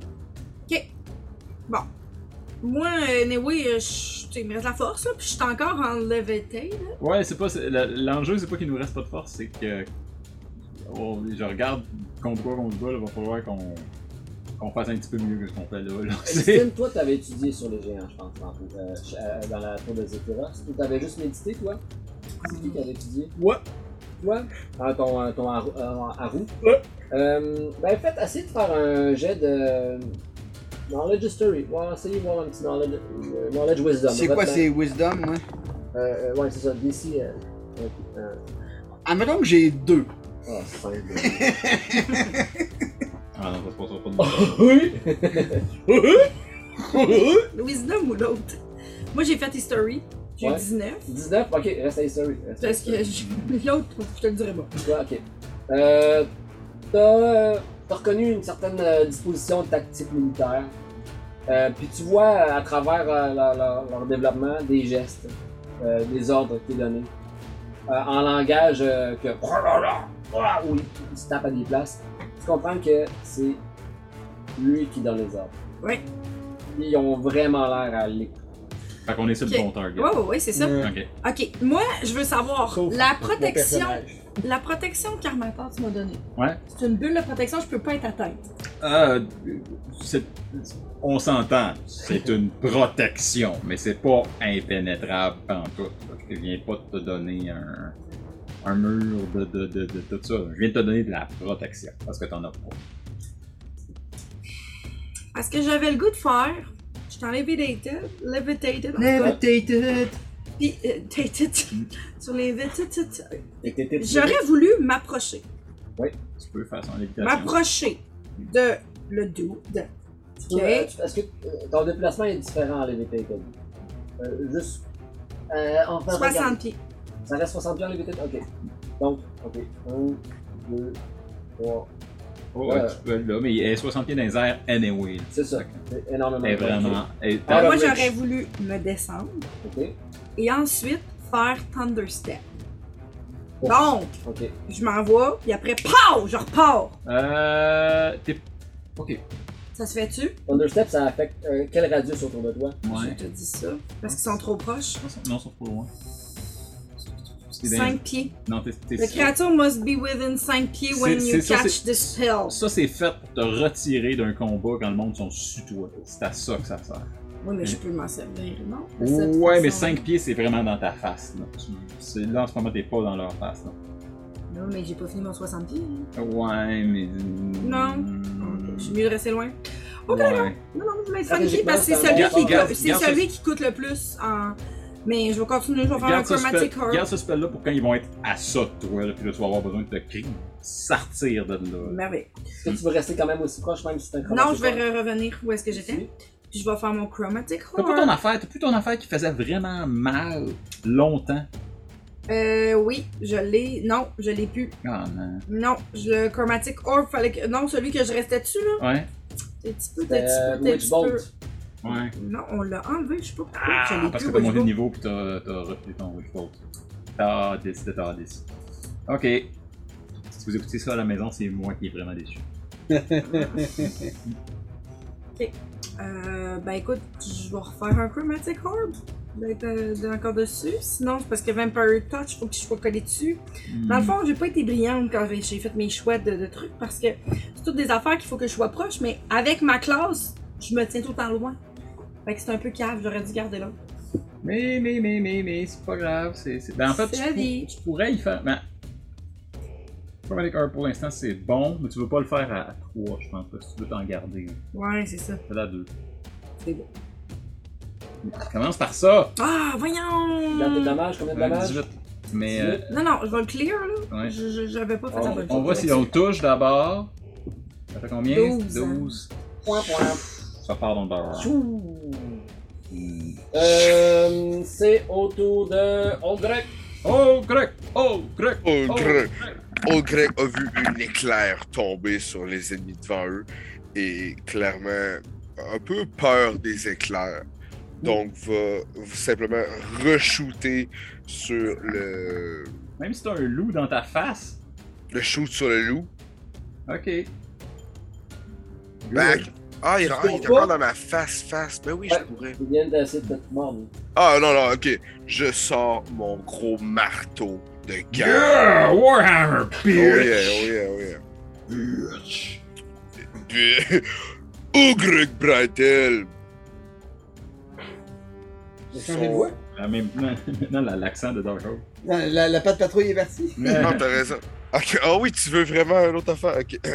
S8: Moi, euh, anyway, euh, je- tu sais, il me reste la force, là, puis je suis encore en leveté, là.
S6: Ouais, c'est pas. c'est- la- L'enjeu, c'est pas qu'il nous reste pas de force, c'est que. on- je regarde contre quoi qu'on se bat, il va falloir qu'on. qu'on fasse un petit peu mieux que ce qu'on fait là. là. C'est-
S3: Elistine, toi, t'avais étudié sur les géants, je pense, tantôt, euh, ch- euh, dans la tour de Zephyros. Ou t'avais juste médité, toi C'est qui qui avait étudié
S7: Ouais.
S3: Toi Ah, Ton, euh, ton Haru. euh, Haru.
S7: Ouais.
S3: Euh, ben, faites, essayez de faire un jet de. Knowledge History. Ouais, essayez de voir un petit Knowledge, euh, knowledge Wisdom.
S7: C'est quoi,
S3: Votre-
S7: c'est Wisdom, moi?
S3: Euh, euh, ouais, c'est ça, DC. Euh, euh, euh,
S7: Admettons que j'ai deux.
S3: oh, c'est
S6: Ah non, ça se passera pas de mal.
S3: Oui!
S8: Le wisdom ou l'autre? Moi, j'ai fait History. J'ai
S3: Ouais.
S8: 19.
S3: 19, ok, reste à History. reste à
S8: Parce que
S3: history.
S8: je- l'autre, je te le dirai pas.
S3: Ouais, ok. Euh, t'as, euh, t'as reconnu une certaine euh, disposition tactique militaire. Euh, puis tu vois euh, à travers euh, leur, leur- leur développement des gestes, euh, des ordres qui sont donnés. Euh, en langage euh, que. Ah, ou il, il se tape à des places. Tu comprends que c'est lui qui donne les ordres.
S8: Ouais.
S3: Ils ont vraiment l'air à l'écouter.
S6: Fait qu'on est sur
S8: Ok.
S6: le bon target.
S8: Ouais, ouais, ouais, c'est ça.
S7: Euh,
S6: Ok.
S8: Ok, moi, je veux savoir,
S7: Sauf
S8: la
S7: mon
S8: protection,
S7: personnage.
S8: la protection que Carmator, tu m'as donnée.
S6: Ouais.
S8: C'est une bulle de protection, je peux pas être atteinte.
S6: Ah, euh, c'est- on s'entend, c'est une protection, mais c'est pas impénétrable en tout. Je viens pas de te donner un, un mur de, de, de, de tout ça. Je viens de te donner de la protection parce que t'en as pas.
S8: Parce que j'avais le goût de faire. Je suis en levitated. Levitated. en tout cas.
S7: Levitated!
S8: Puis, euh, tated. Sur les levitated.
S3: Et t'étais-
S8: J'aurais voulu m'approcher.
S6: Tu peux faire son lévitation.
S8: M'approcher de le dude.
S3: Tu peux, euh, tu- Est-ce que euh, ton déplacement est différent à Levitated? Euh, juste. Euh, en fait, regarde.
S8: 60 pieds.
S3: Ça reste 60 pieds en Levitated? Ok. Donc, ok. 1, 2, 3.
S6: Oh, ouais, tu peux là, mais il est 60 pieds dans les airs anyway. là.
S3: C'est ça.
S6: Fait que
S3: C'est énormément.
S6: Elle est vraiment. elle est-
S3: Ah,
S8: Moi,
S3: la bridge.
S8: j'aurais voulu me descendre
S3: Ok.
S8: et ensuite faire Thunderstep. Donc,
S3: Ok.
S8: je m'envoie, puis après, pow, je repars.
S6: Euh. T'es. Ok.
S8: Ça se fait-tu?
S3: Thunderstep, ça affecte euh, quel radius autour de toi?
S8: Je
S6: Ouais.
S8: te dis ça. Parce qu'ils sont trop proches.
S6: Non, sauf pas loin. C'est dans-
S8: 5 pieds.
S6: Non, t'es- t'es-
S8: The creature must be within 5 pieds when
S6: C'est-
S8: you
S6: c'est ça,
S8: catch
S6: c'est-
S8: this spell.
S6: Ça, c'est fait pour te retirer d'un combat quand le monde sont sur toi. C'est à ça que ça sert.
S8: Oui, mais je peux m'en servir, non?
S6: Mm. Ouais, mais 5 pieds, c'est vraiment dans ta face. Là, Tu- c'est- là, en ce moment, t'es pas dans leur face. Là.
S8: Non, mais j'ai pas fini mon 60 pieds. hein.
S6: Ouais, mais. Hmm.
S8: Non.
S6: Mm.
S8: Je suis mieux de rester loin. Ok,
S6: Ouais.
S8: non, non, je vais être funky
S3: Stratégiquement,
S8: parce que c'est
S3: c'est un
S8: celui,
S6: bon
S8: qui,
S6: garde-
S8: coûte- c'est
S6: garde ce-
S8: celui qui coûte le plus en. Mais je vais continuer, je vais faire un
S6: Garde ce, spell,
S8: chromatic heart.
S6: garde ce spell-là pour quand ils vont être à ça de toi, là, puis là, tu vas avoir besoin de te crier, sortir de là.
S8: Merveille.
S3: Est-ce que tu veux rester quand même aussi proche, même si c'est un
S8: Non, je vais re- revenir où est-ce que j'étais. Puis je vais faire mon chromatic
S6: T'as pas ton
S8: heart.
S6: affaire, t'as plus ton affaire qui faisait vraiment mal longtemps.
S8: Euh, oui, je l'ai. Non, je l'ai plus.
S6: Ah non.
S8: Non, je- le chromatic orb fallait que. Non, celui que je restais dessus, là.
S6: Ouais.
S8: T'es un petit peu, t'es un
S3: Euh,
S8: petit peu, t'es un
S3: Witch
S8: petit
S3: Bolt.
S8: peu.
S6: Ouais.
S8: Non, on l'a enlevé, je sais pas pourquoi. je
S6: Ah,
S8: l'ai
S6: parce que t'as
S8: plus, Witch
S6: monté de
S8: Bolt.
S6: niveau puis t'as t'as refait ton Witch Bolt. T'as 10, t'as- t'as 10. Ok. Si vous écoutez ça à la maison, c'est moi qui est vraiment déçu.
S8: Euh, ben écoute, je vais refaire un chromatic orb. D'être euh, de- encore dessus. Sinon, c'est parce que Vampire Touch, faut que je sois collé dessus. Dans
S6: Hmm.
S8: le fond, j'ai pas été brillante quand j'ai- j'ai fait mes choix de, de trucs parce que c'est toutes des affaires qu'il faut que je sois proche, mais avec ma classe, je me tiens tout le temps loin. Fait que c'est un peu cave, j'aurais dû garder là.
S6: Mais, mais, mais, mais, mais, c'est pas grave. c'est c'est- Ben, en fait,
S8: C'est
S6: tu,
S8: la
S6: pour-
S8: vie.
S6: tu pourrais y faire. Ben, Chromatic Orb pour l'instant, c'est bon, mais tu veux pas le faire à 3, je pense. Parce que tu veux t'en garder.
S8: Ouais, c'est ça.
S6: Fais-la à 2.
S8: C'est bon.
S6: Commence par ça!
S3: Garde
S8: Ah,
S3: tes
S8: voyons!
S3: dommages, combien de
S6: Un
S3: dommages?
S6: 18. Mais, euh,
S8: Non, non, je vais le clear là.
S6: ouais.
S8: Je- je- J'avais pas fait la
S6: On,
S8: bonne
S6: on
S8: chose.
S6: voit si on le touche d'abord. Ça fait combien?
S8: Douze.
S6: 12.
S3: Point, point.
S6: Ça part dans le beurre.
S3: Tchou! Euh, c'est autour de Oldrek.
S6: Oh, grec! Oh, grec!
S5: Oh,
S6: Oh,
S5: grec. Old Greg a vu une éclair tomber sur les ennemis devant eux et clairement a un peu peur des éclairs. Donc va simplement re-shooter sur le,
S6: Même si t'as un loup dans ta face,
S5: le shoot sur le loup.
S6: ok.
S5: Back. Ah, il,
S3: Tu
S5: ah,
S3: peux
S5: il est
S3: pas?
S5: encore dans ma face, face. Ben oui, je
S3: Ouais.
S5: pourrais.
S3: Ils viennent d'essayer de te mordre.
S5: Ah non, non, ok. Je sors mon gros marteau de guerre.
S6: Yeah! Warhammer,
S5: Oh
S6: bitch!
S5: yeah, oh yeah, oh yeah. Puis- Ogrug Bradel.
S7: J'ai changé de voix.
S6: Ah, mais maintenant, maintenant, la- l'accent de Dark Oak.
S7: Non, la, la patte patrouille est partie.
S5: Non, t'as raison. Ok, Ah oui, tu veux vraiment une autre affaire? Ok.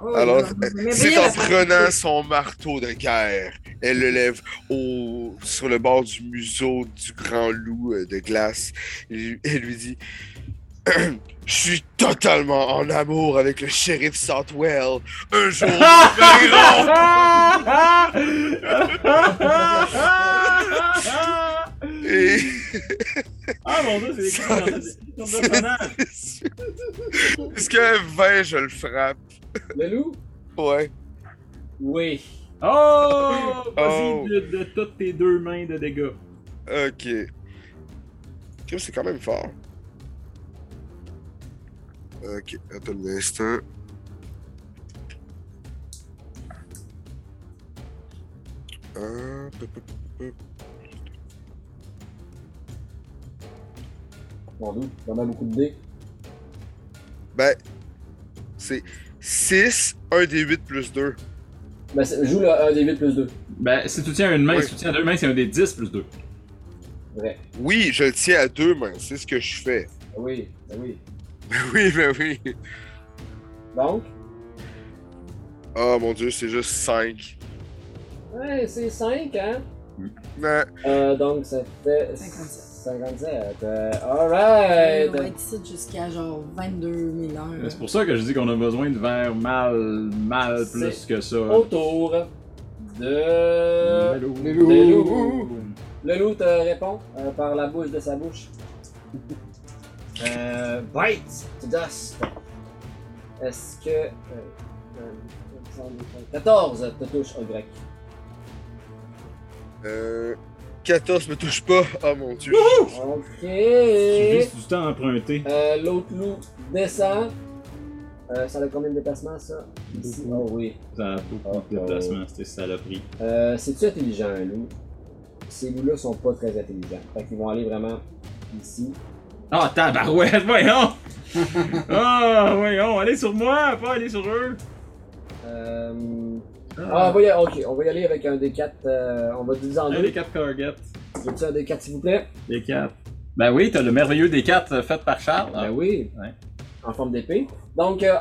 S8: Oh,
S5: Alors,
S8: non, mais
S5: C'est
S8: brille
S5: en
S8: la patte.
S5: prenant son marteau de guerre. Elle le lève au, sur le bord du museau du grand loup euh, de glace. Il- Elle lui dit Je suis totalement en amour avec le shérif Southwell. Un jour, nous nous marierons. Et
S6: Ah mon dieu, c'est
S5: Ça-
S6: des coups dans- dans le personnage!
S5: Est-ce que 20, je le frappe
S3: Le loup?
S5: Ouais.
S3: Oui.
S6: Oh!
S5: Oh.
S6: Vas-y, de, de toutes tes deux mains de dégâts.
S5: Ok. Crime, C'est quand même fort. Ok, attends un instant. Ah, peu, peu, peu, peu.
S3: Mon doute, on a beaucoup de dés.
S5: Ben, c'est 6, 1 des 8 plus 2.
S3: Ben, c'est- joue le 1 des 8 plus 2.
S6: Ben, si tu tiens à une main,
S5: Oui.
S6: si tu tiens à deux mains, c'est un des 10 plus 2.
S3: Vrai.
S5: Oui, je le tiens à deux mains, c'est ce que je fais.
S3: Ah oui, ah oui.
S5: oui, ben oui.
S3: Donc,
S5: Ah mon dieu, c'est juste 5.
S3: ouais, c'est 5, hein?
S5: Ben,
S3: Euh, donc, ça fait 57. Euh, alright!
S8: On va être ici jusqu'à genre 22 000 heures.
S6: C'est pour ça que je dis qu'on a besoin de verre mal, mal plus
S3: C'est
S6: que ça.
S3: Autour de.
S6: Lelou.
S3: Lelou. Lelou. Le loup te répond euh, par la bouche de sa bouche. euh, bite to dust. Est-ce que. euh, euh, 14 te touche au grec.
S5: euh, 14 me touche pas. Ah mon dieu.
S3: Ok.
S6: Tu vises du temps emprunté.
S3: Euh, L'autre loup descend. Euh, ça a combien de déplacements ça Ici. Oh oui.
S6: Ça a beaucoup de déplacements, c'était saloperie.
S3: Euh, C'est-tu intelligent un loup Ces loups-là sont pas très intelligents. Fait qu'ils vont aller vraiment ici.
S6: Ah, tabarouette, voyons! Ah, voyons, allez sur moi, pas aller sur eux!
S3: Euh... Ah, on va y aller, ok, on va y aller avec un des quatre. euh, on va diviser en
S6: Un
S3: deux.
S6: des 4 targets.
S3: Veux-tu un des quatre, s'il vous plaît
S6: Des 4. Ben oui, t'as le merveilleux des 4 fait par Charles.
S3: Ben oui.
S6: Ouais.
S3: En forme d'épée. Donc, 1,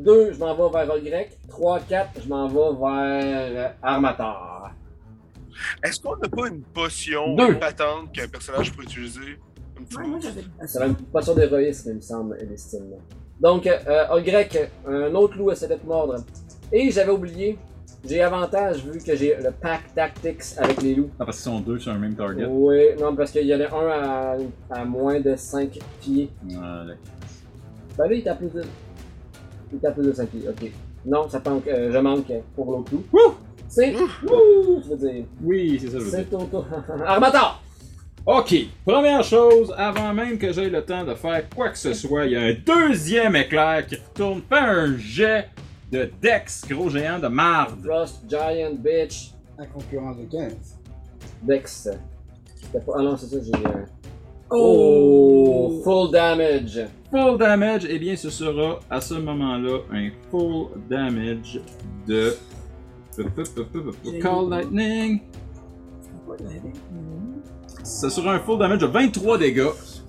S3: 2, je m'en vais vers Ol Grec. 3, 4, je m'en vais vers euh, Armator.
S5: Est-ce qu'on n'a pas une potion,
S6: Deux.
S5: une patente qu'un personnage peut utiliser? Un petit
S6: Ah,
S8: Ouais,
S5: peu.
S8: moi, j'avais-
S3: Ça va une potion d'héroïsme, il me semble, et d'estime. là. Donc, euh, Ol Grec, un autre loup essaie de te mordre. Et j'avais oublié, j'ai avantage vu que j'ai le pack tactics avec les loups.
S6: Ah, parce qu'ils sont deux sur un même target.
S3: Oui, non, parce qu'il y en a un à, à moins de 5 pieds.
S6: Ah, là.
S3: Ben lui, il tape plus de. Il tape plus de 5 pieds, ok. Non, ça manque, euh, je manque pour l'autre coup. Wouh! C'est. Wouh! Je veux dire.
S6: Oui, c'est ça, je veux dire.
S3: C'est ton tour. Armator!
S6: Ok, première chose, avant même que j'aie le temps de faire quoi que ce soit, il y a un deuxième éclair qui retourne, fait un jet de Dex, gros géant de marde.
S3: Frost, Giant, Bitch,
S7: À concurrence de 15.
S3: Dex. C'était Pas... Ah non, c'est ça, j'ai. euh,
S8: Oh!
S3: Full damage!
S6: Full damage, eh bien ce sera à ce moment-là un full damage de. Call Lightning. Ce sera un full damage de 23 dégâts.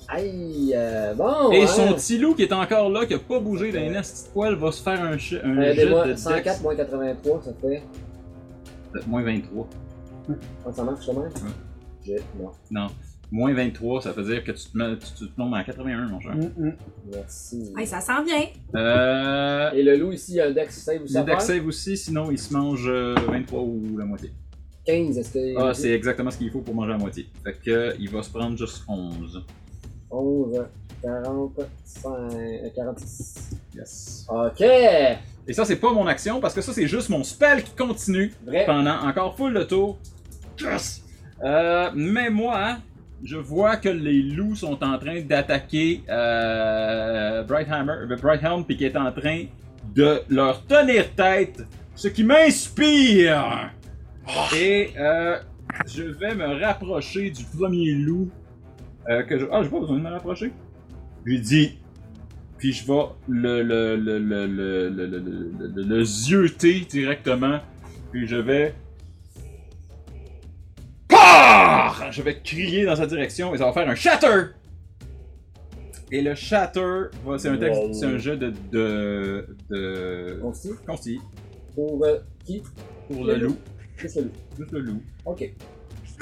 S3: Aïe! euh, bon!
S6: Et
S3: hein.
S6: son petit loup qui est encore là, qui a pas bougé d'un nasty poil, va se faire un, ch-
S3: Euh,
S6: un jet
S3: Aidez-moi,
S6: de dex
S3: 104 moins 83, ça fait.
S6: de moins 23.
S3: Ah, ça marche quand même?
S6: Ouais.
S3: J'ai. Non.
S6: Non, moins 23, ça veut dire que tu te, mets- tu- tu te tombes à 81, mon cher.
S3: Mm. Merci.
S8: Hey, ça s'en vient.
S6: Euh,
S3: Et le loup ici, il a un Dex save ou ça
S6: le dex
S3: faire?
S6: save aussi, sinon il se mange euh, 23 ou la moitié.
S3: 15, est-ce que.
S6: Ah, c'est exactement ce qu'il faut pour manger la moitié. Fait que euh, il va se prendre juste 11.
S3: 11, 45, 46.
S6: Yes.
S3: euh, Ok!
S6: Et ça, c'est pas mon action parce que ça, c'est juste mon spell qui continue
S3: Vrai.
S6: pendant encore full le tour. Yes! Euh, mais moi, je vois que les loups sont en train d'attaquer euh, Brighthammer, euh, Brighthelm, puis qui est en train de leur tenir tête, ce qui m'inspire. Et euh, je vais me rapprocher du premier loup euh, que je. Ah, j'ai pas besoin de me rapprocher. J'ai dit. Puis je vais le le le le le le le, le, le- le- le zioter directement. Puis je vais. Pah! Je vais crier dans sa direction et ça va faire un shatter. Et le shatter, va- c'est un texte,
S3: Wow.
S6: c'est un jeu de de de
S3: Consti
S6: consti
S3: pour euh, qui
S6: pour le
S3: Le loup.
S6: loup,
S3: Qu'est-ce que le loup?
S6: juste le loup.
S3: Ok.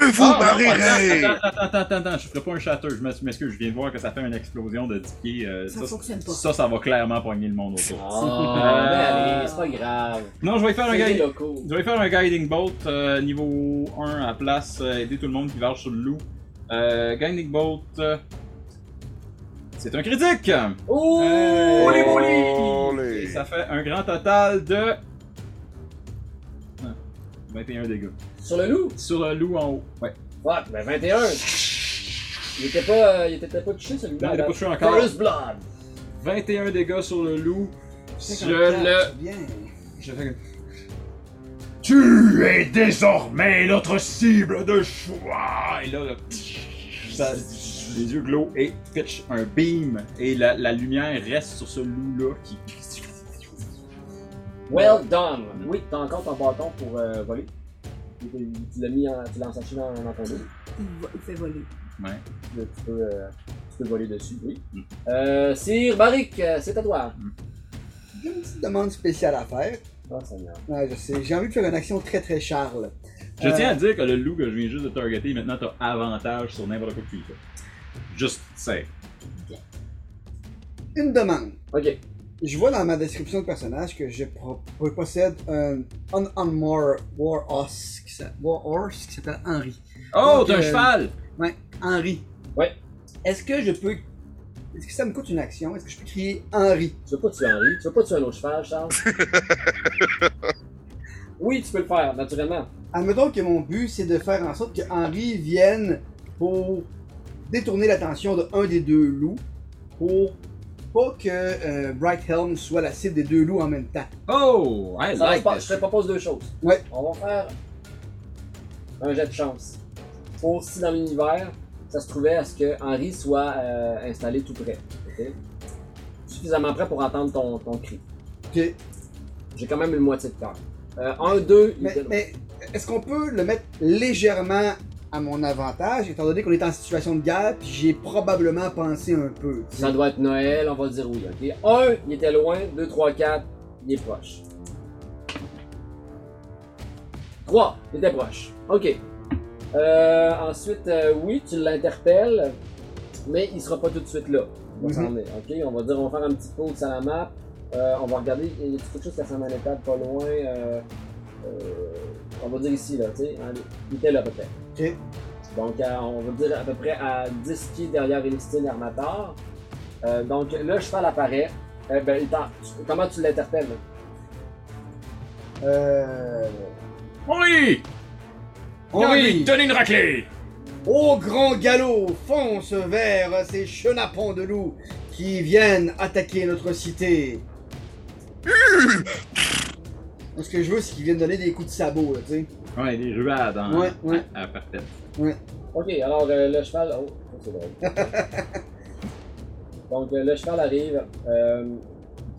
S5: Je vous
S6: Ah,
S5: marierai!
S6: Attends, attends, attends, attends, attends, je ferai pas un shatter, je m'ex- m'excuse, je viens de voir que ça fait une explosion de 10 pieds. euh,
S8: Ça
S6: ça,
S8: fonctionne pas.
S6: ça, ça va clairement pogner le monde autour.
S3: Ah, mais allez, c'est pas grave.
S6: Non, je vais faire un
S3: C'est des
S6: guiding,
S3: locaux.
S6: je vais faire un guiding bolt euh, niveau 1 à la place, euh, aider tout le monde qui varge sur le loup. Euh, guiding bolt, euh, c'est un critique.
S3: Oh!
S6: Olé, olé!
S5: Olé.
S6: Et ça fait un grand total de Ah, 21 dégâts.
S3: Sur le loup?
S6: Sur le loup en haut. Ouais.
S3: Fuck, ben 21! Il était pas, euh, il était peut-être pas touché celui-là.
S6: Non, il était
S3: là.
S6: pas touché encore.
S3: First Blood!
S6: 21 dégâts sur le loup. Je
S9: 54,
S6: le
S9: c'est Bien.
S6: Je fais comme-
S2: Tu es désormais notre cible de choix!
S6: Et là, là, ça- les yeux glow et pitch un beam. Et la, la lumière reste sur ce loup-là qui.
S3: Well done! Oui, t'as encore ton bâton pour euh, voler. Tu, tu l'as mis en, tu l'as ensanché dans, dans ton dos.
S8: Il, va- il fait voler.
S6: Ouais.
S3: Là, tu, peux, euh, tu peux voler dessus, oui. Euh, Sir Barik, euh, c'est à toi.
S7: J'ai une petite demande spéciale à faire.
S3: Oh, Seigneur.
S7: Ouais, je sais. J'ai envie de faire une action très très Charles.
S6: Je
S7: Euh,
S6: tiens à dire que le loup que je viens juste de targeter, maintenant t'as avantage sur n'importe quoi que tu y fais. Juste save.
S7: Une demande.
S3: Ok.
S7: Je vois dans ma description de personnage que je pro- je possède un Unarmored War Horse qui s'a- War Horse qui s'appelle Henry.
S6: Oh,
S7: Donc,
S6: t'as un
S7: euh,
S6: cheval!
S7: Ouais, Henry.
S3: Ouais.
S7: Est-ce que je peux. Est-ce que ça me coûte une action? Est-ce que je peux crier Henry?
S3: Tu veux pas tuer Henri? Tu veux pas tuer un autre cheval, Charles? oui, tu peux le faire, naturellement.
S7: Admettons que mon but, c'est de faire en sorte que Henry vienne pour détourner l'attention de un des deux loups pour pas que euh, Brighthelm soit la cible des deux loups en même temps.
S6: Oh! I
S3: Ça
S6: like
S3: va,
S6: this.
S3: je te propose deux choses.
S7: Ouais.
S3: On va faire un jet de chance. Pour si dans l'univers, ça se trouvait à ce que Henri soit euh, installé tout près. ok? Suffisamment près pour entendre ton, ton cri.
S7: Ok.
S3: J'ai quand même une moitié de temps. Euh, un, deux, il
S7: Mais,
S3: était-
S7: mais est-ce qu'on peut le mettre légèrement à mon avantage, étant donné qu'on est en situation de guerre, puis j'ai probablement pensé un peu. tu sais.
S3: ça doit être Noël, on va dire oui. ok? Un, il était loin. Deux, trois, quatre, il est proche. Trois, il était proche. Ok. Euh, ensuite, euh, oui, tu l'interpelles, mais il sera pas tout de suite là. On va s'en venir, ok? On va dire, on va faire un petit pause sur la map. Euh, on va regarder, il y a quelque chose qui ressemble à un étable pas loin. euh, euh, on va dire ici, là, tu sais. hein, Il était là, peut-être.
S7: Ok.
S3: Donc, à- on va dire à peu près à 10 pieds derrière Elistine Armator. Euh, donc, le cheval apparaît. Euh, ben, il t'en- tu- comment tu l'interpelles?
S7: Euh...
S6: Henri!
S7: Henry,
S2: Donne une raclée!
S7: au grand galop, fonce vers ces chenapons de loups qui viennent attaquer notre cité. Ce que je veux, c'est qu'ils viennent donner des coups de sabot, là, tu sais.
S6: Ouais, des ruades en.
S7: Ouais, ouais.
S6: À, à parfait.
S3: Ok, alors euh, le cheval. Oh, oh, c'est drôle. Donc, euh, le cheval arrive euh,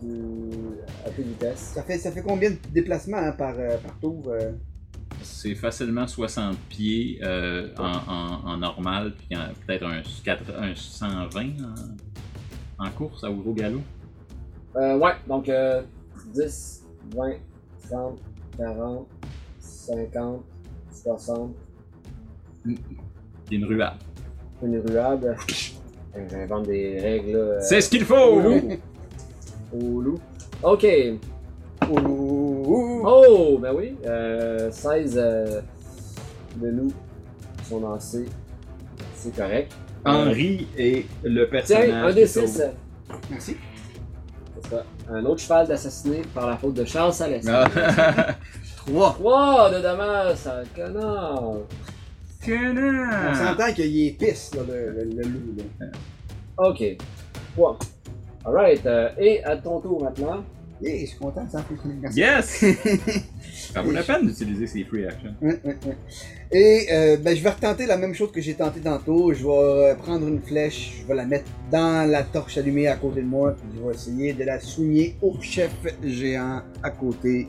S3: du- à toute vitesse.
S7: Ça fait, ça fait combien de déplacements hein, par, euh, par tour euh?
S6: C'est facilement 60 pieds euh, en, en- en normal, puis en- peut-être un, 4 un 120 en, en course à gros galop.
S3: Euh, ouais, donc euh, 10, 20, 30, 40, 50, 60,
S6: C'est une ruade.
S3: une ruade. J'invente des règles. là, euh,
S6: C'est ce qu'il faut!
S3: Au loup. Ok.
S7: Ouh, ouh, ouh.
S3: Oh, ben oui. Euh, 16 euh, de loups sont lancés. C'est correct.
S6: Henri et le personnage.
S3: Tiens, un
S6: qui
S3: des
S6: sauve.
S3: 6.
S7: oh. Merci.
S3: Un autre cheval d'assassiné par la faute de Charles Salès.
S6: Ah.
S7: 3.
S3: 3 de Damas, ça connard.
S7: On s'entend qu'il est pisse, là, le, le- le loup. là.
S3: Ok. 3. Alright. euh, et à ton tour maintenant.
S7: Yeah, Eh, je suis content, ça fait merci.
S6: yes! Ça vaut la peine d'utiliser ces free actions.
S7: Ouais, ouais, ouais. Et euh, ben, je vais retenter la même chose que j'ai tenté tantôt. Je vais euh, prendre une flèche, je vais la mettre dans la torche allumée à côté de moi, puis je vais essayer de la soigner au chef géant à côté.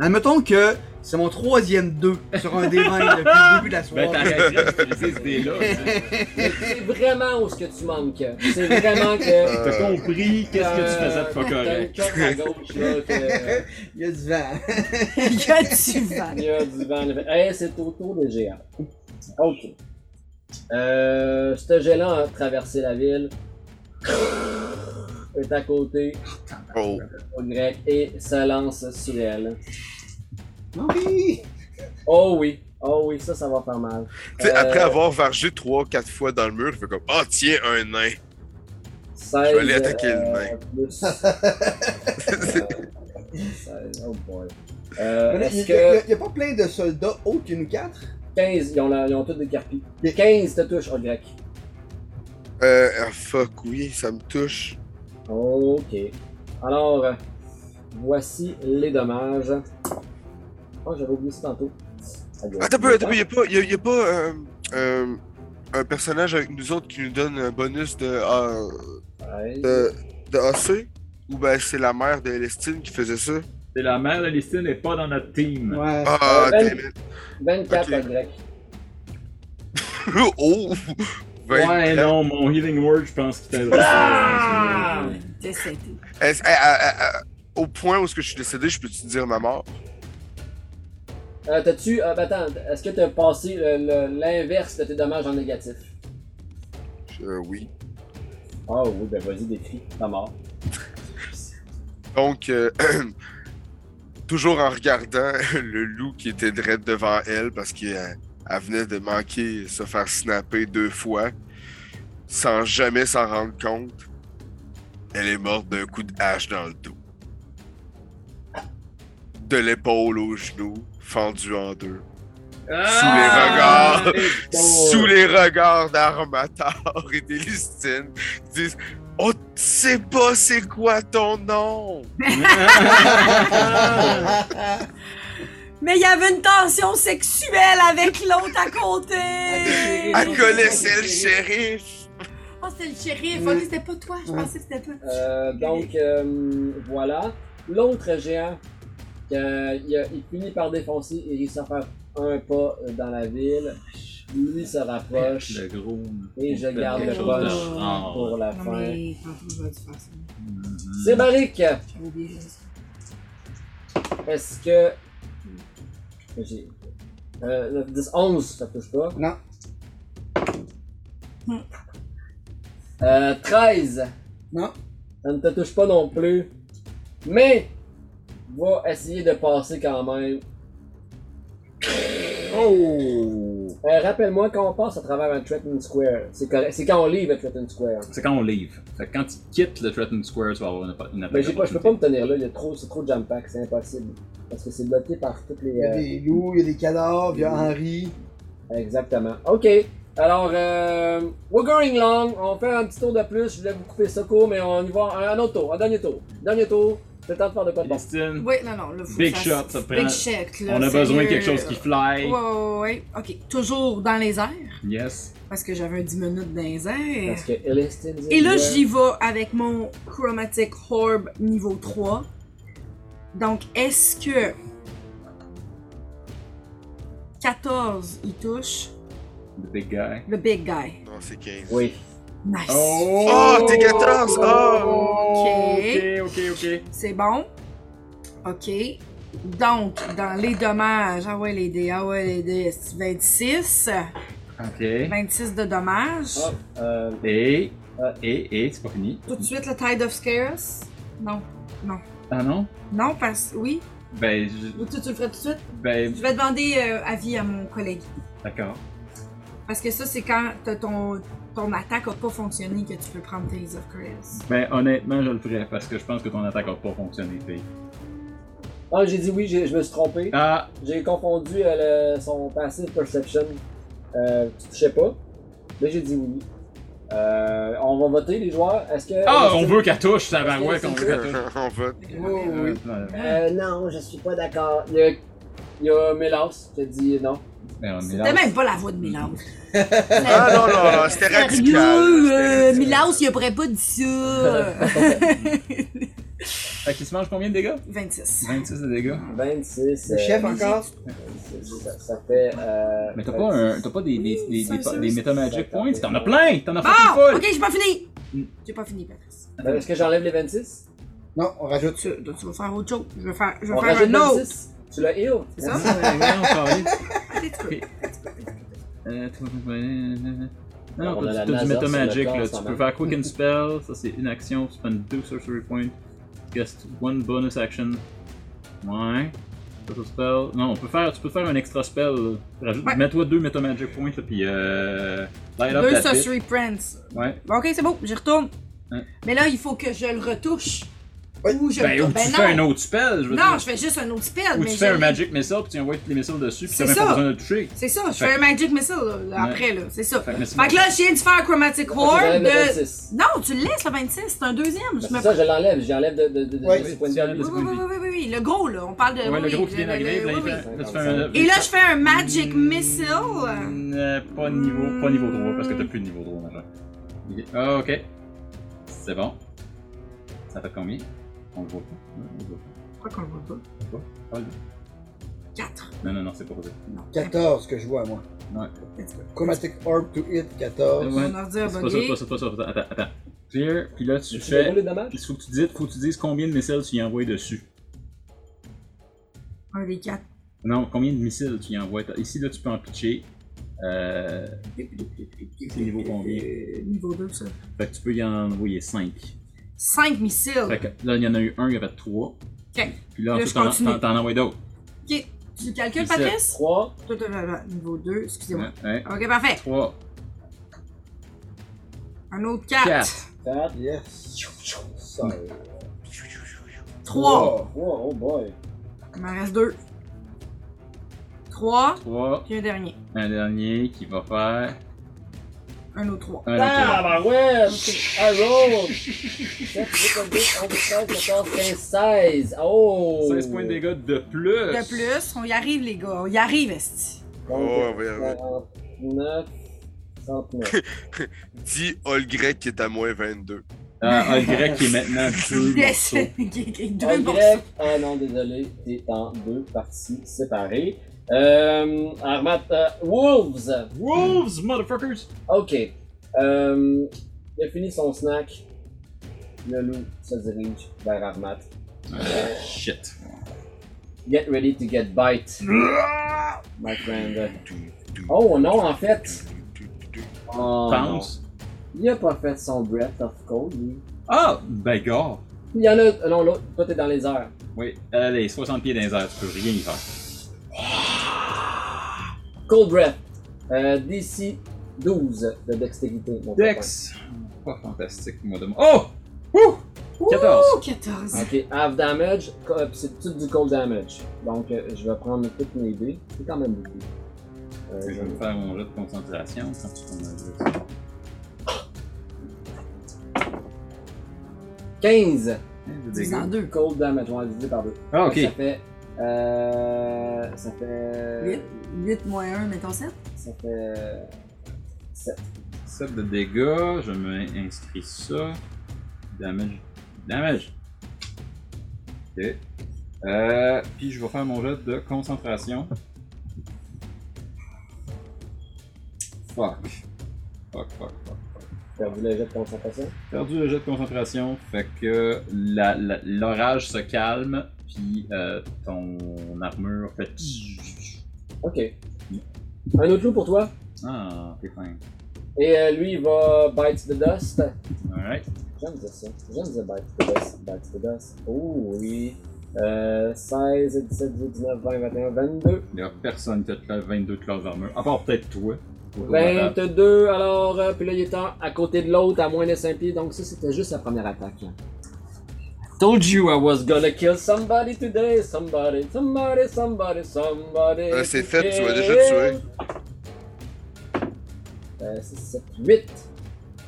S7: Admettons Ah, que c'est mon troisième 2 sur un des 20 depuis le début de la soirée.
S6: Ben, t'arrêterais d'utiliser cette idée-là.
S3: Mais c'est vraiment où ce que tu manques. C'est vraiment que.
S6: T'as compris qu'est-ce que tu faisais de
S3: T'as
S6: pas
S3: une
S6: correct.
S3: coque à gauche là que.
S7: Il y a du vent.
S8: Que tu vas.
S3: Il y a du vent. Hey, c'est au tour des géants. Ok. Euh, ce géant a traversé la ville. Est à côté
S5: Oh.
S3: au grec et se lance sur elle.
S7: Oui.
S3: Oh oui, oh oui, ça, ça va faire mal.
S5: Tu sais, après
S3: Euh,
S5: avoir vargé 3-4 fois dans le mur, je fais comme Ah, tiens, un nain.
S3: 16,
S5: Je vais aller attaquer le
S3: euh,
S5: nain.
S3: plus. Euh, 16, oh boy. Euh,
S7: Il n'y
S3: Est-ce
S7: a,
S3: que
S7: il y a pas plein de soldats autres que nous quatre?
S3: 15, ils ont, la- ils ont tous des carpis. 15 te touche au grec.
S5: Euh, ah, fuck, oui, ça me touche.
S3: Ok. Alors, euh, voici les dommages. Oh, j'avais oublié ça tantôt.
S5: Attends un peu, attends un peu, y'a pas, y a, y a pas euh, euh, un personnage avec nous autres qui nous donne un bonus de, euh,
S3: Ouais.
S5: de, de AC? Ou ben c'est la mère de Lestine qui faisait ça?
S6: C'est la mère de Listine n'est pas dans notre team.
S7: Ouais.
S5: Ah,
S3: ben-
S5: damn it.
S3: 24
S5: Ok.
S3: à grec.
S5: oh!
S6: Ouais,
S5: Ben,
S6: non, mon Healing Word, je pense qu'il t'aidera.
S8: Ah! Décédé.
S5: est-ce- eh, ah, ah, ah, au point où est-ce que je suis décédé, je peux-tu dire ma mort?
S3: Euh, T'as-tu. euh, ben, attends, est-ce que t'as passé le- le- l'inverse de tes dommages en négatif?
S5: Euh, oui.
S3: Ah oui, ben vas-y, décris ta mort.
S5: Donc, euh, toujours en regardant le loup qui était direct devant elle parce qu'elle elle venait de manquer se faire snapper deux fois, sans jamais s'en rendre compte, elle est morte d'un coup de hache dans le dos. De l'épaule au genou, fendue en deux.
S7: Ah!
S8: Ah,
S5: Sous les regards, sous les regards d'Armator et d'Élistine, qui disent On ne sait pas c'est quoi ton nom
S1: Mais il y avait une tension sexuelle avec l'autre à côté.
S6: Ah,
S5: Elle connaissait le shérif
S8: Oh, c'est le shérif. Ok, c'était pas toi. Je pensais que c'était toi.
S3: Euh, donc, euh, voilà. L'autre géant, euh, il, a- il finit par défoncer et réussit à faire un pas dans la ville. Lui se rapproche.
S10: Le gros.
S3: Et je garde
S8: le
S10: poche.
S8: punch
S3: pour la
S8: Non,
S3: fin.
S8: mais tantôt, j'aurais dû faire ça.
S3: C'est Barik!
S8: J'avais oublié ça.
S3: Est-ce que. J'ai. Euh, 9, 10, 11, ça touche pas.
S7: Non.
S3: Euh, 13,
S7: Non.
S3: ça ne te touche pas non plus. Mais, va essayer de passer quand même.
S6: Oh!
S3: Euh, Rappelle-moi quand on passe à travers un Threatened Square. C'est correct, c'est quand on livre un Threatened Square.
S6: C'est quand on leave. Fait que quand tu quittes le Threatened Square, tu vas avoir une, atta- une attaque.
S3: Mais Ben, j'ai pas, je peux pas me
S6: d'opportunité.
S3: tenir là, il y a trop, c'est trop de jump pack, c'est impossible. Parce que c'est bloqué par toutes les.
S7: Il y a
S3: euh,
S7: des loups, il y a des cadavres, il y a Henri.
S3: Exactement. OK. Alors, euh, we're going long. On fait un petit tour de plus. Je voulais vous couper ça court, mais on y va un, un autre tour, un dernier tour. Dernier tour. C'est le temps de faire de quoi de bon.
S6: Listine,
S8: Oui, non, non. Là, faut
S6: Big
S8: que
S6: shot, ça prend-
S8: Big shot, là,
S6: on a besoin
S8: sérieux.
S6: de quelque chose qui fly.
S8: Ouais, ouais, ouais. Ok, toujours dans les airs.
S6: Yes.
S8: Parce que j'avais un 10 minutes dans les airs.
S3: Parce que Elistine dit
S8: Et là,
S3: bien.
S8: j'y vais avec mon Chromatic Orb niveau 3. Donc, est-ce que 14 il touche
S6: The big guy.
S8: le big guy?
S5: Non, c'est 15.
S3: Oui.
S8: Nice.
S5: Oh, t'es 14! Oh!
S8: Ok.
S6: Ok, ok, ok.
S8: C'est bon. OK. Donc, dans les dommages, ah ouais, les dés, ah ouais, les dés, c'est 26.
S6: Ok.
S8: 26 de dommages.
S3: Ah, euh,
S6: Et. Et, et, c'est pas fini.
S8: Tout de suite, le Tide of Scares? Non.
S6: Ah non?
S8: Non, parce oui.
S6: Ben, je-
S8: Ou tu, tu le ferais tout de suite?
S6: ben,
S8: Je vais demander euh, avis à mon collègue.
S6: d'accord.
S8: Parce que ça, c'est quand t'as ton, ton attaque a pas fonctionné que tu peux prendre tes of Curse.
S6: Ben, honnêtement, je le ferais parce que je pense que ton attaque a pas fonctionné, fille.
S3: ah, j'ai dit oui, j'ai- je me suis trompé.
S6: Ah!
S3: J'ai confondu euh, le- son passive perception. Euh, tu touchais pas. Mais j'ai dit oui. Euh, on va voter, les joueurs. Est-ce que.
S6: Ah, on
S3: Elistine-
S6: veut qu'elle touche, ça va, ouais, qu'on veut qu'elle touche.
S5: Oh. On vote.
S7: oui.
S6: Ben,
S3: Euh, non, je suis pas d'accord. Il y a, il y a Mélas qui a dit non.
S6: on est là.
S8: C'était même pas la voix de Milaus.
S5: Ah non, non, non, c'était
S8: Sérieux,
S5: radical. C'était
S8: euh,
S5: radical.
S8: Milaus, il aurait pas dit ça.
S6: Fait qu'il se mange combien de dégâts?
S8: 26.
S6: 26 de dégâts.
S3: 26.
S7: Le
S3: euh,
S7: chef encore?
S3: Ça, ça fait. Euh,
S6: Mais t'as pas, un, t'as pas des, des, des, des,
S8: ça,
S6: des
S8: ça,
S6: Meta Magic
S3: ça,
S6: Points?
S3: ça.
S6: T'en as plein! T'en as fucking
S8: Bon,
S6: full!
S8: ok, j'ai pas fini.
S6: Mm.
S8: J'ai pas fini, Patrice.
S3: Ben, Est-ce que j'enlève les 26
S7: Non, on rajoute ça.
S8: Tu, donc tu vas faire autre chose. Je vais faire, je vais
S3: On
S8: faire
S3: rajoute
S8: un autre.
S3: 26 Tu l'as heal
S8: C'est ça?
S6: Ouais, ouais, on parlait.
S8: Allez, tu peux.
S6: Ok. Euh, t'as- euh,
S3: On
S6: Non,
S3: a la
S6: t'as- t'as du
S3: NASA
S6: Meta
S3: sur le
S6: Magic,
S3: corps,
S6: là.
S3: ça
S6: Tu
S3: va.
S6: peux faire Quick and Spell, ça c'est une action, tu spends deux Sorcery Points, gast one bonus action. Ouais. Special Spell. Non, on peut faire, tu peux faire un extra spell. là. Rajoute,
S8: Ouais.
S6: Mets-toi deux Meta Magic Points, là, puis euh. Light up
S8: Deux
S6: that bitch.
S8: Sorcery Prince.
S6: Ouais.
S8: Bon, ok, c'est bon, j'y retourne.
S6: Hein?
S8: Mais là, il faut que je le retouche. Ou je
S6: Ben, ou tu
S8: ben
S6: fais un
S8: non.
S6: autre spell, je veux
S8: Non,
S6: dire.
S8: je fais juste un autre spell.
S6: Ou
S8: mais
S6: tu fais
S8: je-
S6: un magic missile, puis tu envoies tous les missiles dessus, puis
S8: C'est
S6: t'as même pas
S8: ça.
S6: besoin de le toucher.
S8: C'est ça, je
S6: Fait-
S8: fais un magic missile là, là,
S6: Ouais.
S8: après, là. C'est ça.
S6: Fait
S8: Fait
S6: que laisse-
S8: que là, je viens de faire Chromatic Horn.
S3: j'enlève
S8: de-
S3: le 26.
S8: Non, tu le laisses le 26, Ah, c'est un deuxième.
S3: Ben,
S8: Je
S3: c'est
S8: me-
S3: ça, je l'enlève. J'enlève de, de, de, de
S7: Ouais,
S3: ses
S7: oui,
S3: points de
S6: tu
S3: vie.
S6: enlèves
S8: Oui,
S6: de-
S8: oui, oui, oui, oui, oui, oui, le gros, là. On parle de.
S6: Ouais, le
S8: oui,
S6: gros qui vient
S8: le-
S6: d'arriver, là,
S8: oui,
S6: il fait-
S8: oui.
S6: là, tu fais un.
S8: Et là, je fais un Magic Missile.
S6: Euh, Pas niveau, pas niveau 3, parce que t'as plus de niveau 3, machin. Ok. Ah, ok. C'est bon. Ça fait combien On le voit pas. Ouais, on le voit
S8: Pourquoi qu'on le voit pas
S6: pas. Ah,
S8: 4.
S6: Non, non, non, c'est pas vrai.
S7: 14 que je vois, moi.
S6: Ouais.
S7: Chromatic Orb to hit, 14.
S6: Oh, Ouais.
S8: Mon ordi a
S6: C'est pas ça, c'est
S8: bugué.
S6: pas ça, c'est pas ça. Attends, attends, attends. Clear, puis là, tu
S3: Tu
S6: fais.
S3: déroules les dommages?
S6: Il faut que tu dises, faut que tu dises combien de missiles tu y envoies dessus.
S8: Un des 4.
S6: Non, combien de missiles tu y envoies. T'as- Ici, là, tu peux en pitcher. Euh, c'est niveau combien
S8: Euh, Niveau 2, ça.
S6: Fait que tu peux y en envoyer 5.
S8: 5 missiles.
S6: Fait que là, il y en a eu un, il y avait 3.
S8: Ok.
S6: Puis là,
S8: Là,
S6: ensuite,
S8: je
S6: t'en
S8: continue.
S6: t'en- t'en envoies d'autres.
S8: Ok. Tu le calcules,
S6: Missile.
S8: Patrice
S3: 3.
S8: Tout, tout, tout, tout. Niveau 2, excusez-moi.
S6: Ouais, ouais.
S8: Ok, parfait.
S6: 3,
S8: Un autre 4.
S6: Quatre.
S3: 4.
S7: Yes. Ça.
S8: 3.
S3: oh boy.
S8: Il m'en reste 2. 3.
S6: 3,
S8: Puis un dernier.
S6: un dernier qui va faire.
S8: Un autre 3.
S6: Un
S3: Ah,
S6: autre.
S3: bah ouais! I roll! 7, 8, 10, 11, 13, 14, 15, 16. Oh!
S6: 16 points de dégâts de plus.
S8: De plus, on y arrive, les gars. On y arrive, Esti.
S5: Oh, ouais, ouais.
S3: 49, 39.
S5: Dis Olgrec qui est à moins 22.
S6: Ah, un grec qui est maintenant deux
S8: Yes!
S6: morceaux.
S8: Deux
S3: Y,
S8: morceaux.
S3: ah non, désolé, t'es en deux parties séparées. Euh, Armat, euh, Wolves!
S6: Wolves, motherfuckers!
S3: Ok. Euh, il a fini son snack. Le loup se dirige vers Armat.
S6: Shit.
S3: Get ready to get bite,
S6: Ah!
S3: my friend. Oh non, en fait. Oh, non.
S6: Pounce.
S3: Il a pas fait son Breath of Cold, lui.
S6: Ah! Ben, gars!
S3: Il y en a. Non, l'autre, toi t'es dans les airs.
S6: Oui, allez, 60 pieds dans les airs, tu peux rien y faire.
S3: Cold Breath. Euh, DC 12 de dextérité. mon
S6: Dex! Pas fantastique, moi de moi. Oh! Wouh! 14!
S8: Ouh, 14.
S3: copain. Ok, half damage, co- euh, pis c'est tout du cold damage. Donc euh, je vais prendre toutes mes dés. C'est quand même beaucoup. Euh,
S6: Je vais me faire mon jeu de concentration quand tu tombes à
S3: 15
S8: Divisé en deux.
S3: cold damage, on va diviser par deux.
S6: Ah, ok.
S3: Ça fait. Euh, ça
S6: Ah.
S3: fait.
S8: 8. 8 moins 1, mettons 7.
S3: Ça fait. 7.
S6: 7 de dégâts, je m'inscris ça. Damage. Damage! Ok. Euh, puis je vais faire mon jet de concentration. Fuck. Fuck, fuck, fuck.
S3: T'as voulu le jet de concentration?
S6: Perdu le jet de concentration, fait que la- la- l'orage se calme, puis euh, ton armure fait.
S3: Ok. Un autre loup pour toi.
S6: Ah, t'es fin.
S3: Et euh, lui, il va bite the dust.
S6: Alright.
S3: J'aime dire ça. J'aime dire bite the dust. Bite the dust. Oh oui. Euh, 16, 17, 18, 19, 20, 21, 22.
S6: Il y a personne qui a de la 22 de leurs armures, à part peut-être toi. autour de la table.
S3: 22, Ben, alors, euh, puis là, il est en- à côté de l'autre, à moins de 5 pieds, donc ça, c'était juste la première attaque. Told you I was gonna kill somebody today, somebody, somebody, somebody, somebody.
S5: Euh, c'est fait, tu m'as
S3: today.
S5: déjà tué.
S3: Euh, 6, 7, 8,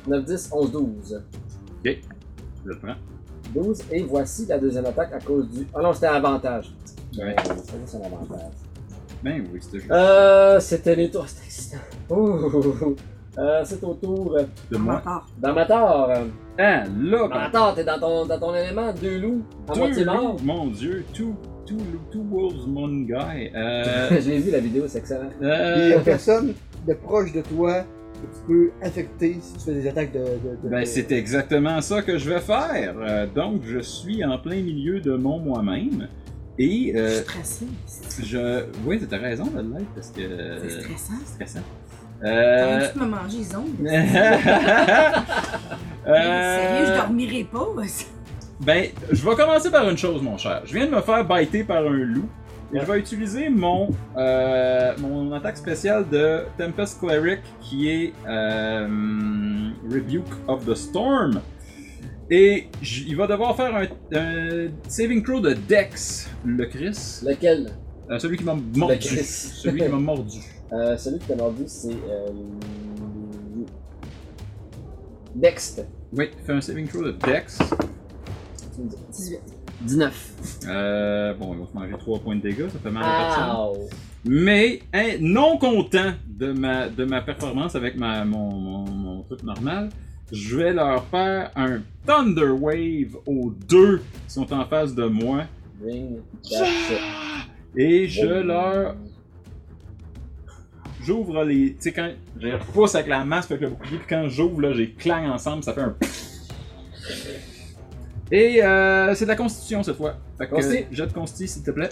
S3: 9, 10, 11, 12.
S6: Je le prends.
S3: 12, et voici la deuxième attaque à cause du. Ah non, c'était un avantage.
S6: Ouais.
S3: Euh, C'était juste un avantage.
S6: Ben oui, c'était juste
S3: Euh, c'était les tours, c'était excitant. Ouh. Euh, c'est au tour
S6: de
S8: On
S6: moi.
S8: part.
S3: d'Amator.
S6: Ah, là,
S3: Ah,
S6: par
S3: Euh, Attends, t'es dans ton, dans ton élément, deux loups, à
S6: Deux
S3: moitié
S6: loups,
S3: morts.
S6: Mon dieu, two, two, two wolves, one guy. Euh.
S3: Je l'ai vu la vidéo, c'est excellent.
S7: Il n'y a
S6: euh
S7: personne de proche de toi que tu peux affecter si tu fais des attaques de. de, de-
S6: Ben, c'est exactement ça que je vais faire. Euh, donc, je suis en plein milieu de mon moi-même. Et
S8: Je suis
S6: euh,
S8: stressée. C'est
S6: je. Oui, t'as raison de l'être parce que.
S8: c'est stressant.
S6: C'est stressant.
S8: T'as
S6: Euh.
S8: envie de me manger les ongles? Eh, Sérieux, je
S6: euh...
S8: dormirai pas. ouais.
S6: Ben, je vais commencer par une chose, mon cher. Je viens de me faire biter par un loup. Et je vais utiliser mon, euh, mon attaque spéciale de Tempest Cleric qui est euh, Rebuke of the Storm. Et j- il va devoir faire un, un saving throw de Dex, le Chris.
S3: Lequel
S6: Euh, celui qui m'a mordu.
S3: Chris.
S6: celui qui m'a mordu.
S3: Euh, celui que t'as mordu, c'est. Euh... Dext.
S6: Oui, fais un saving throw de Dex.
S8: 18.
S3: 19.
S6: Euh, bon, il va se manger 3 points Ah, de dégâts, ça fait mal à personne.
S3: Ow.
S6: Mais hein, non content de ma, de ma performance avec ma, mon, mon- mon truc normal, je vais leur faire un Thunder Wave aux deux qui sont en face de moi.
S3: Bring that shit.
S6: Et je leur. J'ouvre les. Tu sais, quand je les repousse avec la masse, fait que le bouclier, puis quand j'ouvre, là, j'ai clang ensemble, ça fait un. Et euh, c'est de la constitution cette fois. Fait que
S3: Consti.
S6: jet de consti, s'il te plaît.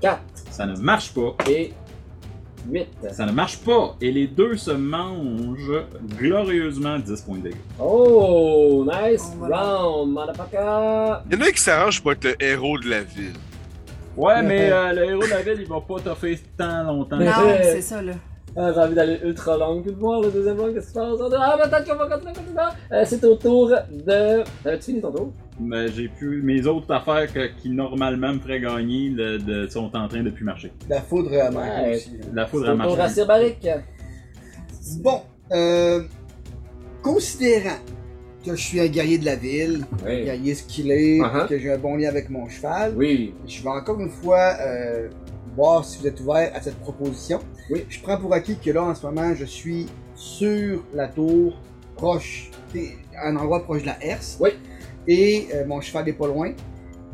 S3: 4
S6: Ça ne marche pas.
S3: et 8.
S6: Ça ne marche pas. Et les deux se mangent glorieusement 10 points de dégâts.
S3: Oh, nice
S8: Oh, voilà.
S3: round, motherfucker!
S5: Il y en a qui s'arrangent pour être le héros de la ville.
S6: Ouais, mais euh, le héros de la ville, il va pas t'offrir tant longtemps.
S3: Mais-
S8: Non, c'est ça, là.
S3: Ah, j'ai envie d'aller ultra long que de voir le deuxième round, qu'est-ce qui se passe? Oh, Ah, mais attends, on va continuer, continuer! Euh, c'est au tour de. T'avais-tu fini ton tour?
S6: Mais j'ai plus. Mes autres affaires que- qui normalement me feraient gagner le- de- sont en train de plus marcher.
S7: La foudre à ma
S3: Ouais.
S7: aussi. là.
S6: La
S3: C'est
S6: foudre à
S3: au tour à
S6: marcher.
S3: Sir Barrick.
S7: Bon, euh, considérant que je suis un guerrier de la ville, un
S3: Oui.
S7: guerrier skillé,
S3: Uh-huh.
S7: que j'ai un bon lien avec mon cheval,
S3: Oui.
S7: je vais encore une fois euh, voir si vous êtes ouvert à cette proposition.
S3: Oui.
S7: Je prends pour acquis que là, en ce moment, je suis sur la tour, proche, t'es- un endroit proche de la herse.
S3: Oui.
S7: Et euh, mon cheval n'est pas loin.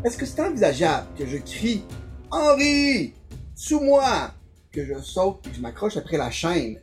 S7: Est-ce que c'est envisageable que je crie Henri, sous moi Que je saute et que je m'accroche après la chaîne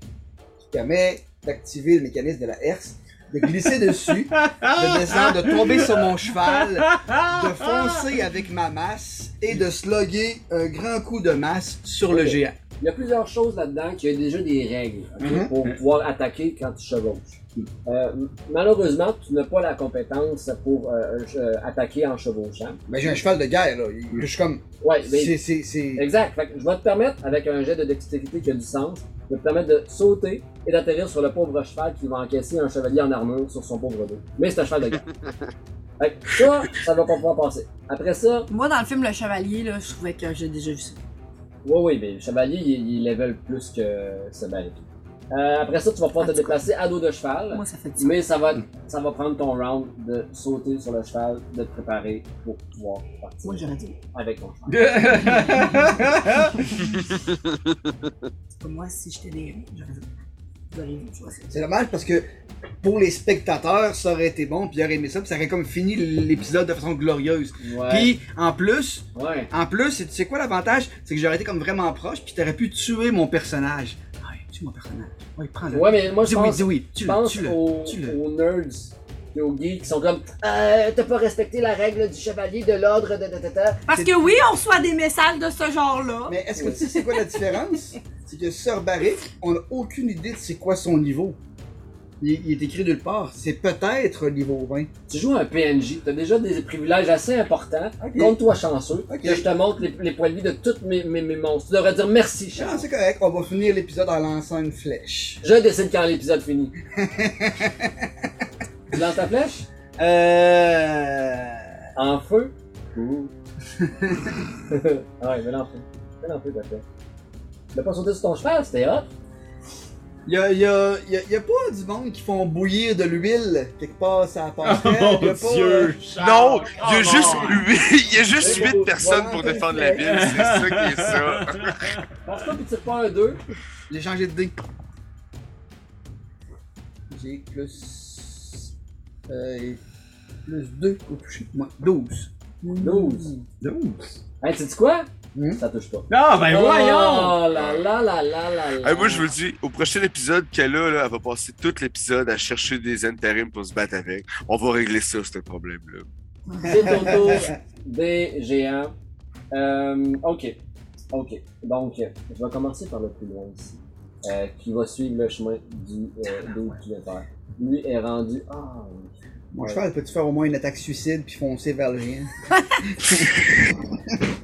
S7: qui permet d'activer le mécanisme de la herse, de glisser dessus, de descendre, de tomber sur mon cheval de foncer avec ma masse et de slugger un grand coup de masse sur le
S3: Ok.
S7: géant.
S3: Il y a plusieurs choses là-dedans qui ont déjà des règles ok,
S7: Mhm.
S3: pour pouvoir attaquer quand tu chevauches. Euh, m- malheureusement, tu n'as pas la compétence pour euh, euh, attaquer en chevauchant.
S7: Mais j'ai un cheval de guerre, là. Je suis comme.
S3: Ouais, mais
S7: C'est. c'est- c'est-
S3: Exact. Fait que je vais te permettre, avec un jet de dextérité qui a du sens, de te permettre de sauter et d'atterrir sur le pauvre cheval qui va encaisser un chevalier en armure sur son pauvre dos. Mais c'est un cheval de guerre. fait que ça, ça va pas pouvoir passer. Après ça,
S8: Moi, dans le film Le Chevalier, là, je trouvais que j'ai déjà vu ça.
S3: oui, oui, mais le chevalier, il, il level plus que ce balai. Euh, après ça, tu vas pouvoir te déplacer à dos de cheval,
S8: Moi, ça fait 10
S3: mais ça va, ça va prendre ton round de sauter sur le cheval, de te préparer pour pouvoir partir
S8: Moi, j'aurais dit.
S3: avec ton cheval.
S8: C'est pas moi, si j'étais des. J'aurais dit. Vous auriez vu, tu vois, c'est-
S7: C'est dommage parce que pour les spectateurs, ça aurait été bon, puis ils auraient aimé ça, puis ça aurait comme fini l'épisode de façon glorieuse.
S3: Ouais.
S7: Puis en plus,
S3: ouais.
S7: en plus, c'est- tu sais quoi l'avantage C'est que j'aurais été comme vraiment proche, puis t'aurais pu tuer mon personnage. Ah, ouais, tue mon personnage. Ouais, prends-le.
S3: Ouais, mais moi, je
S7: dis oui,
S3: pense
S7: dis oui,
S3: Je
S7: tue-le,
S3: pense
S7: tue-le.
S3: aux,
S7: tue-le.
S3: aux nerds et aux geeks qui sont comme euh, T'as pas respecté la règle du chevalier, de l'ordre, de ta ta ta.
S1: Parce que oui, on reçoit des messages de ce genre-là.
S7: Mais est-ce que tu sais c'est quoi la différence? c'est que Sir Barrick, on n'a aucune idée de c'est quoi son niveau. Il, il est écrit nulle part. C'est peut-être niveau 20.
S3: Tu joues un PNJ, t'as déjà des privilèges assez importants.
S7: Ok.
S3: Compte-toi chanceux.
S7: Ok.
S3: Que je te montre les, les points de vie de tous mes, mes, mes monstres. Tu devrais dire merci,
S7: Ah,
S3: Charles.
S7: c'est correct. On va finir l'épisode en lançant une flèche.
S3: Je décide quand l'épisode finit. tu lances ta flèche
S7: Euh...
S3: En feu Ouh. ouais, mais en feu. Mets-la en feu, ta flèche. Tu l'as pas sauté sur ton cheval, c'était hot.
S7: Y a, y, a, y, a, y a pas du monde qui font bouillir de l'huile quelque part ça passe.
S6: Oh mon
S7: euh,
S6: Dieu!
S5: Non,
S7: Ah,
S5: il
S2: Oh
S5: y a juste
S2: non.
S5: huit- il y a juste
S3: Hey,
S5: huit personnes
S7: voilà,
S5: pour défendre la ville, c'est ça qui est ça.
S3: Parce que tu tires pas un 2.
S7: J'ai changé de dé. J'ai plus. Euh, plus 2 au toucher. Moi, 12.
S3: 12.
S6: 12.
S3: Hey, tu dis quoi?
S7: Hmm?
S3: Ça touche pas.
S6: Ah, ben voyons!
S3: Oh là là là là là là.
S5: Hey, moi, je vous le dis, au prochain épisode qu'elle a, là, elle va passer tout l'épisode à chercher des intérims pour se battre avec. On va régler ça, ce problème-là.
S7: Euh,
S3: C'est au tour des géants. Euh, ok. Ok. Donc, je vais commencer par le plus loin ici. euh, qui va suivre le chemin du euh, dos que tu viens de faire. Lui est rendu. Ah, oui.
S7: Mon
S3: Ouais.
S7: cheval, peut-tu faire au moins une attaque suicide puis foncer vers le rien?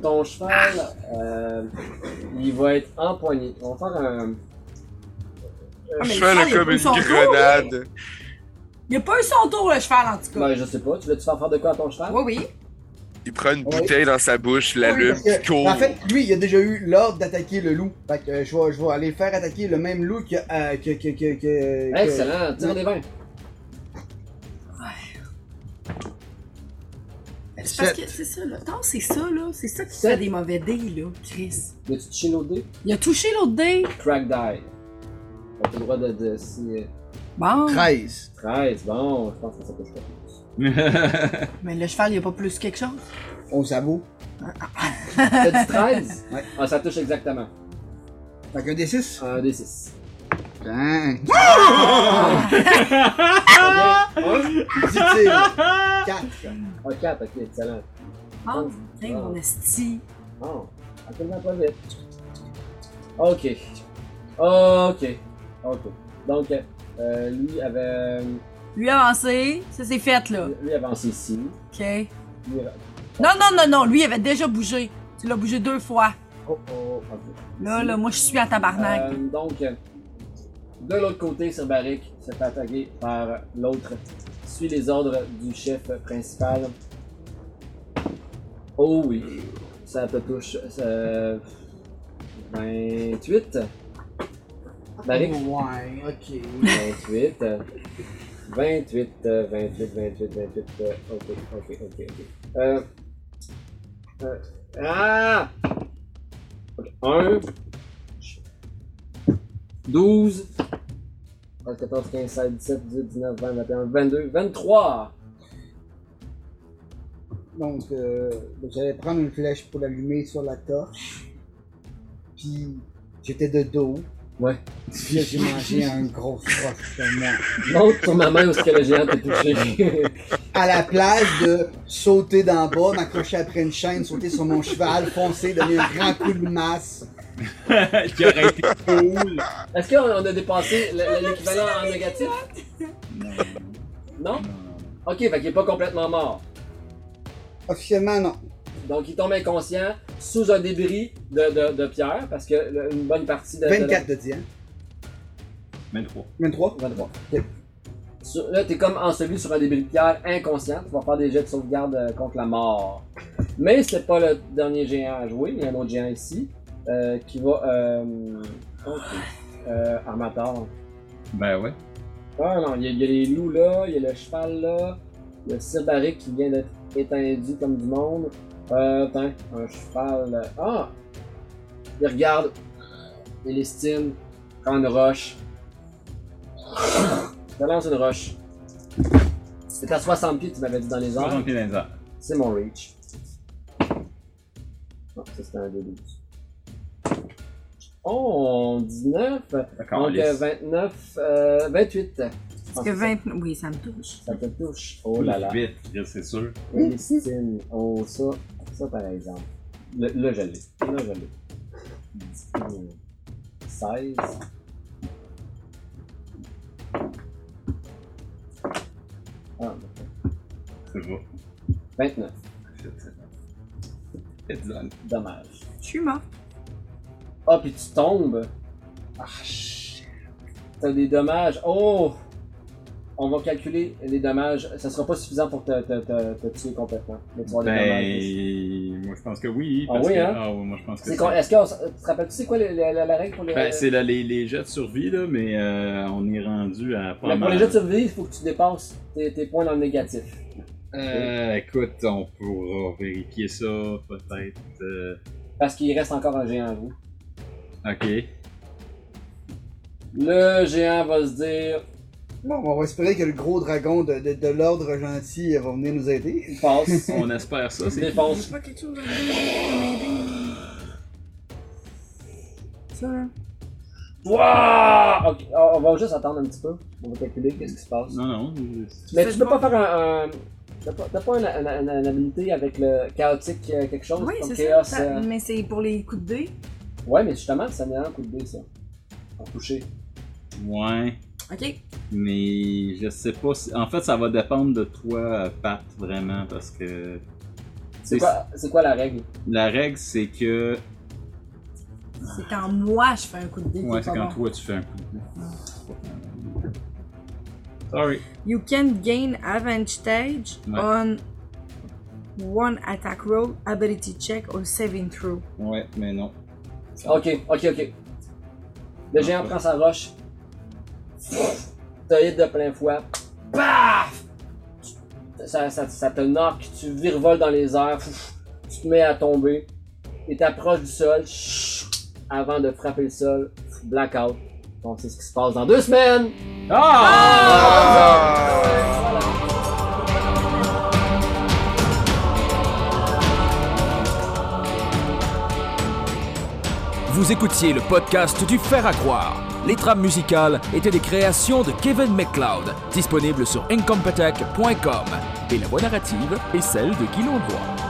S3: Ton cheval, euh, il va être empoigné. On va faire un.
S5: Je
S8: mais
S5: Ah, fais
S8: le cheval, il
S5: là comme
S8: a pris
S5: une
S8: son tour,
S5: grenade.
S1: Il a pas eu son tour, le cheval, en tout cas.
S3: Ben, je sais pas. Tu veux-tu faire faire de quoi à ton cheval?
S8: Oui, oui.
S5: Il prend une
S7: Ouais.
S5: bouteille dans sa bouche, l'allume,
S7: Parce que,
S5: puis court.
S7: En fait, lui, il a déjà eu l'ordre d'attaquer le loup. Fait que euh, je vais, je vais aller faire attaquer le même loup que. euh, que, que, que, que- que-
S3: Excellent. Tire des 20.
S8: C'est parce que c'est ça, là. Non, c'est ça, là. C'est ça qui
S3: Sept.
S8: fait des mauvais dés, là, Chris.
S3: Veux-tu toucher nos dés?
S8: Il a touché l'autre dé.
S3: Crack die. T'as le droit de. de si, euh,
S8: Bon.
S7: 13.
S3: 13, bon, je pense que ça touche pas.
S8: Mais le cheval, il a pas plus quelque chose.
S7: On sabot.
S3: T'as dit 13?
S7: Ouais.
S3: Ah, ça touche exactement.
S7: Fait qu'un D6.
S3: Un des 6. Ah,
S7: Ben.
S3: Un,
S7: Dit-il. 4.
S3: un 4, ok, excellent.
S8: Bon, ding, mon esti.
S3: Bon, absolument pas vite. Ok. Ok. Ok. Donc, euh, lui avait.
S1: Lui avancé, ça c'est fait, là.
S3: Lui avancé ici.
S1: OK.
S3: Lui avait-
S1: Non, non, non, non, lui, il avait déjà bougé. Tu l'as bougé deux fois.
S3: Oh oh, ok.
S1: Là,
S3: Ici.
S1: là, moi, je suis à tabarnak.
S3: Euh, donc, euh, de l'autre côté, sur Barrick, se fait attaquer par l'autre. Suit les ordres du chef principal. Oh oui, ça te touche. euh, ça- 28. Barrick,
S7: Oh,
S9: Ouais, ok.
S3: 28. euh, 28, euh, 28, 28, 28. euh, ok, ok, ok, ok. Euh, euh, ah! Ok, 1, 12, 13, 14, 15, 16, 17, 18, 19, 20, 21, 22, 23!
S7: Donc, euh, donc j'allais prendre une flèche pour l'allumer sur la torche. Puis, j'étais de dos.
S3: Ouais.
S7: Puis là, j'ai mangé un gros froc sur moi.
S3: Monte sur ma main où est-ce que le géant t'a touché.
S7: À la place de sauter d'en bas, m'accrocher après une chaîne, sauter sur mon cheval, foncer, donner un grand coup de masse.
S10: Qui aurait été cool.
S3: Est-ce qu'on a dépassé l- l- l'équivalent en négatif? Non? Ok, fait qu'il est pas complètement mort.
S7: Officiellement, non.
S3: Donc, il tombe inconscient sous un débris de, de, de pierre, parce que le- une bonne partie de. de-
S7: 24 de hein. diamant.
S10: 23.
S7: 23.
S3: 23. Sur- là, t'es comme enseveli sur un débris de pierre inconscient. Tu vas faire des jets de sauvegarde euh, contre la mort. Mais c'est pas le dernier géant à jouer. Il y a un autre géant ici euh, qui va. Euh, ok. Euh, Armator.
S6: ben ouais.
S3: Ah non, il y, a- il y a les loups là, il y a le cheval là, il y a le Sirbaric qui vient d'être étendu comme du monde. Euh, attends, un cheval. euh, Ah! Il regarde, il estime, prend une roche. Je lance une roche. C'est à 60 pieds, tu m'avais dit dans les arbres.
S6: 60 pieds dans les airs.
S3: C'est mon reach. Non, ça c'était un début. Oh, 19!
S6: D'accord.
S3: Donc, euh, 29, euh, 28.
S8: Parce que 20. Oui, ça me touche.
S3: Ça te touche. Oh là là.
S6: Vite, c'est sûr.
S3: Christine. Oh, ça, ça par exemple. Le- Là, je l'ai. Là, je l'ai. 16. Ah,
S6: C'est bon.
S3: 29.
S6: Faites zone.
S3: Dommage.
S8: Je suis mort.
S3: Ah, puis tu tombes. Ah, shit. T'as des dommages. Oh! On va calculer les dommages. Ça sera pas suffisant pour te, te, te, te tuer complètement. Mais tu vas avoir des dommages.
S6: Ben, moi je pense que oui.
S3: Ah
S6: parce
S3: oui,
S6: que-
S3: hein?
S6: Ah oui, moi je pense que
S3: C'est quoi- Est-ce que on s- tu te rappelles, tu sais quoi la, la- la- la règle pour les.
S6: Ben, c'est la- les, les jets de survie, là, mais euh, on est rendu à pas
S3: Mais pour
S6: mal.
S3: les jeux de survie, il faut que tu dépasses tes, tes points dans le négatif.
S6: Euh, écoute, on pourra vérifier ça, peut-être. euh,
S3: Parce qu'il reste encore un géant hein. à vous.
S6: Ok.
S3: Le géant va se dire
S7: Bon, on va espérer que le gros dragon de, de, de l'ordre gentil euh, va venir nous aider.
S3: il passe,
S6: On espère ça.
S3: il
S6: C'est
S3: défonce.
S8: pas quelque chose à m'aider. Ça, là.
S3: Wouah! Ok, on va juste attendre un petit peu. On va calculer qu'est-ce qui se passe.
S6: Non, non. c'est-
S3: Mais
S8: Ça,
S3: tu
S8: je
S3: peux pas
S8: vois.
S3: faire un. un- T'as pas, t'as pas une, une- une- une habilité avec le chaotique euh, quelque chose
S8: Oui,
S3: comme
S8: c'est ça.
S3: chaos.
S8: Ça-
S3: euh,
S8: Mais c'est pour les coups de dés.
S3: Ouais, mais justement, ça met un coup de dé, ça. En toucher.
S6: Ouais.
S8: OK.
S6: Mais je sais pas si. En fait, ça va dépendre de toi, euh, Pat, vraiment, parce que.
S3: C'est quoi, c'est quoi la règle
S6: La règle, c'est que.
S8: C'est quand moi, je fais un coup de dé.
S6: Ouais, c'est
S8: pas
S6: quand
S8: bon.
S6: toi tu fais un coup de dé. Sorry.
S8: You can gain advantage
S6: Ouais.
S8: on one attack roll, ability check or saving throw.
S6: Ouais, mais non.
S3: Ok, ok, ok. Le géant prend sa roche. Te hit de plein fouet. Paf! Tu- Ça, ça- ça te knock, tu virevoles dans les airs. Fouf! Tu te mets à tomber. Et t'approches du sol. Chut! Avant de frapper le sol. Blackout. Donc c'est ce qui se passe dans deux semaines!
S7: ah,
S5: Ah!
S11: Vous écoutiez le podcast du Fer à croire. Les trames musicales étaient des créations de Kevin McLeod, disponibles sur incompetech.com. Et la voix narrative est celle de Guy Londois.